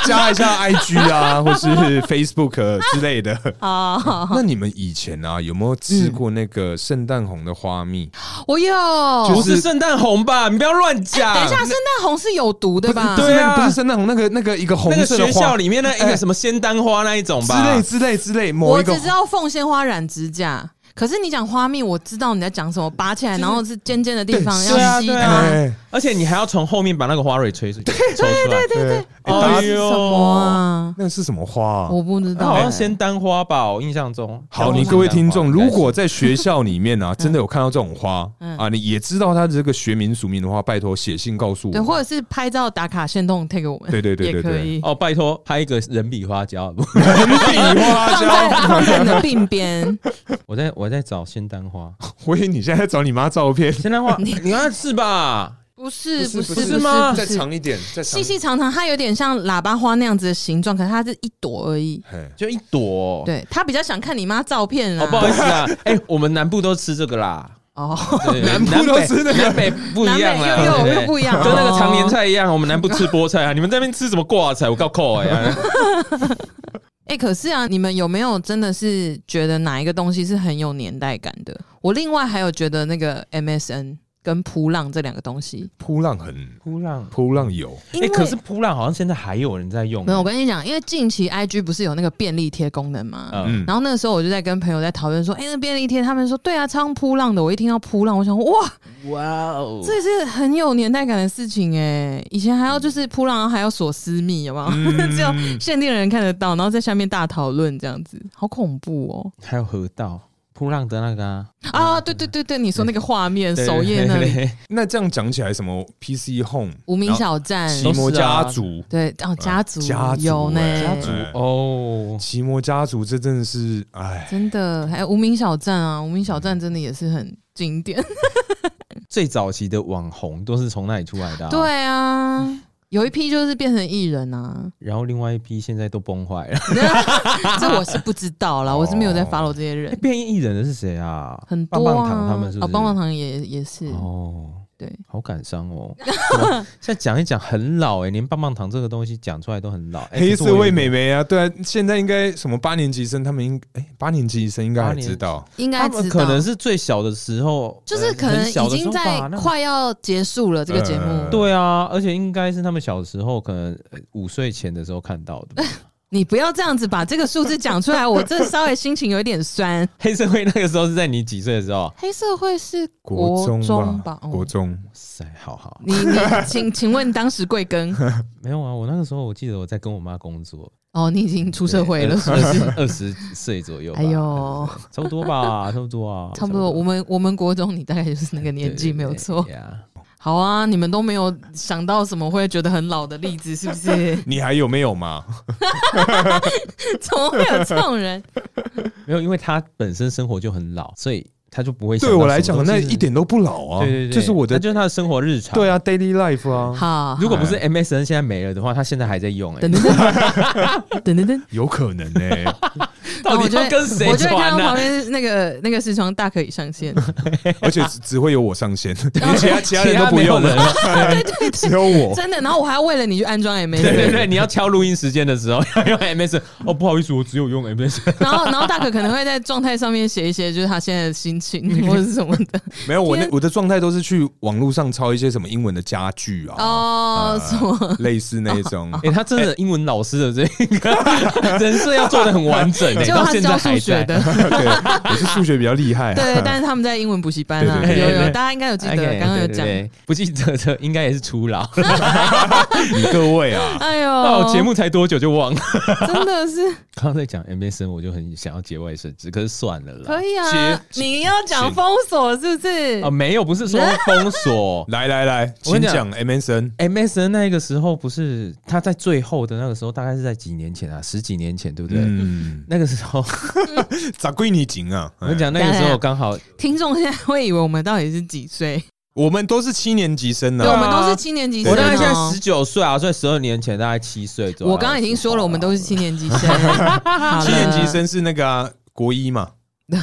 [SPEAKER 3] 加一下 IG 啊，或是 Facebook 之类的。
[SPEAKER 1] 啊！
[SPEAKER 3] 那你们以前啊，有没有吃过那个圣诞红的花蜜？
[SPEAKER 1] 我有。
[SPEAKER 2] 不是圣诞红吧？你不要乱讲。
[SPEAKER 1] 哎等一下，圣诞红是有毒的吧？
[SPEAKER 3] 不是
[SPEAKER 2] 对啊
[SPEAKER 3] 那个不是圣诞红，那个那个一个红
[SPEAKER 2] 那个
[SPEAKER 3] 色的
[SPEAKER 2] 学
[SPEAKER 3] 花哎
[SPEAKER 2] 校里面那一个什么仙丹花那一种
[SPEAKER 3] 之
[SPEAKER 2] 吧，
[SPEAKER 3] 类之类之类，某
[SPEAKER 1] 我
[SPEAKER 3] 一个
[SPEAKER 1] 只知道凤仙花染指甲，可是你讲花蜜，我知道你在讲什么，拔起来然后是尖尖的地方
[SPEAKER 2] 对
[SPEAKER 1] 要吸
[SPEAKER 2] 对啊
[SPEAKER 1] 它。
[SPEAKER 3] 哎，
[SPEAKER 2] 而且你还要从后面把那个花蕊吹出抽出来。
[SPEAKER 3] 对，哎
[SPEAKER 2] 哎
[SPEAKER 3] 大家
[SPEAKER 2] 呦，
[SPEAKER 1] 什么啊？
[SPEAKER 3] 那个是什么花啊？
[SPEAKER 1] 我不知
[SPEAKER 2] 那
[SPEAKER 1] 道、
[SPEAKER 2] 好
[SPEAKER 1] 欸。
[SPEAKER 2] 像仙丹花吧，我印象中。
[SPEAKER 3] 好，你各位听众，如果在学校里面啊，真的有看到这种花
[SPEAKER 1] 嗯
[SPEAKER 3] 啊，你也知道它这个学名俗名的话，拜托写信告诉
[SPEAKER 1] 对，
[SPEAKER 3] 我。
[SPEAKER 1] 或者是拍照打卡线动 take 给我们，
[SPEAKER 3] 对对对
[SPEAKER 1] 也
[SPEAKER 3] 对
[SPEAKER 1] 可以。
[SPEAKER 2] 哦，拜托拍一个人比 花椒，
[SPEAKER 3] 人比花
[SPEAKER 1] 放在放在你的鬓边，
[SPEAKER 2] 我在我在找仙丹 花，
[SPEAKER 3] 我以为你现在在找你妈照片，
[SPEAKER 2] 仙丹花，你看是吧？
[SPEAKER 1] 不是是
[SPEAKER 3] 不
[SPEAKER 1] 不
[SPEAKER 3] 是不
[SPEAKER 2] 是吗
[SPEAKER 1] 不
[SPEAKER 3] 再
[SPEAKER 1] 是
[SPEAKER 3] 长一点，再长
[SPEAKER 1] 细
[SPEAKER 3] 一点。
[SPEAKER 1] 细长长，它有点像喇叭花那样子的形状，可是它是一朵而已。
[SPEAKER 3] 嘿
[SPEAKER 2] 就一朵。
[SPEAKER 1] 对他比较想看你妈照片啦。
[SPEAKER 2] 哦，不好意思啊，哎，我们南部都吃这个 啦，
[SPEAKER 1] 哦，
[SPEAKER 2] 对
[SPEAKER 3] 南部都吃那个
[SPEAKER 2] 南北南北不一样啦，
[SPEAKER 1] 南北又又
[SPEAKER 2] 对对
[SPEAKER 1] 又不一样哦
[SPEAKER 2] 跟那个常年菜一样，我们南部吃菠菜啊，你们 在那边吃什么挂菜？我告扣 哎，
[SPEAKER 1] 哎、可是啊，你们有没有真的是觉得哪一个东西是很有年代感的？我另外还有觉得那个 MSN 跟扑浪这两个东西，
[SPEAKER 3] 扑浪很
[SPEAKER 2] 扑浪。
[SPEAKER 3] 扑浪有，
[SPEAKER 1] 因
[SPEAKER 2] 哎、
[SPEAKER 1] 为、
[SPEAKER 2] 可是扑浪好像现在还有人在用、
[SPEAKER 1] 没有，我跟你讲，因为近期 IG 不是有那个便利贴功能吗？
[SPEAKER 2] 嗯，
[SPEAKER 3] 嗯，
[SPEAKER 1] 然后那个时候我就在跟朋友在讨论说，哎、那便利贴，他们说对啊，超像扑浪的。我一听到扑浪，我想哇，
[SPEAKER 2] 哇哦，
[SPEAKER 1] 这是很有年代感的事情哎、以前还要就是扑浪还要锁私密，有没有？
[SPEAKER 3] 嗯
[SPEAKER 1] 只有限定的人看得到，然后在下面大讨论这样子，好恐怖哦。
[SPEAKER 2] 还有河道，扑浪的那 个啊，
[SPEAKER 3] 嗯
[SPEAKER 1] 啊，对对对对，你说那个画 面
[SPEAKER 2] 对
[SPEAKER 1] 首页那
[SPEAKER 2] 对
[SPEAKER 1] 里，
[SPEAKER 2] 对
[SPEAKER 3] 那这样讲起来，什么 PC Home、
[SPEAKER 1] 无名小站，
[SPEAKER 3] 奇摩
[SPEAKER 2] 都是啊
[SPEAKER 3] 家族、
[SPEAKER 1] 对，哦，家族
[SPEAKER 3] 嗯家族
[SPEAKER 1] 有呢，
[SPEAKER 3] 哎
[SPEAKER 2] 对对哦，
[SPEAKER 3] 奇摩家族，这真的是哎，
[SPEAKER 1] 真的，还有无名小站啊，无名小
[SPEAKER 3] 嗯
[SPEAKER 1] 站真的也是很经典。
[SPEAKER 3] 啊
[SPEAKER 2] 最早期的网红都是从那里出来的、啊，。
[SPEAKER 1] 对啊，有一批就是变成艺人啊，
[SPEAKER 2] 然后另外一批现在都崩坏了，
[SPEAKER 1] 这我是不知道啦，我是没有在 follow 这些人，
[SPEAKER 2] 变艺人的是谁啊？
[SPEAKER 1] 很
[SPEAKER 2] 棒
[SPEAKER 1] 多
[SPEAKER 2] 哦棒
[SPEAKER 1] 啊，
[SPEAKER 2] 糖他们是不
[SPEAKER 1] 哦，
[SPEAKER 2] 是？
[SPEAKER 1] 棒棒糖也也是，
[SPEAKER 2] 哦，
[SPEAKER 1] 嗯对，
[SPEAKER 2] 好感 伤哦。哇现在讲一讲很老哎、连棒棒糖这个东西讲出来都很老。哎
[SPEAKER 3] 黑
[SPEAKER 2] 可是
[SPEAKER 3] 社
[SPEAKER 2] 我
[SPEAKER 3] 会
[SPEAKER 2] 有
[SPEAKER 3] 美眉啊，对啊，现在应该什么八年级生，他们应哎八年级生应该还知道，
[SPEAKER 1] 应该
[SPEAKER 2] 他
[SPEAKER 1] 知
[SPEAKER 2] 们
[SPEAKER 1] 道，
[SPEAKER 2] 可能是最小的时候，
[SPEAKER 1] 就是
[SPEAKER 2] 呃
[SPEAKER 1] 可能
[SPEAKER 2] 很小
[SPEAKER 1] 已
[SPEAKER 2] 的时
[SPEAKER 1] 经
[SPEAKER 2] 候吧
[SPEAKER 1] 在
[SPEAKER 2] 那
[SPEAKER 1] 快要结束了这个节目
[SPEAKER 3] 嗯，
[SPEAKER 2] 对啊，而且应该是他们小时候，可能呃五岁前的时候看到 的吧。
[SPEAKER 1] 你不要这样子把这个数字讲出来，我这稍微心情有一点酸。
[SPEAKER 2] 黑社会那个时候是在你几岁的时候？
[SPEAKER 1] 黑社会是
[SPEAKER 3] 国
[SPEAKER 1] 中
[SPEAKER 3] 吧
[SPEAKER 1] 吧？，
[SPEAKER 3] 国
[SPEAKER 1] 哦
[SPEAKER 3] 中？
[SPEAKER 2] 塞，好好，
[SPEAKER 1] 你你请请问当时贵庚？
[SPEAKER 2] 没有啊，我那个时候我记得我在跟我妈工作，
[SPEAKER 1] 哦，你已经出社会了，
[SPEAKER 2] 二十二十岁左右吧，
[SPEAKER 1] 哎呦
[SPEAKER 2] 20岁，差不多吧，差不多啊，
[SPEAKER 1] 差不多。我们我们国中你大概就是那个年纪，没有错。
[SPEAKER 2] 呀，
[SPEAKER 1] 好啊，你们都没有想到什么会觉得很老的例子，是不 是
[SPEAKER 3] 你还有没有嘛？
[SPEAKER 1] 怎么会有这种 人？
[SPEAKER 2] 没有，因为他本身生活就很老，所以他就不会想
[SPEAKER 3] 对
[SPEAKER 2] 到
[SPEAKER 3] 我来
[SPEAKER 2] 什么
[SPEAKER 3] 讲，
[SPEAKER 2] 东
[SPEAKER 3] 那
[SPEAKER 2] 西是
[SPEAKER 3] 一，点都不老啊，
[SPEAKER 2] 对对对，
[SPEAKER 3] 就是我的
[SPEAKER 2] 那就是他的生活日常。
[SPEAKER 3] 对啊，daily life 啊，
[SPEAKER 1] 好，
[SPEAKER 2] 如果不是 MSN 现在没了的话，他现在还在用，哎
[SPEAKER 1] 等，等等 等等等，
[SPEAKER 3] 有可能欸呢、
[SPEAKER 2] 到
[SPEAKER 1] 我
[SPEAKER 2] 底
[SPEAKER 1] 就会
[SPEAKER 2] 要跟谁
[SPEAKER 1] 我就会看
[SPEAKER 2] 传啊
[SPEAKER 1] 到旁
[SPEAKER 2] 呢？
[SPEAKER 1] 边那个那个视窗大可以上 线，
[SPEAKER 3] 而且只只会有我上 线，因为其他其他人都不
[SPEAKER 2] 没有
[SPEAKER 3] 用了，
[SPEAKER 2] 人了。
[SPEAKER 3] 只有我。
[SPEAKER 1] 真的。然后我还要为了你去安装 M
[SPEAKER 2] 对
[SPEAKER 1] S，
[SPEAKER 2] 对对，你要敲录音时间的时候要用 MS。哦，不好意思，我只有用 MS。
[SPEAKER 1] 然后然后大可可能会在状态上面写一些，就是他现在的心 情或者是什么的
[SPEAKER 3] 没有我那
[SPEAKER 1] 天
[SPEAKER 3] 我的状态都是去网络上抄一些什么英文的家具啊，
[SPEAKER 1] 哦，什么哦
[SPEAKER 3] 类似那一种。
[SPEAKER 2] 哎，他真的英文老师的这个人设要做的很完整，哎
[SPEAKER 1] 结果
[SPEAKER 2] 到
[SPEAKER 1] 他是
[SPEAKER 2] 现
[SPEAKER 1] 教
[SPEAKER 2] 在
[SPEAKER 1] 数
[SPEAKER 2] 还
[SPEAKER 1] 学
[SPEAKER 2] 在。
[SPEAKER 1] 的，
[SPEAKER 3] 对，我是数学比较厉害、啊。
[SPEAKER 1] 对，但是他们在英文补习班啊，
[SPEAKER 3] 对对
[SPEAKER 2] 对
[SPEAKER 1] 有有，
[SPEAKER 2] 对
[SPEAKER 1] 大家应该有记得
[SPEAKER 2] OK，，
[SPEAKER 1] 刚刚有
[SPEAKER 2] 对对
[SPEAKER 1] 讲。
[SPEAKER 2] 对不记得的应该也是初老。
[SPEAKER 3] 你各位啊，
[SPEAKER 1] 哎呦，
[SPEAKER 2] 哦，节目才多久就忘了。
[SPEAKER 1] 真的是
[SPEAKER 2] 刚刚在讲 MSN，我就很想要节外生枝，可是算了啦。
[SPEAKER 1] 可以啊！你要讲封锁是不是
[SPEAKER 2] 啊，？没有，不是说封锁
[SPEAKER 3] 来来来，
[SPEAKER 2] 我跟
[SPEAKER 3] 请
[SPEAKER 2] 你
[SPEAKER 3] 讲
[SPEAKER 2] 讲
[SPEAKER 3] MSN。
[SPEAKER 2] MSN 那个时候，不是他在最后的那个时候，大概是在几年前啊，十几年前，对不对？
[SPEAKER 3] 嗯，
[SPEAKER 2] 那个时 候，
[SPEAKER 3] 咋归你紧啊？
[SPEAKER 2] 我跟你讲，那个时候刚好
[SPEAKER 1] 听众现在会以为我们到底是几岁？
[SPEAKER 3] 我们都是七年级生
[SPEAKER 1] 对，
[SPEAKER 3] 呢、
[SPEAKER 1] 我
[SPEAKER 3] 啊，
[SPEAKER 1] 们都是七年级生
[SPEAKER 2] 我大概现在
[SPEAKER 1] 哦
[SPEAKER 2] 十。九岁啊，所以十二年前大概七岁左右。啊
[SPEAKER 1] 我刚刚已经说了，我们都是七年级生。好了
[SPEAKER 3] 七年级，生是那个啊、国一嘛。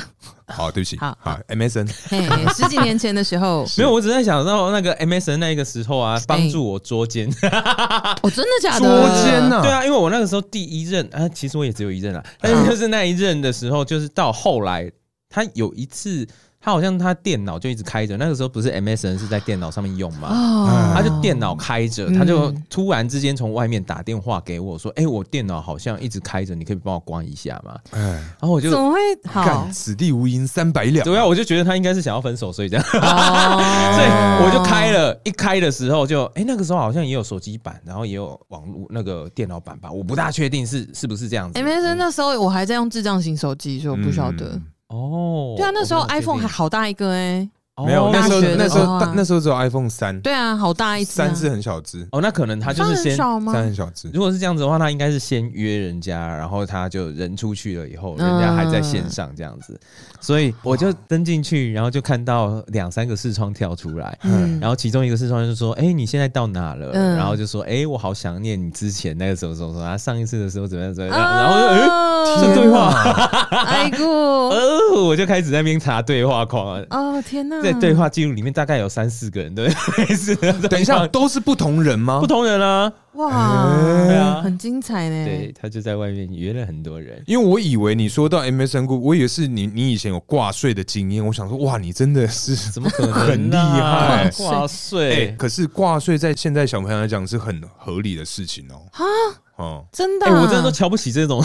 [SPEAKER 3] 好，对不起，
[SPEAKER 1] 好
[SPEAKER 3] 好 MSN
[SPEAKER 1] 嘿，十几年前的时候，
[SPEAKER 2] 没有，我只是在想到那个 MSN 那个时候
[SPEAKER 1] 哎
[SPEAKER 2] 啊，帮助我捉奸。
[SPEAKER 1] 哦，真的假的？
[SPEAKER 3] 捉奸呐、
[SPEAKER 2] 对啊，因为我那个时候第一任啊，其实我也只有一任啊，但是就是那一任的时候，就是到后来，他有一次，他好像他电脑就一直开着，那个时候不是 MSN 是在电脑上面用嘛，
[SPEAKER 1] 哦，
[SPEAKER 2] 啊他就电脑开着，他就
[SPEAKER 1] 嗯
[SPEAKER 2] 突然之间从外面打电话给我说：“哎、我电脑好像一直开着，你可以帮我关一下吗
[SPEAKER 3] 哎，？”
[SPEAKER 2] 然后我
[SPEAKER 1] 怎
[SPEAKER 2] 就。
[SPEAKER 1] 么会好
[SPEAKER 3] 干？此地无银三百两。
[SPEAKER 2] 主要我就觉得他应该是想要分手，所以这样，
[SPEAKER 1] 哦
[SPEAKER 2] 所以我就开了。一开的时候就，哎、那个时候好像也有手机版，然后也有网络那个电脑版吧，我不大确定是是不是这样子。
[SPEAKER 1] MSN 哎那时候我还在用智障型手机，所以我不晓得。
[SPEAKER 3] 嗯
[SPEAKER 2] 哦，
[SPEAKER 1] 对啊，那时候
[SPEAKER 2] 我不大确定
[SPEAKER 1] iPhone 还好大一个哎。
[SPEAKER 2] 哦
[SPEAKER 3] 没有，那时候
[SPEAKER 1] 大学的
[SPEAKER 3] 那时
[SPEAKER 1] 时候
[SPEAKER 3] 候
[SPEAKER 1] 啊
[SPEAKER 3] 但那时候只有 iPhone 三，
[SPEAKER 1] 对啊，好大一只啊。
[SPEAKER 3] 三是很小只，
[SPEAKER 2] 哦，那可能他就
[SPEAKER 1] 算
[SPEAKER 2] 是
[SPEAKER 1] 很
[SPEAKER 2] 先，
[SPEAKER 1] 少吗？
[SPEAKER 3] 三很小只。
[SPEAKER 2] 如果是这样子的话，他应该是先约人家，然后他就人出去了以后，人家还在
[SPEAKER 1] 嗯
[SPEAKER 2] 线上这样子，所以我就登进去，然后就看到两三个视窗跳出来。
[SPEAKER 1] 嗯
[SPEAKER 2] 然后其中一个视窗就说：“哎、你现在到哪了？”
[SPEAKER 1] 嗯
[SPEAKER 2] 然后就说：“哎、我好想念你之前那个时候什么什么，啊，上一次的时候怎么样怎么样。
[SPEAKER 1] 啊
[SPEAKER 2] 然后我就嗯，这对话，
[SPEAKER 1] 哎呦，
[SPEAKER 2] 哦，我就开始在那边查对话框，
[SPEAKER 1] 哦天哪！
[SPEAKER 2] 在对话记录里面大概有三四个人，对， 是
[SPEAKER 3] 等一下， 都是不同人吗？
[SPEAKER 2] 不同人啊，对
[SPEAKER 1] 哇，
[SPEAKER 2] 啊
[SPEAKER 1] 很精彩呢。
[SPEAKER 2] 对，他就在外面约了很多人。
[SPEAKER 3] 因为我以为你说到 MSN 故，我以为是你你以前有挂税的经验，我想说哇，你真的是
[SPEAKER 2] 怎么可能、
[SPEAKER 3] 很 厉害
[SPEAKER 2] 挂
[SPEAKER 3] 哎、
[SPEAKER 2] 税。
[SPEAKER 1] 啊
[SPEAKER 3] 可是挂税在现在小朋友来讲是很合理的事情哦。
[SPEAKER 1] 啊，
[SPEAKER 3] 哦、
[SPEAKER 1] 真的
[SPEAKER 2] 哎、
[SPEAKER 1] 啊，
[SPEAKER 2] 我真的都瞧不起这种，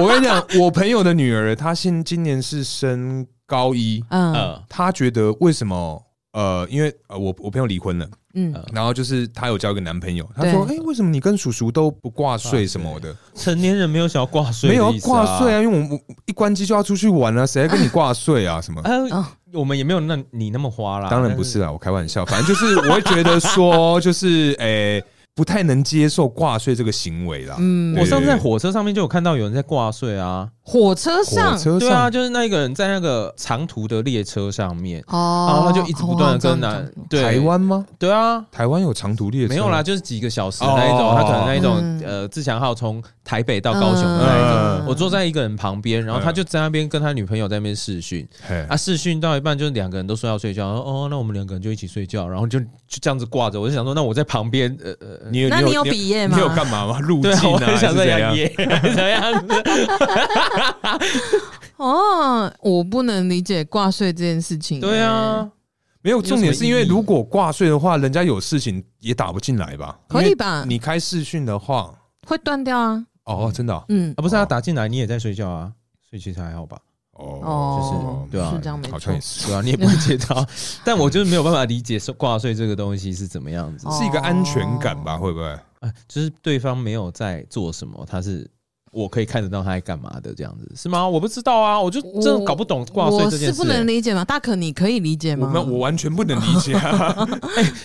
[SPEAKER 3] 我跟你讲，我朋友的女儿，她现今年是升高一，
[SPEAKER 1] 嗯
[SPEAKER 2] 呃，
[SPEAKER 3] 她觉得为什么呃，因为呃我我朋友离婚了，
[SPEAKER 2] 呃
[SPEAKER 1] 嗯，
[SPEAKER 3] 然后就是她有交一个男朋友，她说，哎、
[SPEAKER 1] 对
[SPEAKER 3] 为什么你跟叔叔都不挂税什么的？
[SPEAKER 2] 成年人没有想要挂税、
[SPEAKER 3] 没有要挂税。啊，因为我我一关机就要出去玩啊，谁还跟你挂税啊？什么？
[SPEAKER 2] 呃，
[SPEAKER 1] 哦
[SPEAKER 2] 我们也没有那你那么花啦，
[SPEAKER 3] 当然不是啊啦，我开玩笑，反正就是我会觉得 说，就是诶、不太能接受挂税这个行为啦。
[SPEAKER 1] 嗯
[SPEAKER 2] 但是。我上次在
[SPEAKER 3] 对
[SPEAKER 2] 火车上面就有看到有人在挂税啊，
[SPEAKER 1] 火车上
[SPEAKER 3] 火车
[SPEAKER 2] 对啊，
[SPEAKER 3] 上，
[SPEAKER 2] 就是那个人在那个长途的列车上面，
[SPEAKER 1] 哦，
[SPEAKER 2] 然后他啊就一直不断的跟
[SPEAKER 1] 哦我好
[SPEAKER 2] 男
[SPEAKER 1] 像知道
[SPEAKER 2] 对
[SPEAKER 3] 台湾吗？
[SPEAKER 2] 对啊，
[SPEAKER 3] 台湾有长途列车？
[SPEAKER 2] 没有啦，，就是几个小时的那一种，
[SPEAKER 3] 哦
[SPEAKER 2] 他可能那一种
[SPEAKER 1] 嗯
[SPEAKER 2] 呃自强号从台北到高雄的那一
[SPEAKER 1] 嗯
[SPEAKER 2] 种，我坐在一个人旁边，然后他就在那边跟他女朋友在那边视讯，
[SPEAKER 3] 嘿
[SPEAKER 2] 啊，视讯到一半，就是两个人都说要睡觉，然后哦，那我们两个人就一起睡觉，然后就就这样子挂着。我就想说，那我在旁边，呃呃，
[SPEAKER 3] 你有
[SPEAKER 1] 那你
[SPEAKER 3] 你
[SPEAKER 1] 有
[SPEAKER 3] 你
[SPEAKER 1] 毕业吗？
[SPEAKER 3] 你有干嘛吗？入境
[SPEAKER 2] 对啊，我
[SPEAKER 3] 啊，
[SPEAKER 2] 很想
[SPEAKER 3] 这
[SPEAKER 2] 在
[SPEAKER 3] 样。
[SPEAKER 2] 也哎怎样子？
[SPEAKER 1] 哦，我不能理解挂税这件事情、欸
[SPEAKER 2] 对啊，
[SPEAKER 3] 没有重点是因为
[SPEAKER 2] 有什么意义
[SPEAKER 3] 如果挂税的话，人家有事情也打不进来吧？
[SPEAKER 1] 可以吧
[SPEAKER 3] 因为你开视讯的话，
[SPEAKER 1] 欸，会断掉啊。
[SPEAKER 3] 哦，真的啊
[SPEAKER 1] 嗯
[SPEAKER 2] 啊，，不是他打进来，你也在睡觉啊，所以其实还好吧，
[SPEAKER 1] 哦
[SPEAKER 3] 哦，
[SPEAKER 2] 就是对啊
[SPEAKER 1] 是这样没
[SPEAKER 3] 好
[SPEAKER 1] 错
[SPEAKER 3] 像也是
[SPEAKER 2] 对。啊，你也不会接到。但我就是没有办法理解说挂税这个东西是怎么样子，
[SPEAKER 1] 哦
[SPEAKER 3] 是一个安全感吧，会不会？
[SPEAKER 2] 啊，就是对方没有在做什么，他是。我可以看得到他在干嘛的，这样子是吗？我不知道啊，我就真的
[SPEAKER 1] 我
[SPEAKER 2] 搞不懂挂税
[SPEAKER 1] 我
[SPEAKER 2] 这件
[SPEAKER 1] 是
[SPEAKER 2] 事、
[SPEAKER 1] 不能
[SPEAKER 2] 欸
[SPEAKER 1] 理解吗？大可，你可以理解
[SPEAKER 3] 我
[SPEAKER 1] 吗？
[SPEAKER 3] 们我完全不能理解 啊，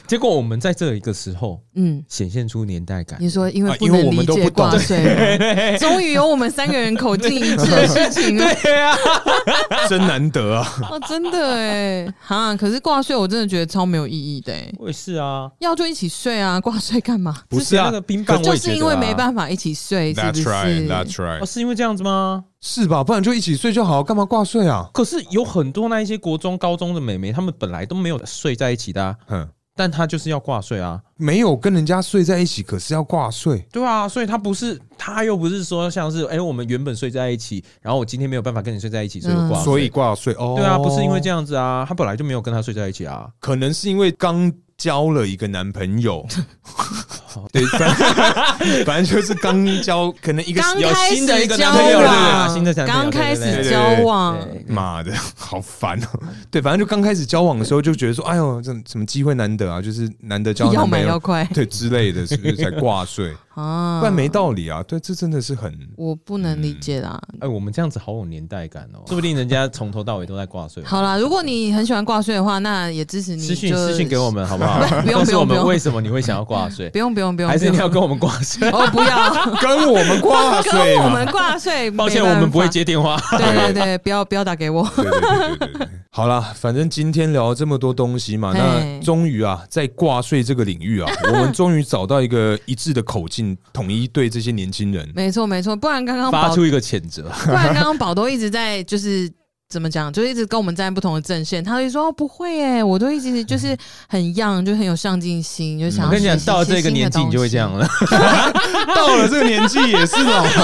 [SPEAKER 2] 结果我们在这一个时候
[SPEAKER 1] 嗯，
[SPEAKER 2] 显现出年代感
[SPEAKER 1] 你，说因
[SPEAKER 3] 啊
[SPEAKER 1] 为不
[SPEAKER 3] 因为
[SPEAKER 1] 能
[SPEAKER 3] 我们
[SPEAKER 1] 理
[SPEAKER 3] 都
[SPEAKER 1] 解
[SPEAKER 3] 不懂
[SPEAKER 1] 挂税吗，终于有我们三个人口径一致的事情了。
[SPEAKER 3] 真难得啊！
[SPEAKER 1] 哦，真的哎，哈！可是挂税我真的觉得超没有意义的哎，
[SPEAKER 2] 我也是啊，
[SPEAKER 1] 要就一起睡啊，挂税干嘛？
[SPEAKER 3] 不
[SPEAKER 2] 之前那个冰棒我
[SPEAKER 1] 就
[SPEAKER 2] 也觉
[SPEAKER 1] 是
[SPEAKER 2] 得啊
[SPEAKER 1] 因为没办法一起睡，是不
[SPEAKER 3] That's
[SPEAKER 1] 是
[SPEAKER 3] right, that's
[SPEAKER 2] 哦，
[SPEAKER 3] right，
[SPEAKER 2] 是因为这样子吗？
[SPEAKER 3] 是吧？不然就一起睡就好，干嘛挂睡啊？
[SPEAKER 2] 可是有很多那一些国中、高中的美眉，她们本来都没有睡在一起的、啊，
[SPEAKER 3] 哼，
[SPEAKER 2] 但她就是要挂睡啊。
[SPEAKER 3] 没有跟人家睡在一起，可是要挂睡，
[SPEAKER 2] 对啊，所以她不是，她又不是说像是，哎、我们原本睡在一起，然后我今天没有办法跟你睡在一起，所以我挂
[SPEAKER 1] 嗯
[SPEAKER 2] 睡。
[SPEAKER 3] 所以挂睡哦。
[SPEAKER 2] 对啊，不是因为这
[SPEAKER 3] 样，
[SPEAKER 2] 样子啊，她本来就没有跟她睡在一起啊。
[SPEAKER 3] 可能是因为 刚交了一个男朋友，对，反正 反正就是刚交，可能一个
[SPEAKER 1] 刚
[SPEAKER 2] 有
[SPEAKER 1] 开
[SPEAKER 2] 新的一
[SPEAKER 1] 始
[SPEAKER 2] 个
[SPEAKER 1] 交
[SPEAKER 2] 男朋友了对对
[SPEAKER 1] 往，
[SPEAKER 2] 对新的男朋友
[SPEAKER 1] 刚开
[SPEAKER 2] 对对
[SPEAKER 1] 始
[SPEAKER 3] 对
[SPEAKER 1] 交
[SPEAKER 3] 对
[SPEAKER 1] 往，
[SPEAKER 2] 对
[SPEAKER 3] 妈的，好烦哦、对，反正就刚开始交往的时候就觉得说，哎呦，这什么机会难得啊，就是难得交
[SPEAKER 1] 要
[SPEAKER 3] 男朋
[SPEAKER 1] 买要
[SPEAKER 3] 友，
[SPEAKER 1] 快
[SPEAKER 3] 对之类的，是不是才挂 税？
[SPEAKER 2] 嗯
[SPEAKER 1] 啊！
[SPEAKER 3] 不然没道理啊。对，这真的是很
[SPEAKER 1] 我不能理解啦。
[SPEAKER 2] 哎、我们这样子好有年代感哦，说不定人家从头到尾都在挂睡。
[SPEAKER 1] 好啦，如果你很喜欢挂税的话，那也支持你。
[SPEAKER 2] 私讯
[SPEAKER 1] 就
[SPEAKER 2] 私讯给 我，们好不好？
[SPEAKER 1] 不用
[SPEAKER 2] 告诉我
[SPEAKER 1] 不用不
[SPEAKER 2] 们
[SPEAKER 1] 用
[SPEAKER 2] 为什么你会想要挂睡
[SPEAKER 1] 不，用不用不用，
[SPEAKER 2] 还是
[SPEAKER 1] 不
[SPEAKER 2] 你
[SPEAKER 1] 用
[SPEAKER 2] 要跟我们挂睡？
[SPEAKER 1] 哦不要
[SPEAKER 3] 跟我们挂
[SPEAKER 1] 跟
[SPEAKER 3] 税
[SPEAKER 1] 我
[SPEAKER 3] 嘛。
[SPEAKER 1] 们挂税，
[SPEAKER 2] 抱
[SPEAKER 1] 没
[SPEAKER 2] 歉，我
[SPEAKER 1] 办法
[SPEAKER 2] 们不会。接电话。
[SPEAKER 1] 对对对，不要不要打给我。
[SPEAKER 3] 对对对对 对对好啦，反正今天聊了这么多东西嘛，那
[SPEAKER 1] 嘿
[SPEAKER 3] 终于啊，在挂税这个领域啊，我们终于找到一个一致的口径，统一对这些年轻人。
[SPEAKER 1] 没错没错，不然刚刚
[SPEAKER 2] 发
[SPEAKER 1] 宝
[SPEAKER 2] 出一个谴责，
[SPEAKER 1] 不然刚刚宝都一直在就是。怎么讲？就一直跟我们站不同的阵线，他就说、哦、不会耶，我都一直就是很 young，就很有上进心，就想
[SPEAKER 3] 嗯
[SPEAKER 2] 我
[SPEAKER 1] 要
[SPEAKER 2] 跟你讲，
[SPEAKER 1] 学习
[SPEAKER 2] 到
[SPEAKER 1] 一些
[SPEAKER 2] 这个
[SPEAKER 1] 新的
[SPEAKER 2] 年纪你就会这样
[SPEAKER 1] 东
[SPEAKER 2] 了。
[SPEAKER 3] 到了这个年纪也是啦，
[SPEAKER 1] 西，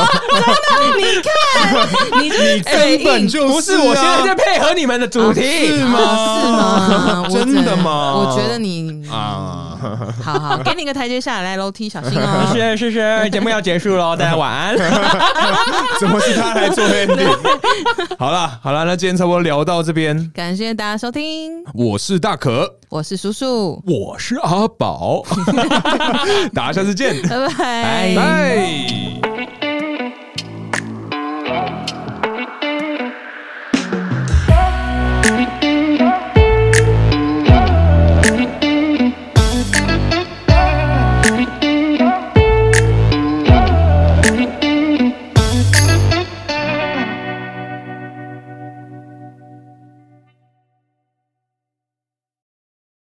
[SPEAKER 1] 你就是嘴
[SPEAKER 3] 根本
[SPEAKER 1] 硬
[SPEAKER 3] 就是、啊、
[SPEAKER 2] 不是，我现在在配合你们的主题。
[SPEAKER 3] 啊是吗
[SPEAKER 1] 哦啊啊是吗？我
[SPEAKER 3] 真的
[SPEAKER 1] 只能
[SPEAKER 3] 吗
[SPEAKER 1] 我觉得你
[SPEAKER 3] 啊。
[SPEAKER 1] 好好，给你一个台阶下来，楼梯小心 哦。
[SPEAKER 2] 是是是，节目要结束喽，大家晚安。
[SPEAKER 3] 怎么是他来做 ending？好啦好啦，那今天差不多聊到这边。
[SPEAKER 1] 感谢大家收听，
[SPEAKER 3] 我是大可，
[SPEAKER 1] 我是叔叔，
[SPEAKER 3] 我是阿宝，大家下次见，
[SPEAKER 1] 拜拜，
[SPEAKER 3] 拜。